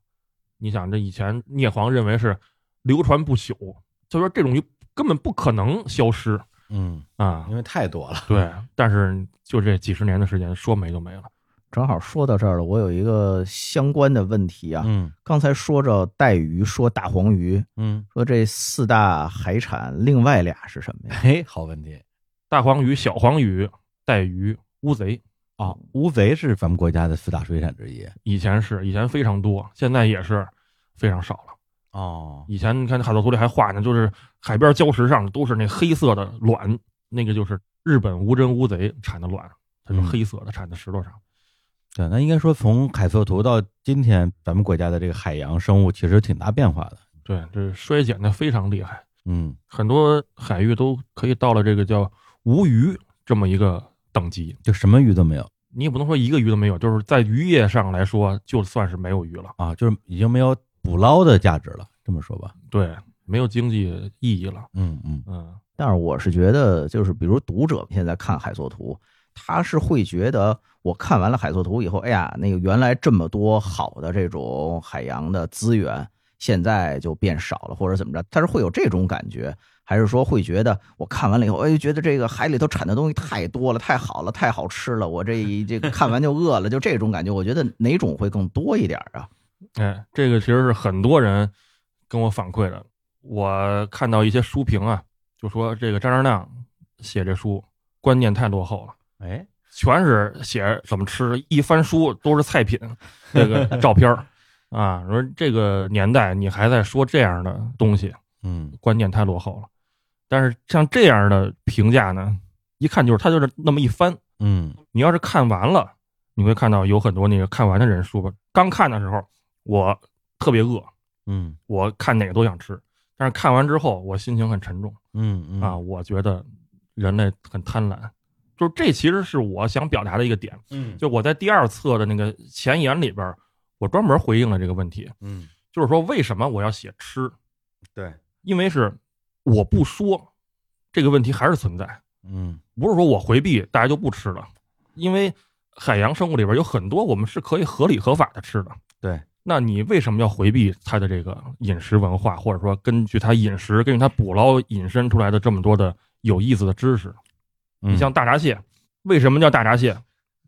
Speaker 3: 你想，这以前聂璜认为是流传不朽，就说这种鱼根本不可能消失
Speaker 1: 嗯，
Speaker 3: 啊
Speaker 1: 因。为太多了，
Speaker 3: 对，但是就这几十年的时间，说没就没了。
Speaker 2: 正好说到这儿了，我有一个相关的问题啊。
Speaker 1: 嗯
Speaker 2: 刚才说着带鱼，说大黄鱼，
Speaker 1: 嗯，
Speaker 2: 说这四大海产，另外俩是什么呀？
Speaker 1: 哎，好问题
Speaker 3: 大黄鱼、小黄鱼、带鱼、乌贼，
Speaker 1: 啊，乌贼是咱们国家的四大水产之一
Speaker 3: 以前是以前非常多，现在也是非常少了。
Speaker 1: 哦，
Speaker 3: 以前你看海盗图里还画呢，就是海边礁石上都是那黑色的卵，那个就是日本无针乌贼产的卵，它是
Speaker 1: 嗯
Speaker 3: 黑色的，产在石头上。
Speaker 1: 对，那应该说从海测图到今天，咱们国家的这个海洋生物其实有挺大变化的，
Speaker 3: 对，这衰减的非常厉害。
Speaker 1: 嗯
Speaker 3: 很多海域都可以到了这个叫无鱼这么一个等级。
Speaker 1: 就什么鱼都没有
Speaker 3: 你也不能说一个鱼都没有，就是在渔业上来说，就算是没有鱼了，
Speaker 1: 啊，就是已经没有捕捞的价值了，这么说吧，
Speaker 3: 对，没有经济意义了。
Speaker 1: 嗯嗯
Speaker 3: 嗯，
Speaker 2: 但是我是觉得，就是比如读者现在看海作图，他是会觉得我看完了海错图以后，哎呀，那个原来这么多好的这种海洋的资源，现在就变少了，或者怎么着，他是会有这种感觉，还是说会觉得我看完了以后，哎，觉得这个海里头产的东西太多了，太好了，太好吃了，我这一这个看完就饿了，就这种感觉，我觉得哪种会更多一点啊？
Speaker 3: 哎，这个其实是很多人跟我反馈的。我看到一些书评啊，就说这个张张亮写这书观念太落后了，
Speaker 1: 哎，
Speaker 3: 全是写怎么吃，一翻书都是菜品，那个照片儿 啊。说这个年代你还在说这样的东西，
Speaker 1: 嗯，
Speaker 3: 观念太落后了。但是像这样的评价呢，一看就是他就是那么一翻，
Speaker 1: 嗯，
Speaker 3: 你要是看完了，你会看到有很多那个看完的人说吧，刚看的时候我特别饿，
Speaker 1: 嗯，
Speaker 3: 我看哪个都想吃，但是看完之后我心情很沉重
Speaker 1: 嗯，嗯
Speaker 3: 啊，，我觉得人类很贪婪，就是这其实是我想表达的一个点。
Speaker 6: 嗯，
Speaker 3: 就我在第二册的那个前言里边儿，我专门回应了这个问题，
Speaker 1: 嗯，
Speaker 3: 就是说为什么我要写吃？
Speaker 6: 对，
Speaker 3: 因为是我不说这个问题还是存在，
Speaker 1: 嗯，
Speaker 3: 不是说我回避大家就不吃了，因为海洋生物里边有很多我们是可以合理合法的吃的。
Speaker 1: 对，
Speaker 3: 那你为什么要回避它的这个饮食文化，或者说根据它饮食、根据它捕捞引申出来的这么多的有意思的知识？
Speaker 1: 嗯
Speaker 3: 你像大闸蟹，为什么叫大闸蟹？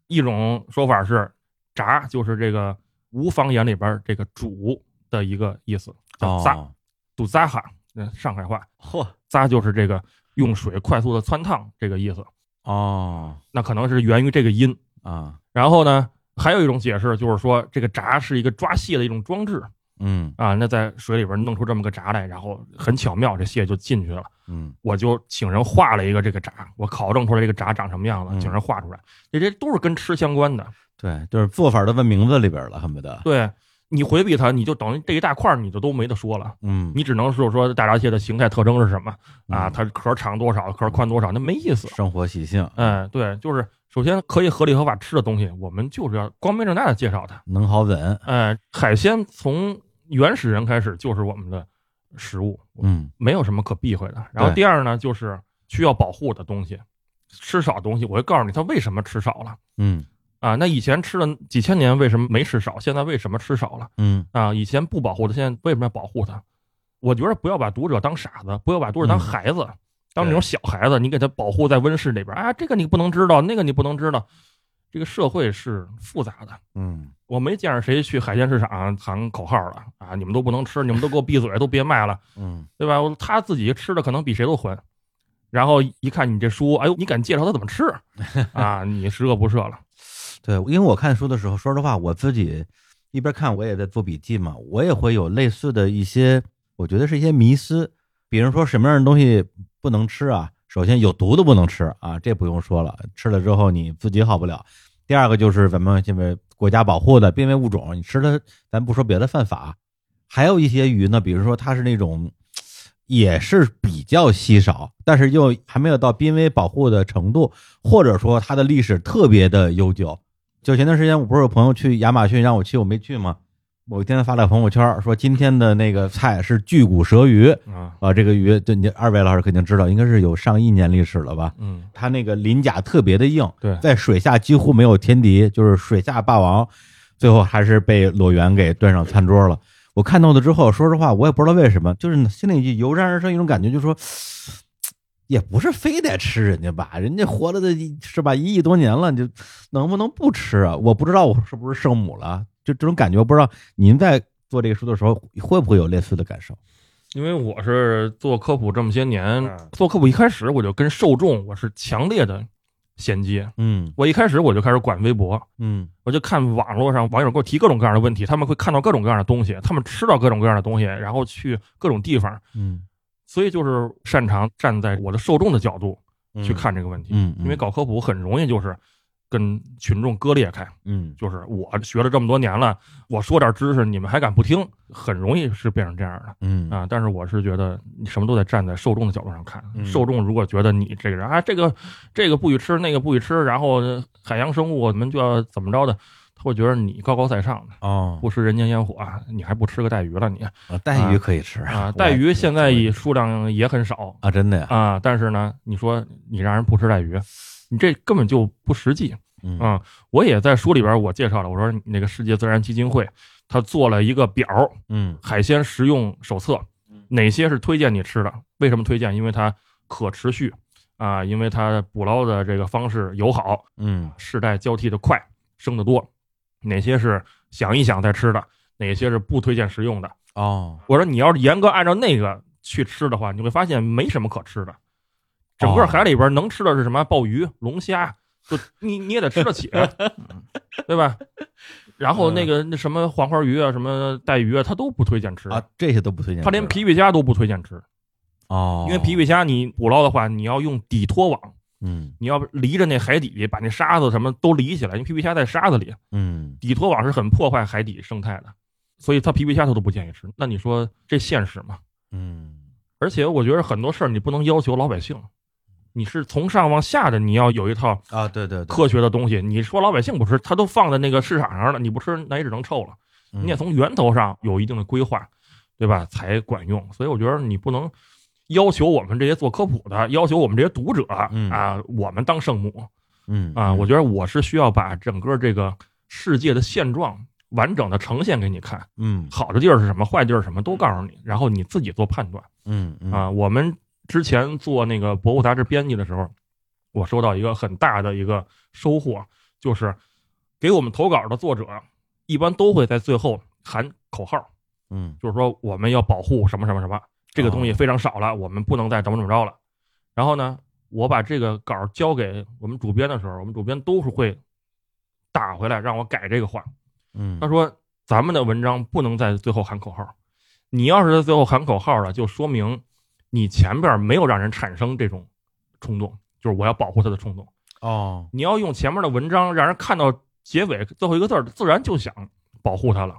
Speaker 3: 一种说法是炸，就是这个吴方言里边这个煮的一个意思，叫
Speaker 1: 哦
Speaker 3: 炸。杜扎哈，呃上海话，
Speaker 7: 嚯，
Speaker 3: 扎就是这个用水快速的汆烫这个意思，
Speaker 1: 哦
Speaker 3: 那可能是源于这个音。
Speaker 1: 啊，
Speaker 3: 然后呢，还有一种解释就是说，这个闸是一个抓蟹的一种装置
Speaker 1: 嗯
Speaker 3: 啊，那在水里边弄出这么个闸来，然后很巧妙，这蟹就进去了。
Speaker 1: 嗯
Speaker 3: 我就请人画了一个这个闸，我考证出来这个闸长什么样
Speaker 1: 嗯
Speaker 3: 了，请人画出来，这这都是跟吃相关的。
Speaker 1: 对，就是做法都问名字里边了，恨不得，
Speaker 3: 对你回避它，你就等于这一大块儿你就都没得说了。
Speaker 1: 嗯，
Speaker 3: 你只能是说大闸蟹的形态特征是什么啊？
Speaker 1: 嗯
Speaker 3: 它壳长多少，壳宽多少，那没意思。
Speaker 1: 生活习性，
Speaker 3: 嗯，对，就是首先可以合理合法吃的东西，我们就是要光明正大的介绍它。
Speaker 1: 能好稳，
Speaker 3: 嗯，海鲜从原始人开始就是我们的食物，
Speaker 1: 嗯
Speaker 3: 没有什么可避讳的。然后
Speaker 1: 对
Speaker 3: 第二呢，就是需要保护的东西，吃少东西，我会告诉你它为什么吃少了
Speaker 1: 嗯
Speaker 3: 啊。那以前吃了几千年，为什么没吃少？现在为什么吃少了？
Speaker 1: 嗯
Speaker 3: 啊，以前不保护的，现在为什么要保护他？我觉得不要把读者当傻子，不要把读者当
Speaker 1: 嗯
Speaker 3: 孩子，当那种小孩子，你给他保护在温室里边啊，这个你不能知道，那个你不能知道。这个社会是复杂的，
Speaker 1: 嗯
Speaker 3: 我没见着谁去海鲜市场喊口号了啊，你们都不能吃，你们都给我闭嘴，都别卖了，
Speaker 1: 嗯
Speaker 3: 对吧？我他自己吃的可能比谁都混，然后一看你这书，哎呦，你敢介绍他怎么吃啊？你十恶不赦了。
Speaker 1: 对，因为我看书的时候，说实话，我自己一边看我也在做笔记嘛，我也会有类似的一些，我觉得是一些迷思，比如说什么样的东西不能吃啊？首先有毒的不能吃啊，这不用说了，吃了之后你自己好不了。第二个就是咱们现在国家保护的濒危物种，你吃它，咱不说别的犯法，还有一些鱼呢，比如说它是那种也是比较稀少，但是又还没有到濒危保护的程度，或者说它的历史特别的悠久。就前段时间，我不是有朋友去亚马逊让我去，我没去吗？某一天发了个朋友圈说今天的那个菜是巨骨舌鱼
Speaker 3: 啊，
Speaker 1: 啊，这个鱼对你二位老师肯定知道，应该是有上亿年历史了吧？
Speaker 3: 嗯，
Speaker 1: 它那个鳞甲特别的硬，
Speaker 3: 对
Speaker 1: 在水下几乎没有天敌，就是水下霸王，最后还是被裸猿给端上餐桌了。我看到的之后，说实话，我也不知道为什么，就是心里就油然而生一种感觉，就是说，也不是非得吃人家吧，人家活了的是吧一亿多年了，你就能不能不吃啊？我不知道我是不是圣母了，就这种感觉，我不知道您在做这个书的时候会不会有类似的感受？
Speaker 3: 因为我是做科普这么些年
Speaker 6: 嗯，
Speaker 3: 做科普一开始我就跟受众我是强烈的衔接。
Speaker 1: 嗯
Speaker 3: 我一开始我就开始管微博，
Speaker 1: 嗯
Speaker 3: 我就看网络上网友给我提各种各样的问题，他们会看到各种各样的东西，他们吃到各种各样的东西，然后去各种地方，
Speaker 1: 嗯，
Speaker 3: 所以就是擅长站在我的受众的角度去看这个问题。
Speaker 1: 嗯，嗯，
Speaker 3: 因为搞科普很容易就是跟群众割裂开，
Speaker 1: 嗯
Speaker 3: 就是我学了这么多年了，我说点知识你们还敢不听，很容易是变成这样的。
Speaker 1: 嗯
Speaker 3: 啊，但是我是觉得你什么都得站在受众的角度上看。
Speaker 1: 嗯
Speaker 3: 受众如果觉得你这个人啊，这个这个不许吃，那个不许吃，然后呃海洋生物我们就要怎么着的，他会觉得你高高在上的，
Speaker 1: 哦，
Speaker 3: 不食人间烟火啊，你还不吃个带鱼了你
Speaker 1: 啊带鱼可以吃
Speaker 3: 啊？带鱼现在也数量也很少
Speaker 1: 啊，真的呀，
Speaker 3: 啊，但是呢，你说你让人不吃带鱼，你这根本就不实际。
Speaker 1: 嗯
Speaker 3: 啊，我也在书里边我介绍了，我说那个世界自然基金会，他做了一个表儿，
Speaker 1: 嗯
Speaker 3: 海鲜食用手册，哪些是推荐你吃的？为什么推荐？因为它可持续啊，因为它捕捞的这个方式友好，
Speaker 1: 嗯
Speaker 3: 世代交替的快，生的多。哪些是想一想再吃的？哪些是不推荐食用的？
Speaker 1: 哦，
Speaker 3: 我说你要是严格按照那个去吃的话，你会发现没什么可吃的。整
Speaker 1: 哦
Speaker 3: 个海里边能吃的是什么？鲍鱼、龙虾，就你你也得吃得起，对吧？然后那个那什么黄花鱼啊，什么带鱼啊，他都不推荐吃。
Speaker 1: 啊，这些都不推荐吃了，
Speaker 3: 他连皮皮虾都不推荐吃，
Speaker 1: 哦，
Speaker 3: 因为皮皮虾你捕捞的话，你要用底拖网，
Speaker 1: 嗯
Speaker 3: 你要离着那海底，把那沙子什么都离起来，因为皮皮虾在沙子里，
Speaker 1: 嗯
Speaker 3: 底拖网是很破坏海底生态的，所以他皮皮虾他都不建议吃。那你说这现实吗？
Speaker 1: 嗯
Speaker 3: 而且我觉得很多事儿你不能要求老百姓，你是从上往下的，你要有一套
Speaker 1: 啊，对对对，
Speaker 3: 科学的东西。你说老百姓不吃，他都放在那个市场上了，你不吃那也只能臭了。
Speaker 1: 嗯
Speaker 3: 你也从源头上有一定的规划，对吧？才管用。所以我觉得你不能要求我们这些做科普的，要求我们这些读者
Speaker 1: 嗯
Speaker 3: 啊，我们当圣母
Speaker 1: 嗯
Speaker 3: 啊。我
Speaker 1: 嗯
Speaker 3: 觉得我是需要把整个这个世界的现状完整的呈现给你看，
Speaker 1: 嗯
Speaker 3: 好的地儿是什么，坏地儿是什么，都告诉你，然后你自己做判断
Speaker 1: 嗯嗯
Speaker 3: 啊。我们之前做那个博物杂志编辑的时候，我收到一个很大的一个收获，就是给我们投稿的作者一般都会在最后喊口号。
Speaker 1: 嗯
Speaker 3: 就是说我们要保护什么什么什么，这个东西非常少了，我们不能再怎么怎么着了。然后呢，我把这个稿交给我们主编的时候，我们主编都是会打回来让我改这个话。
Speaker 1: 嗯，
Speaker 3: 他说咱们的文章不能在最后喊口号，你要是在最后喊口号了，就说明你前边没有让人产生这种冲动，就是我要保护他的冲动。
Speaker 1: 哦
Speaker 3: 你要用前面的文章让人看到结尾最后一个字儿，自然就想保护他了，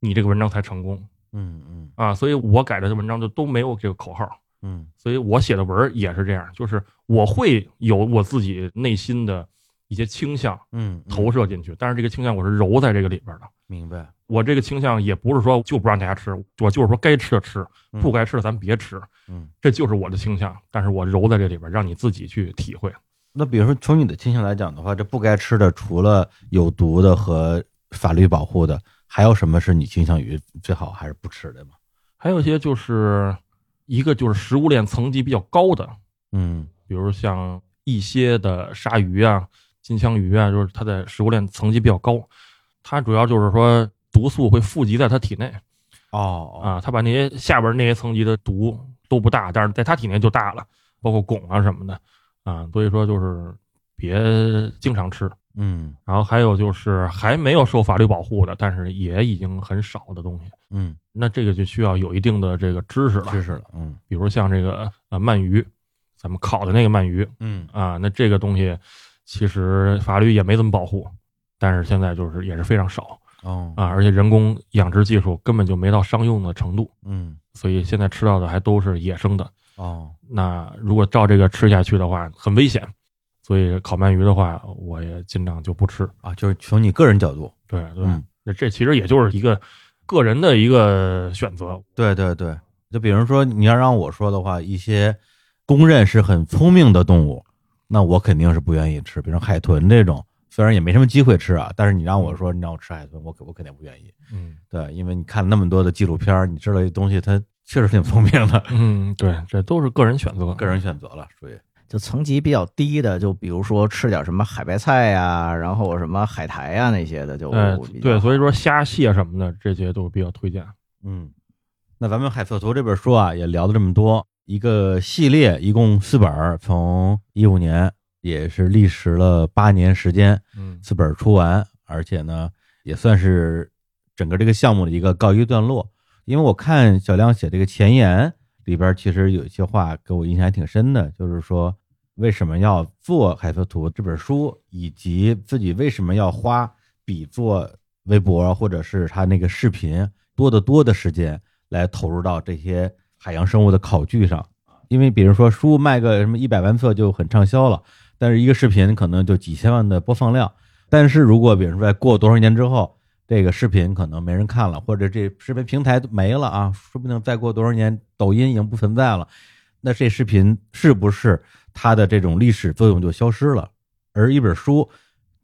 Speaker 3: 你这个文章才成功。
Speaker 1: 嗯嗯
Speaker 3: 啊，所以我改的文章就都没有这个口号，
Speaker 1: 嗯
Speaker 3: 所以我写的文儿也是这样，就是我会有我自己内心的一些倾向
Speaker 1: 嗯，嗯
Speaker 3: 投射进去，但是这个倾向我是揉在这个里边的。
Speaker 1: 明白，
Speaker 3: 我这个倾向也不是说就不让大家吃，我就是说该吃的吃，
Speaker 1: 嗯
Speaker 3: 不该吃的咱别吃，
Speaker 1: 嗯。
Speaker 3: 这就是我的倾向。但是我揉在这里边，让你自己去体会。
Speaker 1: 那比如说，从你的倾向来讲的话，这不该吃的，除了有毒的和法律保护的，还有什么是你倾向于最好还是不吃的吗？
Speaker 3: 还有一些就是一个就是食物链层级比较高的，
Speaker 1: 嗯
Speaker 3: 比如像一些的鲨鱼啊、金枪鱼啊，就是它的食物链层级比较高，它主要就是说毒素会富集在它体内
Speaker 1: 哦
Speaker 3: 啊，它把那些下边那些层级的毒都不大，但是在它体内就大了，包括汞啊什么的啊，所以说就是别经常吃。
Speaker 1: 嗯
Speaker 3: 然后还有就是还没有受法律保护的，但是也已经很少的东西，
Speaker 1: 嗯，
Speaker 3: 那这个就需要有一定的这个知识了，
Speaker 1: 知识了，嗯
Speaker 3: 比如像这个呃鳗鱼，咱们烤的那个鳗鱼，
Speaker 1: 嗯
Speaker 3: 啊，那这个东西其实法律也没怎么保护，但是现在就是也是非常少
Speaker 1: 哦
Speaker 3: 啊，而且人工养殖技术根本就没到商用的程度，
Speaker 1: 嗯
Speaker 3: 所以现在吃到的还都是野生的。
Speaker 1: 哦
Speaker 3: 那如果照这个吃下去的话，很危险，所以烤鳗鱼的话，我也尽量就不吃。
Speaker 1: 啊，就是从你个人角度，
Speaker 3: 对对，
Speaker 1: 嗯
Speaker 3: 那这其实也就是一个个人的一个选择。
Speaker 1: 对对对，就比如说你要让我说的话，一些公认是很聪明的动物，那我肯定是不愿意吃，比如说海豚这种，虽然也没什么机会吃啊，但是你让我说你让我吃海豚，我肯我肯定不愿意。
Speaker 3: 嗯
Speaker 1: 对，因为你看那么多的纪录片儿，你知道这东西它确实挺聪明的，
Speaker 3: 嗯，对，这都是个人选择。
Speaker 1: 个人选择了，属于
Speaker 2: 就层级比较低的，就比如说吃点什么海白菜呀、然后什么海苔呀、那些的就
Speaker 3: 嗯，
Speaker 2: 比较
Speaker 3: 对，所以说虾蟹什么的，这些都比较推荐。
Speaker 1: 嗯。那咱们《海色图》这本书啊，也聊了这么多，一个系列一共四本儿，从一五年也是历时了八年时间，
Speaker 3: 嗯
Speaker 1: 四本儿出完，而且呢，也算是整个这个项目的一个告一段落。因为我看小亮写这个前言里边，其实有一些话给我印象还挺深的，就是说为什么要做《海色图》这本书，以及自己为什么要花比做微博或者是他那个视频多得多的时间来投入到这些海洋生物的考据上。因为比如说书卖个什么一百万册就很畅销了，但是一个视频可能就几千万的播放量，但是如果比如说在过多少年之后，这个视频可能没人看了，或者这视频平台没了啊，说不定再过多少年，抖音已经不存在了，那这视频是不是它的这种历史作用就消失了？而一本书，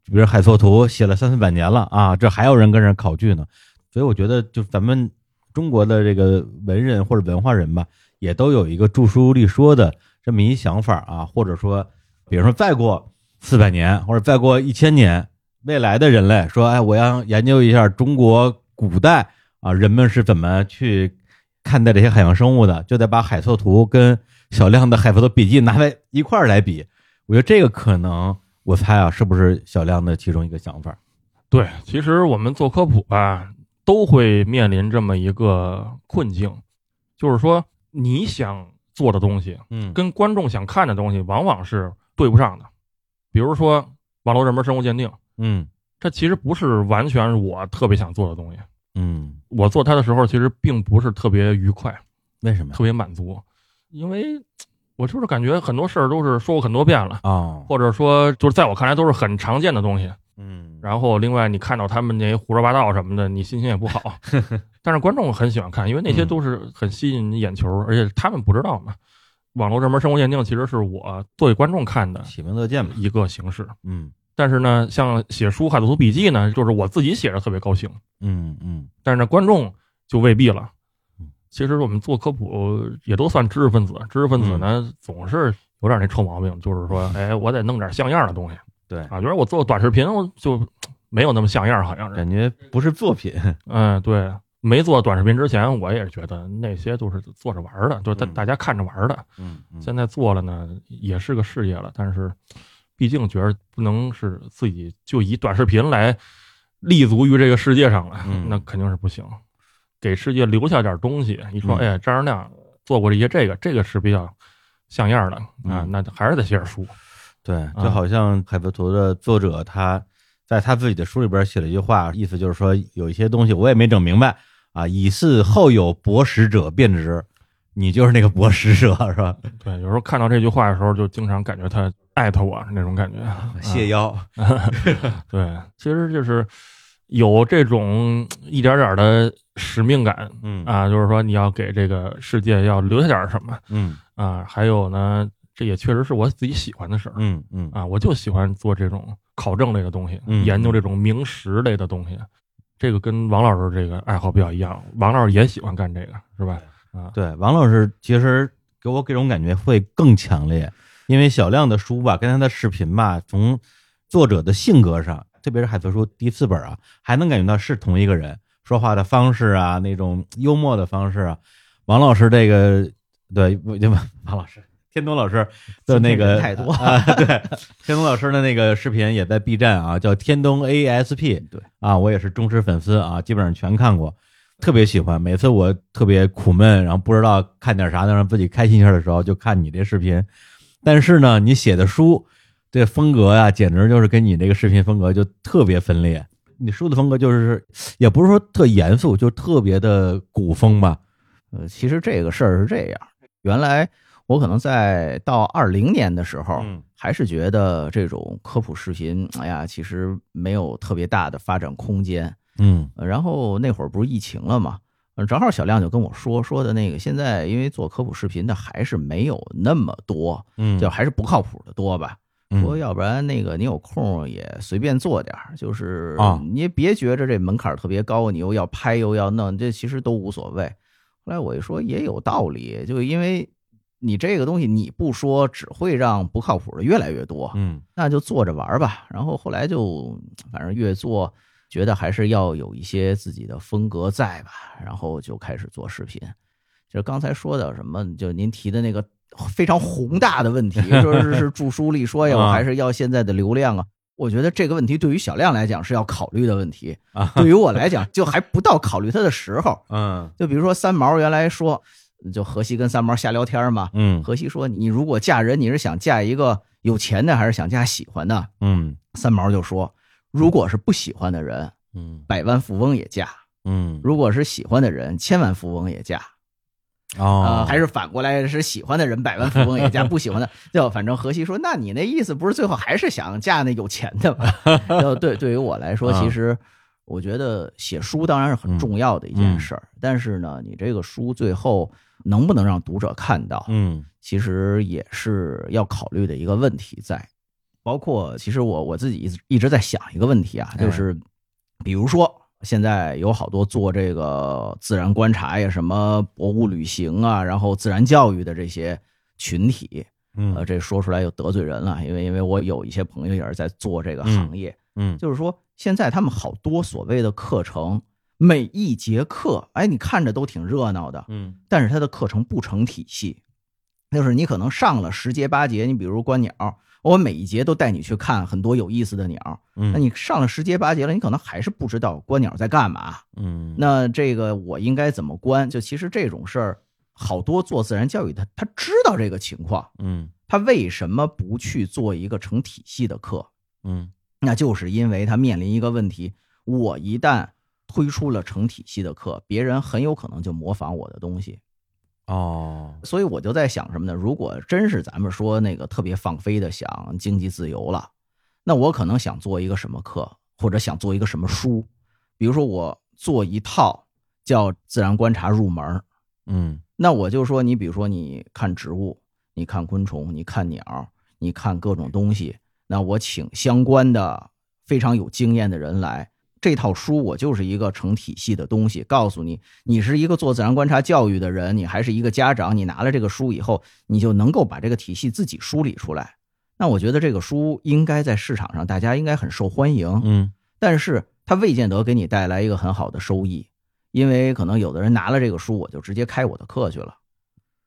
Speaker 1: 比如海错图写了三四百年了啊，这还有人跟人考据呢，所以我觉得就咱们中国的这个文人或者文化人吧，也都有一个著书立说的这么一想法啊，或者说，比如说再过四百年或者再过一千年，未来的人类说，哎，我要研究一下中国古代啊，人们是怎么去看待这些海洋生物的，就得把海错图跟小亮的海错图笔记拿在一块儿来比，我觉得这个可能，我猜啊，是不是小亮的其中一个想法？
Speaker 3: 对，其实我们做科普吧，都会面临这么一个困境，就是说你想做的东西
Speaker 1: 嗯
Speaker 3: 跟观众想看的东西往往是对不上的。比如说网络热门生物鉴定，
Speaker 1: 嗯
Speaker 3: 这其实不是完全是我特别想做的东西。
Speaker 1: 嗯，
Speaker 3: 我做它的时候，其实并不是特别愉快，
Speaker 1: 为什么呀？
Speaker 3: 特别满足，因为我就是感觉很多事儿都是说过很多遍了，
Speaker 1: 哦，
Speaker 3: 或者说就是在我看来都是很常见的东西。
Speaker 1: 嗯，
Speaker 3: 然后另外你看到他们那些胡说八道什么的，你心情也不好。但是观众很喜欢看，因为那些都是很吸引你眼球，而且他们不知道嘛。网络热门生活鉴定其实是我作为观众看的
Speaker 1: 喜闻乐见吧。
Speaker 3: 一个形式，
Speaker 1: 嗯
Speaker 3: 但是呢，像写书《海斗图笔记》呢，就是我自己写着特别高兴，
Speaker 1: 嗯嗯
Speaker 3: 但是呢，观众就未必了
Speaker 1: 嗯。
Speaker 3: 其实我们做科普也都算知识分子，知识分子呢总是有点那臭毛病，就是说，哎，我得弄点像样的东西。
Speaker 1: 对
Speaker 3: 啊，觉得我做短视频我就没有那么像样，好像是。
Speaker 1: 感觉不是作品。
Speaker 3: 嗯，对，没做短视频之前，我也觉得那些都是做着玩儿的，就是大
Speaker 1: 嗯
Speaker 3: 大家看着玩儿的。
Speaker 1: 嗯嗯
Speaker 3: 现在做了呢，也是个事业了，但是毕竟觉得不能是自己就以短视频来立足于这个世界上了，
Speaker 1: 嗯
Speaker 3: 那肯定是不行。给世界留下点东西，一说，
Speaker 1: 嗯
Speaker 3: 哎，张二亮做过这些这个，这个是比较像样的啊
Speaker 1: 嗯，
Speaker 3: 那还是得写点书。
Speaker 1: 对，就好像海飞图的作者他在他自己的书里边写了一句话，意思就是说有一些东西我也没整明白啊，以是后有博识者便知，你就是那个博识者是吧？
Speaker 3: 对，有时候看到这句话的时候，就经常感觉他艾特我那种 感觉。
Speaker 1: 谢邀，
Speaker 3: 对，其实就是有这种一点点的使命感
Speaker 1: 嗯
Speaker 3: 啊，就是说你要给这个世界要留下点什么
Speaker 1: 嗯
Speaker 3: 啊。还有呢，这也确实是我自己喜欢的事儿
Speaker 1: 嗯嗯
Speaker 3: 啊，我就喜欢做这种考证类的东西，
Speaker 1: 嗯
Speaker 3: 研究这种名实类的东西。这个跟王老师这个爱好比较一样，王老师也喜欢干这个，是吧？啊，
Speaker 1: 对，王老师其实给我给种感觉会更强烈，因为小亮的书吧，跟他的视频吧，从作者的性格上，特别是海豚书第四本啊，还能感觉到是同一个人，说话的方式啊，那种幽默的方式啊，王老师这个对，不王王老师。天东老师的那
Speaker 2: 今天
Speaker 1: 个
Speaker 2: 人太多
Speaker 1: 啊，对，天东老师的那个视频也在 B 站啊，叫天东 ASP，
Speaker 2: 对
Speaker 1: 啊，我也是忠实粉丝啊，基本上全看过。特别喜欢。每次我特别苦闷，然后不知道看点啥能让自己开心一下的时候，就看你这视频。但是呢，你写的书这风格呀、简直就是跟你这个视频风格就特别分裂。你书的风格就是，也不是说特严肃，就特别的古风吧。
Speaker 2: 呃，其实这个事儿是这样，原来我可能在到二零年的时候，
Speaker 1: 嗯
Speaker 2: 还是觉得这种科普视频，哎呀，其实没有特别大的发展空间。
Speaker 1: 嗯
Speaker 2: 呃然后那会儿不是疫情了嘛，呃正好小亮就跟我说说的那个，现在因为做科普视频的还是没有那么多，
Speaker 1: 嗯
Speaker 2: 就还是不靠谱的多吧。说要不然那个你有空也随便做点儿，就是
Speaker 1: 啊
Speaker 2: 你也别觉着这门槛儿特别高，你又要拍又要弄，这其实都无所谓。后来我一说也有道理，就因为你这个东西你不说，只会让不靠谱的越来越多。
Speaker 1: 嗯
Speaker 2: 那就做着玩儿吧。然后后来就反正越做，觉得还是要有一些自己的风格在吧，然后就开始做视频。就是刚才说的什么，就您提的那个非常宏大的问题，就是是著书 立说呀，
Speaker 1: 啊
Speaker 2: 我还是要现在的流量啊。我觉得这个问题对于小亮来讲是要考虑的问题，
Speaker 1: 啊
Speaker 2: 对于我来讲就还不到考虑它的时候。
Speaker 1: 嗯
Speaker 2: 就比如说三毛原来说，就荷西跟三毛瞎聊天嘛，
Speaker 1: 嗯
Speaker 2: 荷西说：“你如果嫁人，你是想嫁一个有钱的，还是想嫁喜欢的
Speaker 1: 嗯？”
Speaker 2: 三毛就说：“如果是不喜欢的人，
Speaker 1: 嗯
Speaker 2: 百万富翁也嫁；
Speaker 1: 嗯
Speaker 2: 如果是喜欢的人，千万富翁也嫁。”啊，
Speaker 5: 哦，
Speaker 2: 还是反过来是喜欢的人百万富翁也嫁不喜欢的，就反正荷西说，那你那意思不是最后还是想嫁那有钱的吗？就对对于我来说，其实我觉得写书当然是很重要的一件事儿，但是呢，你这个书最后能不能让读者看到，
Speaker 5: 嗯
Speaker 2: 其实也是要考虑的一个问题在。包括其实我我自己一直一直在想一个问题啊，就是比如说现在有好多做这个自然观察呀、什么博物旅行啊，然后自然教育的这些群体，呃，
Speaker 5: 嗯
Speaker 2: 这说出来又得罪人了，因为因为我有一些朋友也是在做这个行业，
Speaker 5: 嗯，
Speaker 2: 就是说现在他们好多所谓的课程，每一节课，哎，你看着都挺热闹的，
Speaker 5: 嗯
Speaker 2: 但是它的课程不成体系，就是你可能上了十节八节，你比如观鸟，我每一节都带你去看很多有意思的鸟，
Speaker 5: 嗯
Speaker 2: 那你上了十节八节了，你可能还是不知道观鸟在干嘛，
Speaker 5: 嗯
Speaker 2: 那这个我应该怎么观？就其实这种事儿，好多做自然教育的他知道这个情况，
Speaker 5: 嗯
Speaker 2: 他为什么不去做一个成体系的课？
Speaker 5: 嗯
Speaker 2: 那就是因为他面临一个问题：我一旦推出了成体系的课，别人很有可能就模仿我的东西。
Speaker 5: 哦，
Speaker 2: 所以我就在想什么呢？如果真是咱们说那个特别放飞的想经济自由了，那我可能想做一个什么课，或者想做一个什么书，比如说我做一套叫《自然观察入门》，
Speaker 5: 嗯
Speaker 2: 那我就说你比如说你看植物，你看昆虫，你看鸟，你看各种东西，那我请相关的非常有经验的人来。这套书我就是一个成体系的东西，告诉你，你是一个做自然观察教育的人，你还是一个家长，你拿了这个书以后，你就能够把这个体系自己梳理出来。那我觉得这个书应该在市场上大家应该很受欢迎，
Speaker 5: 嗯
Speaker 2: 但是它未见得给你带来一个很好的收益，因为可能有的人拿了这个书，我就直接开我的课去了。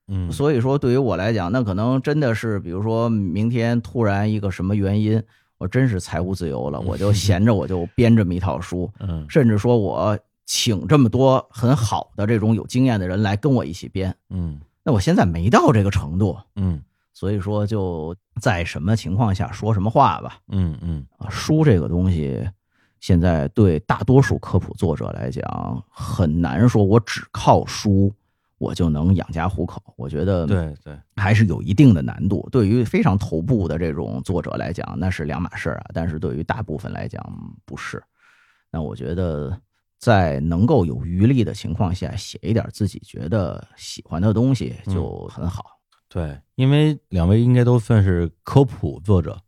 Speaker 5: 嗯，
Speaker 2: 所以说，对于我来讲，那可能真的是，比如说明天突然一个什么原因，我真是财务自由了，我就闲着我就编这么一套书，
Speaker 5: 嗯
Speaker 2: 甚至说我请这么多很好的这种有经验的人来跟我一起编。
Speaker 5: 嗯
Speaker 2: 那我现在没到这个程度，
Speaker 5: 嗯
Speaker 2: 所以说就在什么情况下说什么话吧。
Speaker 5: 嗯嗯
Speaker 2: 啊，书这个东西，现在对大多数科普作者来讲，很难说我只靠书我就能养家糊口。我觉得
Speaker 5: 对对，
Speaker 2: 还是有一定的难度。对于非常头部的这种作者来讲，那是两码事儿啊。但是对于大部分来讲，不是。那我觉得，在能够有余力的情况下，写一点自己觉得喜欢的东西就很好。
Speaker 5: 对，因为两位应该都算是科普作者，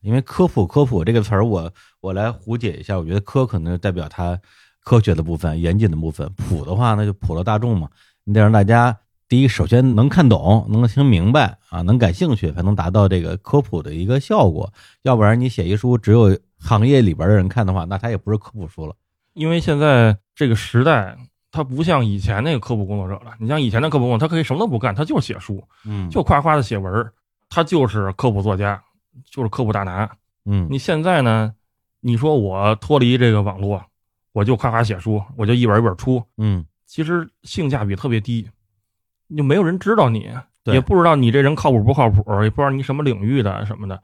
Speaker 5: 因为科普科普这个词儿，我我来胡解一下，我觉得科可能代表它科学的部分、严谨的部分，普的话那就普罗大众嘛，你得让大家第一首先能看懂、能听明白啊，能感兴趣，才能达到这个科普的一个效果，要不然你写一书只有行业里边的人看的话，那它也不是科普书了。
Speaker 3: 因为现在这个时代，它不像以前那个科普工作者了。你像以前的科普工作者，他可以什么都不干，他就是写书，
Speaker 5: 嗯
Speaker 3: 就夸夸的写文儿，他就是科普作家，就是科普大拿。
Speaker 5: 嗯
Speaker 3: 你现在呢？你说我脱离这个网络，我就夸夸写书，我就一本一本出，
Speaker 5: 嗯
Speaker 3: 其实性价比特别低，就没有人知道你，
Speaker 5: 对
Speaker 3: 也不知道你这人靠谱不靠谱，也不知道你什么领域的什么的。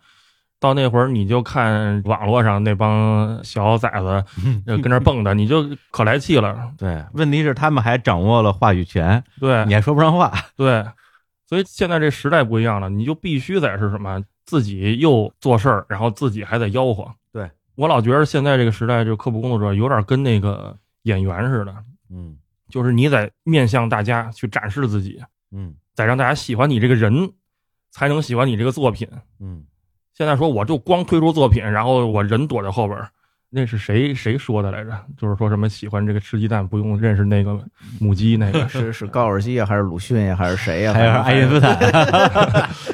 Speaker 3: 到那会儿你就看网络上那帮小崽 子呃跟那儿蹦的，你就可来气了。
Speaker 5: 对，问题是他们还掌握了话语权，
Speaker 3: 对
Speaker 5: 你还说不上 话。
Speaker 3: 对，所以现在这时代不一样了，你就必须得是什么，自己又做事儿，然后自己还得吆喝。
Speaker 5: 对
Speaker 3: 我老觉得现在这个时代，这个科普工作者有点跟那个演员似的，
Speaker 5: 嗯
Speaker 3: 就是你得面向大家去展示自己。
Speaker 5: 嗯
Speaker 3: 得让大家喜欢你这个人，才能喜欢你这个作品。
Speaker 5: 嗯。
Speaker 3: 现在说我就光推出作品，然后我人躲在后边儿，那是谁谁说的来着？就是说什么喜欢这个吃鸡蛋不用认识那个母鸡那 个
Speaker 2: 是是高尔基啊，还是鲁迅 呀、还是谁啊呀、
Speaker 5: 还有爱因斯坦，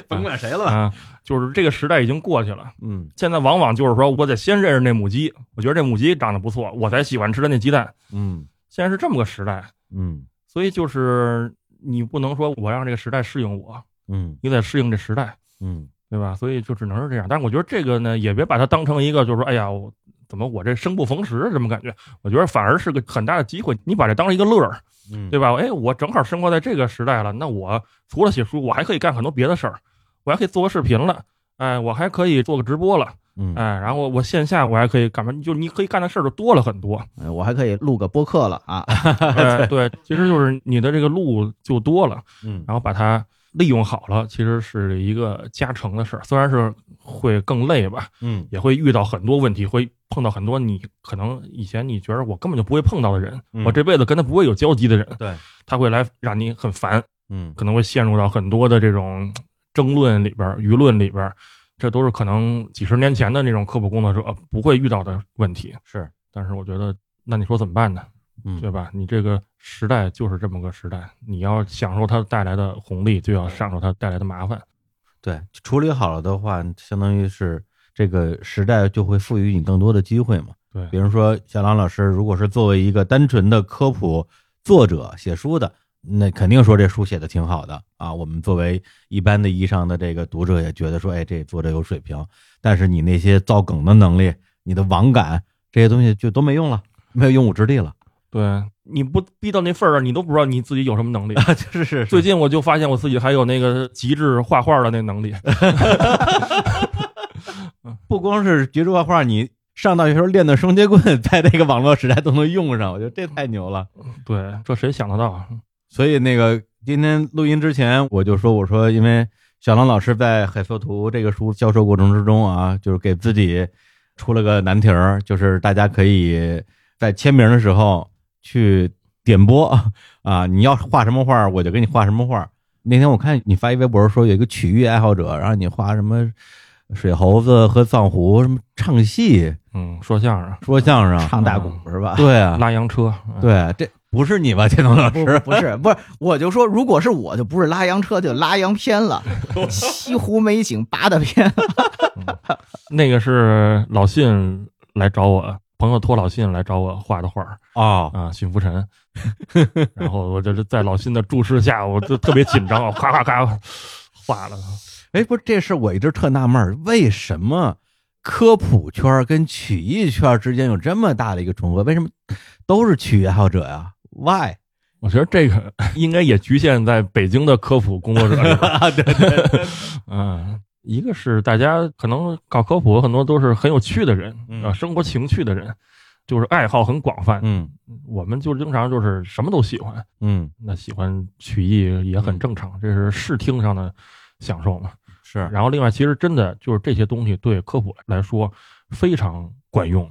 Speaker 4: 甭管谁了吧，
Speaker 3: 啊，就是这个时代已经过去了。
Speaker 5: 嗯
Speaker 3: 现在往往就是说我得先认识那母鸡，我觉得这母鸡长得不错，我才喜欢吃它那鸡蛋。
Speaker 5: 嗯
Speaker 3: 现在是这么个时代，
Speaker 5: 嗯
Speaker 3: 所以就是你不能说我让这个时代适应我，
Speaker 5: 嗯
Speaker 3: 你得适应这时代。
Speaker 5: 嗯
Speaker 3: 对吧？所以就只能是这样。但是我觉得这个呢，也别把它当成一个，就是说，哎呀，我怎么我这生不逢时这么感觉？我觉得反而是个很大的机会，你把这当一个乐儿，
Speaker 5: 嗯，
Speaker 3: 对吧？哎，我正好生活在这个时代了，那我除了写书，我还可以干很多别的事儿，我还可以做个视频了，哎，我还可以做个直播了，
Speaker 1: 嗯，
Speaker 3: 哎，然后我线下我还可以干嘛？就你可以干的事儿就多了 很多。
Speaker 2: 呃我还可以录个播客了啊，
Speaker 3: 哎，对，其实就是你的这个路就多了，
Speaker 1: 嗯
Speaker 5: 啊
Speaker 3: 然后把它利用好了，其实是一个加成的事儿。虽然是会更累吧，
Speaker 1: 嗯
Speaker 3: 也会遇到很多问题，会碰到很多你可能以前你觉得我根本就不会碰到的人，
Speaker 1: 嗯
Speaker 3: 我这辈子跟他不会有交集的人，
Speaker 1: 对，
Speaker 3: 他会来让你很烦，
Speaker 1: 嗯
Speaker 3: 可能会陷入到很多的这种争论里边儿、舆论里边儿，这都是可能几十年前的那种科普工作者不会遇到的问题。
Speaker 1: 是，
Speaker 3: 但是我觉得，那你说怎么办呢？
Speaker 1: 嗯
Speaker 3: 对吧？你这个时代就是这么个时代，你要享受它带来的红利，就要享受它带来的麻烦。
Speaker 1: 对，处理好了的话，相当于是这个时代就会赋予你更多的机会嘛。
Speaker 3: 对
Speaker 1: 比如说小郎老师，如果是作为一个单纯的科普作者写书的，那肯定说这书写的挺好的啊。我们作为一般的意义上的这个读者也觉得说，哎，这作者有水平。但是你那些造梗的能力、你的网感这些东西就都没用了，没有用武之 地了。
Speaker 3: 对，啊你不逼到那份儿上，你都不知道你自己有什么能力。
Speaker 1: 啊是是
Speaker 3: 最近我就发现我自己还有那个极致画画的那能力，
Speaker 1: 不光是绝画画，你上大学时候练的双截棍，在那个网络时代都能用上，我觉得这太牛了。
Speaker 3: 对，这谁想得到啊？
Speaker 1: 所以那个今天录音之前，我就说，我说因为小狼老师在《海色图》这个书教授过程之中啊，就是给自己出了个难题儿，就是大家可以在签名的时候去点播啊，你要画什么画，我就给你画什么画。那天我看你发一微博说有一个曲艺爱好者，然后你画什么水猴子和藏狐，什么唱戏、
Speaker 3: 嗯，说相声、
Speaker 1: 说相声，
Speaker 2: 唱大鼓是吧？
Speaker 1: 对啊，
Speaker 3: 拉洋车，嗯，
Speaker 1: 对，这不是你吧，建东老
Speaker 2: 不
Speaker 1: 师？
Speaker 2: 不是不是，我就说，如果是我，就不是拉洋车，就拉洋 片了，西湖美景八大片。
Speaker 3: 那个是老信来找我，朋友托老信来找我画的画儿
Speaker 1: 哦，
Speaker 3: 啊，驯服尘。 然后我就是在老信的注视下，我就特别紧张，我啊咔咔咔画了。
Speaker 1: 哎，不是，这事我一直特纳闷儿，为什么科普圈儿跟曲艺圈儿之间有这么大的一个重合？为什么都是曲艺爱好者呀？Why？
Speaker 3: 我觉得这个应该也局限在北京的科普工作者里边。啊对 嗯，一个是大家可能搞科普，很多都是很有趣的人
Speaker 1: 嗯
Speaker 3: 啊，生活情趣的人，就是爱好很广泛。
Speaker 1: 嗯
Speaker 3: 我们就经常就是什么都喜欢，
Speaker 1: 嗯，
Speaker 3: 那喜欢曲艺也很正常，这是视听上的享受嘛。
Speaker 1: 是
Speaker 3: 然后另外，其实真的就是这些东西对科普来说非常管用。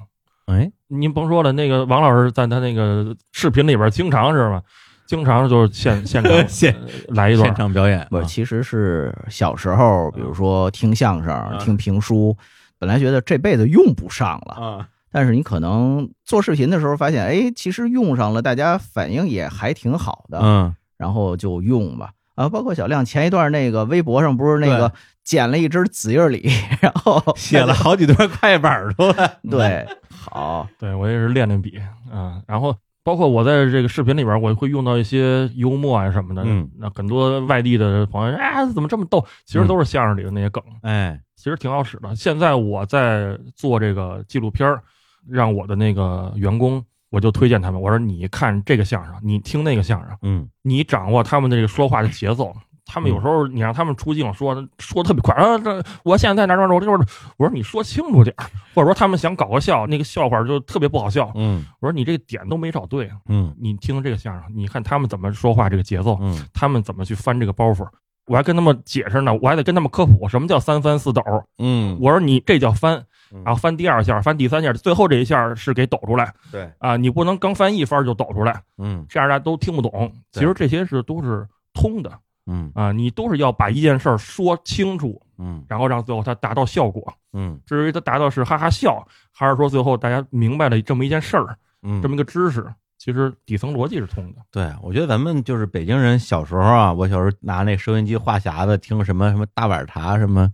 Speaker 1: 哎，
Speaker 3: 您甭说了，那个王老师在他那个视频里边经常是吧？经常就是现现场
Speaker 1: 现
Speaker 3: 呃来一段
Speaker 1: 现，场表演，
Speaker 2: 我其实是小时候，比如说听相
Speaker 1: 啊
Speaker 2: 声、听评书，本来觉得这辈子用不上了，
Speaker 1: 啊，
Speaker 2: 但是你可能做视频的时候发现，哎，其实用上了，大家反应也还挺好的，
Speaker 1: 嗯，
Speaker 2: 然后就用吧。啊，包括小亮前一段那个微博上不是那个捡了一只紫叶李， 然后
Speaker 1: 写了好几段快板儿出来，
Speaker 2: 对，好，
Speaker 3: 对我也是练练笔啊。然后包括我在这个视频里边，我会用到一些幽默啊什么的。
Speaker 1: 嗯，
Speaker 3: 那很多外地的朋友，哎，怎么这么逗？其实都是相声里的那些梗，
Speaker 1: 哎，
Speaker 3: 其实挺好使的。现在我在做这个纪录片儿，让我的那个员工，我就推荐他们，我说你看这个相声，你听那个相声。
Speaker 1: 嗯
Speaker 3: 你掌握他们的这个说话的节奏。他们有时候你让他们出镜说说得特别快啊，这我现在在哪儿哪儿哪儿，我这会儿我说你说清楚点儿，或者说他们想搞个笑，那个笑话就特别不好笑。
Speaker 1: 嗯
Speaker 3: 我说你这个点都没找对，
Speaker 1: 嗯
Speaker 3: 你听这个相声，你看他们怎么说话这个节奏，
Speaker 1: 嗯，
Speaker 3: 他们怎么去翻这个包袱。我还跟他们解释呢，我还得跟他们科普什么叫三翻四抖。
Speaker 1: 嗯，
Speaker 3: 我说你这叫翻
Speaker 1: 嗯，
Speaker 3: 然后翻第二下，翻第三下，最后这一下是给抖出来
Speaker 8: 对，
Speaker 3: 啊！你不能刚翻一翻就抖出来，
Speaker 1: 嗯
Speaker 3: 这样大家都听不懂。其实这些是都是通的，
Speaker 1: 嗯
Speaker 3: 啊，你都是要把一件事儿说清楚，
Speaker 1: 嗯
Speaker 3: 然后让最后它达到效果。
Speaker 1: 嗯
Speaker 3: 至于它达到是哈哈笑，还是说最后大家明白了这么一件事儿，
Speaker 1: 嗯
Speaker 3: 这么一个知识，其实底层逻辑是通的。
Speaker 1: 对，我觉得咱们就是北京人，小时候啊，我小时候拿那收音机话匣子听什么什么大碗茶、什么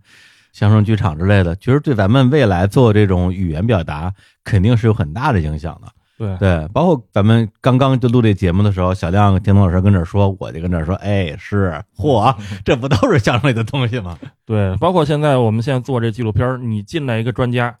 Speaker 1: 相声剧场之类的，其实对咱们未来做这种语言表达肯定是有很大的影响的。
Speaker 3: 对
Speaker 1: 对，包括咱们刚刚就录这节目的时候，小亮、田东老师跟这儿说，我就跟这儿说，哎，是嚯，这不都是相声里的东西吗？
Speaker 3: 对，包括现在我们现在做这纪录片儿，你进来一个专家，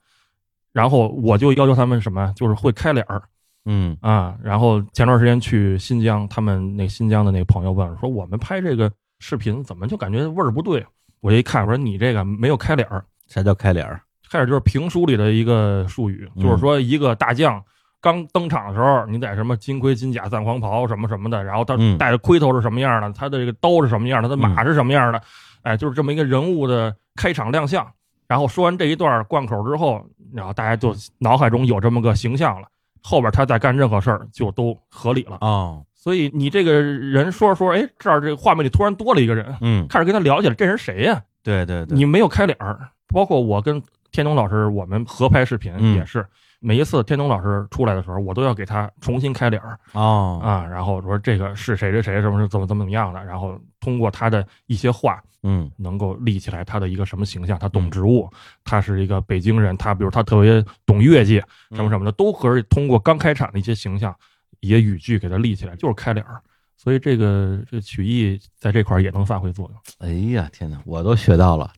Speaker 3: 然后我就要求他们什么，就是会开脸儿
Speaker 1: 嗯
Speaker 3: 啊。然后前段时间去新疆，他们那新疆的那个朋友问说，我们拍这个啊视频怎么就感觉味儿不对？我一看，我说你这个没有开脸儿，
Speaker 1: 啥叫开脸儿？
Speaker 3: 开始就是评书里的一个术语，
Speaker 1: 嗯
Speaker 3: 就是说一个大将刚登场的时候，你得什么金盔金甲战黄袍什么什么的，然后他
Speaker 1: 嗯
Speaker 3: 戴的盔头是什么样的，他的这个刀是什么样的，他的马是什么样的，哎，就是这么一个人物的开场亮相。然后说完这一段贯口之后，然后大家就脑海中有这么个形象了，后边他再干任何事儿就都合理了。
Speaker 1: 哦，
Speaker 3: 所以你这个人说着说着，哎，这儿这个画面里突然多了一个人，
Speaker 1: 嗯，
Speaker 3: 开始跟他聊起来，这人谁呀、
Speaker 1: 对对对，
Speaker 3: 你没有开脸儿。包括我跟天童老师，我们合拍视频
Speaker 1: 嗯
Speaker 3: 也是，每一次天童老师出来的时候，我都要给他重新开脸儿
Speaker 1: 哦，
Speaker 3: 啊，然后说这个是谁谁谁，什么是怎么怎么怎么样的，然后通过他的一些话，
Speaker 1: 嗯
Speaker 3: 能够立起来他的一个什么形象，他懂植物，他是一个北京人，他比如他特别懂乐器，
Speaker 1: 嗯
Speaker 3: 什么什么的，都可以通过刚开场的一些形象，一些语句给他立起来，就是开脸儿。所以这个这个曲艺在这块儿也能发挥作用。
Speaker 1: 哎呀，天哪，我都学到了。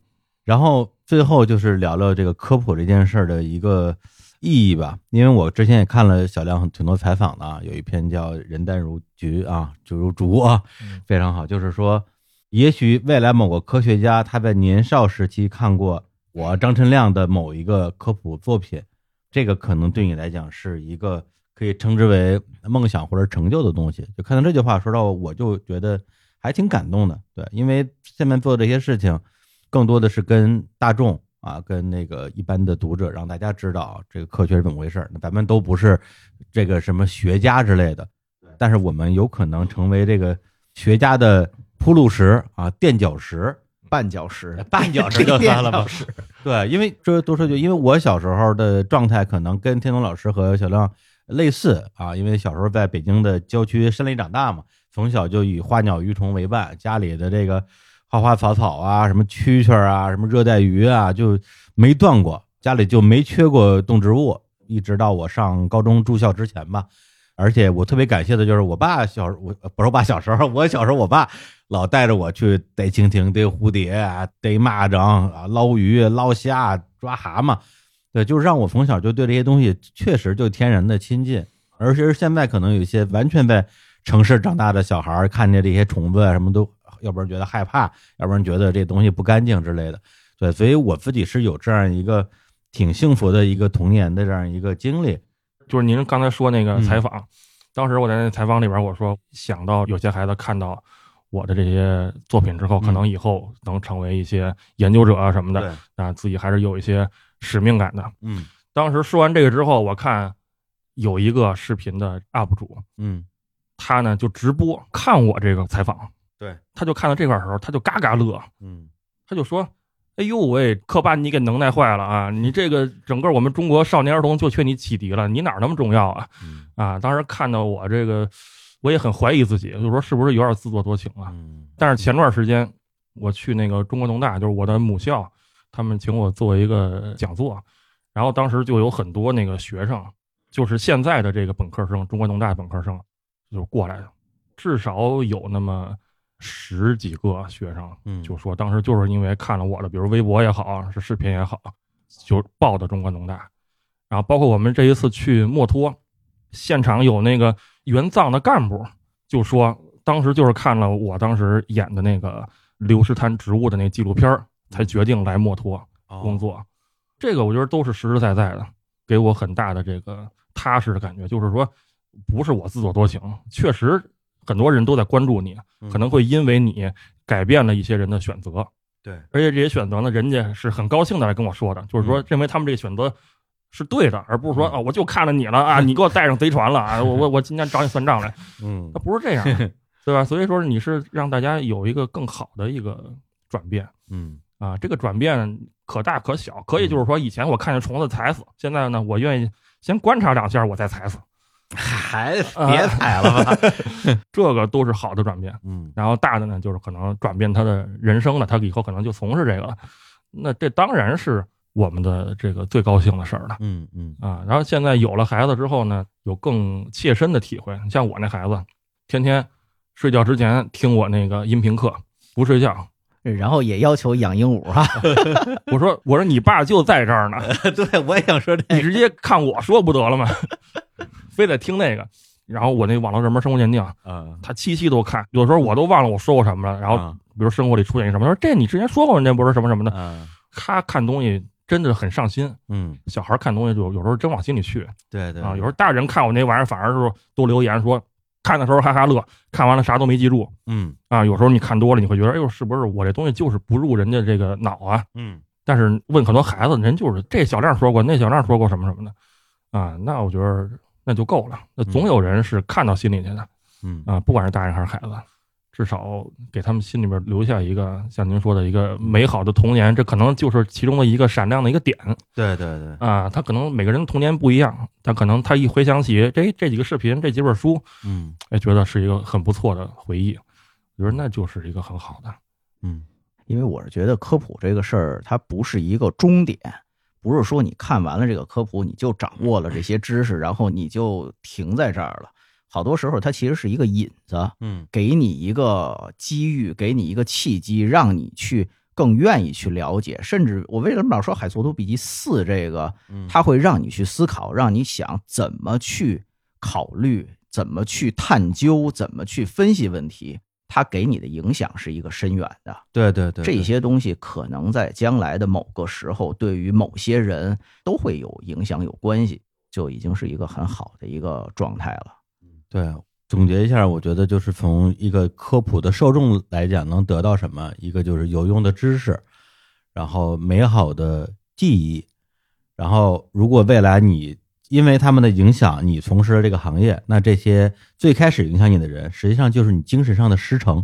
Speaker 1: 然后最后就是聊聊这个科普这件事儿的一个意义吧，因为我之前也看了小亮挺多采访的啊，有一篇叫《人淡如菊》啊，就如竹啊
Speaker 3: 嗯，
Speaker 1: 非常好。就是说，也许未来某个科学家他在年少时期看过我张晨亮的某一个科普作品，这个可能对你来讲是一个可以称之为梦想或者成就的东西。就看到这句话，说到我就觉得还挺感动的。对，因为下面做这些事情，更多的是跟大众啊，跟那个一般的读者，让大家知道啊这个科学是怎么回事儿。那咱们都不是这个什么学家之类的，但是我们有可能成为这个学家的铺路石啊，垫脚石。
Speaker 2: 绊脚石，
Speaker 1: 绊脚石就算了吧
Speaker 2: 绊脚石
Speaker 1: 对，因为这多说句，因为我小时候的状态可能跟天童老师和小亮类似啊，因为小时候在北京的郊区山里长大嘛，从小就以花鸟鱼虫为伴，家里的这个花花草草啊，什么蛐蛐儿啊，什么热带鱼啊，就没断过，家里就没缺过动植物，一直到我上高中住校之前吧。而且我特别感谢的就是我爸小我呃不是我爸小时候，我小时候我爸老带着我去逮蜻蜓、逮蝴蝶啊、逮蚂蚱啊、捞鱼、捞虾、抓蛤蟆，对，就是让我从小就对这些东西确实就天然的亲近。而且是现在可能有一些完全在城市长大的小孩儿看见这些虫子啊什么都，要不然觉得害怕，要不然觉得这东西不干净之类的。对，所以我自己是有这样一个挺幸福的一个童年的这样一个经历。
Speaker 3: 就是您刚才说那个
Speaker 1: 嗯
Speaker 3: 采访，当时我在那采访里边我说，想到有些孩子看到我的这些作品之后，可能以后能成为一些研究者啊什么的，
Speaker 1: 嗯对，
Speaker 3: 那自己还是有一些使命感的。
Speaker 1: 嗯
Speaker 3: 当时说完这个之后，我看有一个视频的 UP 主，
Speaker 1: 嗯，
Speaker 3: 他呢就直播看我这个采访，
Speaker 1: 对，
Speaker 3: 他就看到这块儿的时候，他就嘎嘎乐，
Speaker 1: 嗯，
Speaker 3: 他就说：“哎呦喂，科巴你给能耐坏了啊！你这个整个我们中国少年儿童就缺你启迪了，你哪儿那么重要啊
Speaker 1: 嗯？”
Speaker 3: 啊，当时看到我这个，我也很怀疑自己，就说是不是有点自作多情啊？
Speaker 1: 嗯
Speaker 3: 但是前段时间我去那个中国农大，就是我的母校，他们请我做一个讲座，然后当时就有很多那个学生，就是现在的这个本科生，中国农大本科生，就是过来的，至少有那么十几个学生，
Speaker 1: 嗯
Speaker 3: 就说当时就是因为看了我的，比如微博也好，是视频也好，就报的中国农大，然后包括我们这一次去墨脱，现场有那个援藏的干部就说，当时就是看了我当时演的那个流石滩植物的那纪录片儿，才决定来墨脱
Speaker 1: 哦
Speaker 3: 工作。这个我觉得都是实实在在的，给我很大的这个踏实的感觉，就是说不是我自作多情，确实很多人都在关注你，可能会因为你改变了一些人的选择。
Speaker 1: 对，
Speaker 3: 而且这些选择呢，人家是很高兴的来跟我说的，就是说认为他们这个选择是对的，而不是说啊我就看了你了啊，你给我带上贼船了啊，我我我今天找你算账来，
Speaker 1: 嗯
Speaker 3: 那不是这样的，对吧？所以说你是让大家有一个更好的一个转变
Speaker 1: 嗯
Speaker 3: 啊，这个转变可大可小，可以就是说以前我看见虫子踩死，现在呢我愿意先观察两下我再踩死，
Speaker 1: 还
Speaker 3: 别
Speaker 1: 踩了吧，
Speaker 3: 这个都是好的转变。
Speaker 1: 嗯
Speaker 3: 然后大的呢，就是可能转变他的人生了，他以后可能就从事这个了。那这当然是我们的这个最高兴的事儿了
Speaker 1: 嗯嗯
Speaker 3: 啊。然后现在有了孩子之后呢，有更切身的体会。你像我那孩子，天天睡觉之前听我那个音频课，不睡觉。
Speaker 2: 然后也要求养鹦鹉啊，
Speaker 3: 我说我说你爸就在这儿呢，
Speaker 1: 对，我也想说这
Speaker 3: 你直接看我说不得了吗？ 非得听那个。然后我那网络热门生活鉴定，
Speaker 1: 啊
Speaker 3: 他七期都看，有时候我都忘了我说过什么了。然后
Speaker 1: 啊
Speaker 3: 比如生活里出现一什么，他说这你之前说过，这不是什么什么的，
Speaker 1: 啊
Speaker 3: 他看东西真的很上心。
Speaker 1: 嗯，
Speaker 3: 小孩看东西有有时候真往心里去
Speaker 1: 对对
Speaker 3: 啊，有时候大人看我那玩意儿，反而是都留言说看的时候哈哈乐，看完了啥都没记住
Speaker 1: 嗯
Speaker 3: 啊。有时候你看多了，你会觉得哎呦，是不是我这东西就是不入人家这个脑啊？
Speaker 1: 嗯
Speaker 3: 但是问很多孩子，人就是这小亮说过，那小亮说过什么什么的，啊，那我觉得那就够了。那总有人是看到心里去的
Speaker 1: 嗯
Speaker 3: 啊，不管是大人还是孩子，至少给他们心里边留下一个像您说的一个美好的童年，这可能就是其中的一个闪亮的一个点
Speaker 1: 对对对，
Speaker 3: 啊。他可能每个人童年不一样，他可能他一回想起这这几个视频、这几本书，
Speaker 1: 嗯
Speaker 3: 哎，觉得是一个很不错的回忆。我觉得那就是一个很好的，
Speaker 1: 嗯
Speaker 2: 因为我是觉得科普这个事儿，它不是一个终点，不是说你看完了这个科普，你就掌握了这些知识，然后你就停在这儿了。好多时候，它其实是一个引子，
Speaker 1: 嗯
Speaker 2: 给你一个机遇，给你一个契机，让你去更愿意去了解。甚至我为什么老说《海索图笔记四》这个，
Speaker 1: 嗯，
Speaker 2: 它会让你去思考，让你想怎么去考虑，怎么去探究，怎么去分析问题。它给你的影响是一个深远的。
Speaker 1: 对对对，
Speaker 2: 这
Speaker 1: 对
Speaker 2: 些东西可能在将来的某个时候，对于某些人都会有影响、有关系，就已经是一个很好的一个状态了。
Speaker 1: 对，总结一下，我觉得就是从一个科普的受众来讲，能得到什么？一个就是有用的知识，然后美好的记忆，然后如果未来你因为他们的影响，你从事了这个行业，那这些最开始影响你的人，实际上就是你精神上的师承。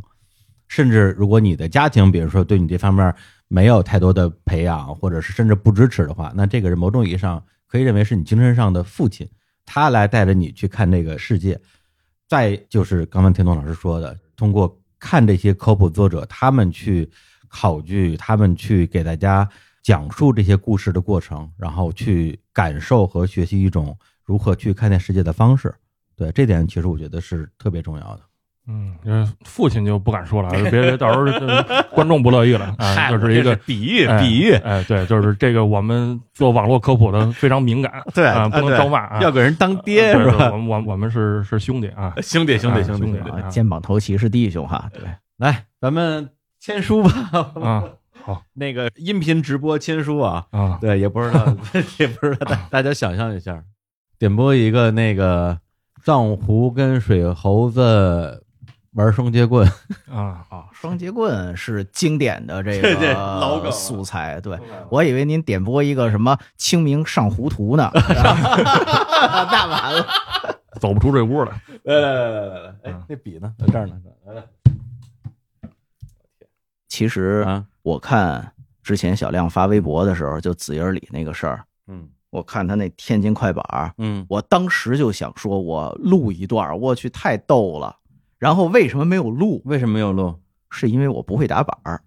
Speaker 1: 甚至如果你的家庭，比如说对你这方面没有太多的培养，或者是甚至不支持的话，那这个人某种意义上可以认为是你精神上的父亲，他来带着你去看这个世界。再就是刚才田东老师说的，通过看这些科普作者，他们去考据，他们去给大家讲述这些故事的过程，然后去感受和学习一种如何去看待世界的方式。对，这点其实我觉得是特别重要的。
Speaker 3: 嗯，就是父亲就不敢说了，别到时候这 观众不乐意了 啊，就是一个
Speaker 9: 比喻
Speaker 3: 哎
Speaker 9: 比喻，，
Speaker 3: 哎，对，就是这个我们做网络科普的非常敏感
Speaker 9: 对
Speaker 3: 啊，不能
Speaker 9: 对
Speaker 3: 招骂啊，
Speaker 9: 要给人当 爹
Speaker 3: 对
Speaker 9: 是
Speaker 3: 对
Speaker 9: 吧？
Speaker 3: 我们我们我们是是兄弟啊，
Speaker 9: 兄弟兄弟
Speaker 3: 哎
Speaker 9: 兄弟
Speaker 3: 兄弟
Speaker 9: 兄弟
Speaker 3: 啊
Speaker 2: 啊，肩膀头齐是弟兄哈，对，
Speaker 1: 来，咱们签书吧，
Speaker 9: 哎
Speaker 3: 啊
Speaker 1: 那个音频直播签书啊，
Speaker 3: 啊，
Speaker 1: 对，也不知道，也不知道，大大家想象一下，点播一个那个藏狐跟水猴子玩双截棍，
Speaker 3: 啊啊，
Speaker 2: 双截棍是经典的这
Speaker 9: 对对老梗
Speaker 2: 个
Speaker 9: 了
Speaker 2: 素材。对，我以为您点播一个什么《清明上糊涂》 呢，那完了。
Speaker 3: 走不出这屋了，
Speaker 1: 来来来来来来，哎
Speaker 3: 嗯，
Speaker 1: 那笔呢？在这儿呢，
Speaker 2: 其实
Speaker 1: 啊，
Speaker 2: 我看之前小亮发微博的时候，就紫影里那个事儿，
Speaker 1: 嗯
Speaker 2: 我看他那天津快板儿，
Speaker 1: 嗯，
Speaker 2: 我当时就想说，我录一段儿，我去太逗了。然后为什么没有录？
Speaker 1: 为什么没有录？
Speaker 2: 是因为我不会打板儿。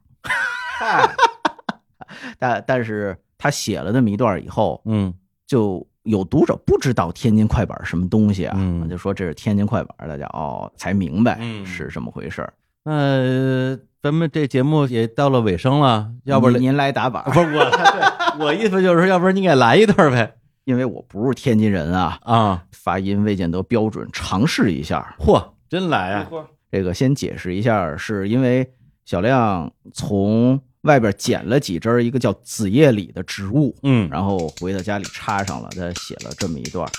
Speaker 2: 但但是他写了那么一段儿以后，
Speaker 1: 嗯
Speaker 2: 就有读者不知道天津快板儿什么东西啊，
Speaker 1: 嗯
Speaker 2: 就说这是天津快板儿，大家哦才明白
Speaker 1: 嗯
Speaker 2: 是这么回事儿。
Speaker 1: 那、咱们这节目也到了尾声了，要不然
Speaker 2: 您您来打板
Speaker 1: 啊
Speaker 2: 儿，
Speaker 1: 不是我， 对我意思就是说，要不然你给来一段呗
Speaker 2: 因为我不是天津人啊，
Speaker 1: 啊！
Speaker 2: 发音未见得标准，尝试一下。
Speaker 1: 嚯，真来啊！
Speaker 2: 这个先解释一下，是因为小亮从外边捡了几枝儿一个叫紫叶李的植物，
Speaker 1: 嗯
Speaker 2: 然后回到家里插上了，他写了这么一段儿，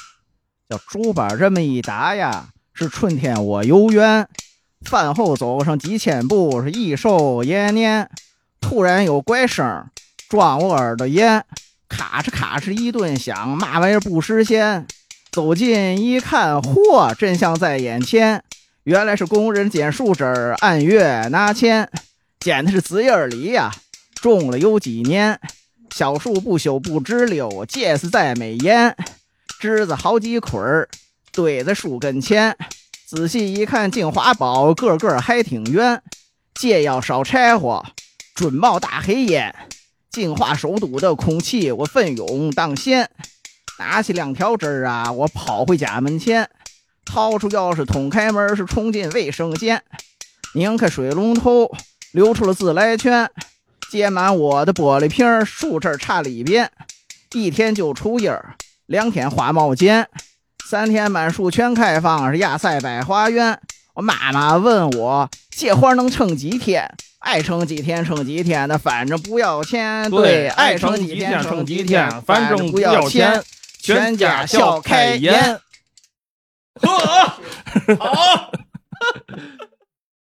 Speaker 2: 叫“竹板这么一打呀，是春天我游园，饭后走上几千步，是益寿延年。突然有怪声儿撞我耳朵眼，咔哧咔哧一顿响，嘛玩意儿不识先。走近一看，嚯，真相在眼前。原来是工人捡树枝儿，按月拿钱，捡的是紫叶儿梨呀、种啊了有几年。小树不朽不知柳，借是在美颜，枝子好几捆儿堆在树根前。仔细一看，镜华宝个个还挺圆，借要少柴火，准冒大黑烟。净化首都的空气，我奋勇当先。拿起两条枝儿啊，我跑回家门前，掏出钥匙捅开门，是冲进卫生间，拧开水龙头，流出了自来圈。接满我的玻璃瓶儿，树枝儿插里边，一天就出叶儿，两天花冒尖，三天满树全开放，是亚赛百花园。我妈妈问我借花能撑几天，爱撑几天撑几天的，反正不要钱。
Speaker 3: 对
Speaker 2: 爱撑
Speaker 3: 撑几
Speaker 2: 天
Speaker 3: 天
Speaker 2: 撑
Speaker 3: 撑几
Speaker 2: 天
Speaker 3: 天，
Speaker 2: 反
Speaker 3: 反正
Speaker 2: 不
Speaker 3: 不要
Speaker 2: 钱
Speaker 3: 钱。
Speaker 2: 全
Speaker 3: 全
Speaker 2: 家
Speaker 3: 家
Speaker 2: 笑
Speaker 3: 笑
Speaker 2: 开
Speaker 3: 开
Speaker 2: 颜
Speaker 3: 颜。
Speaker 4: 好，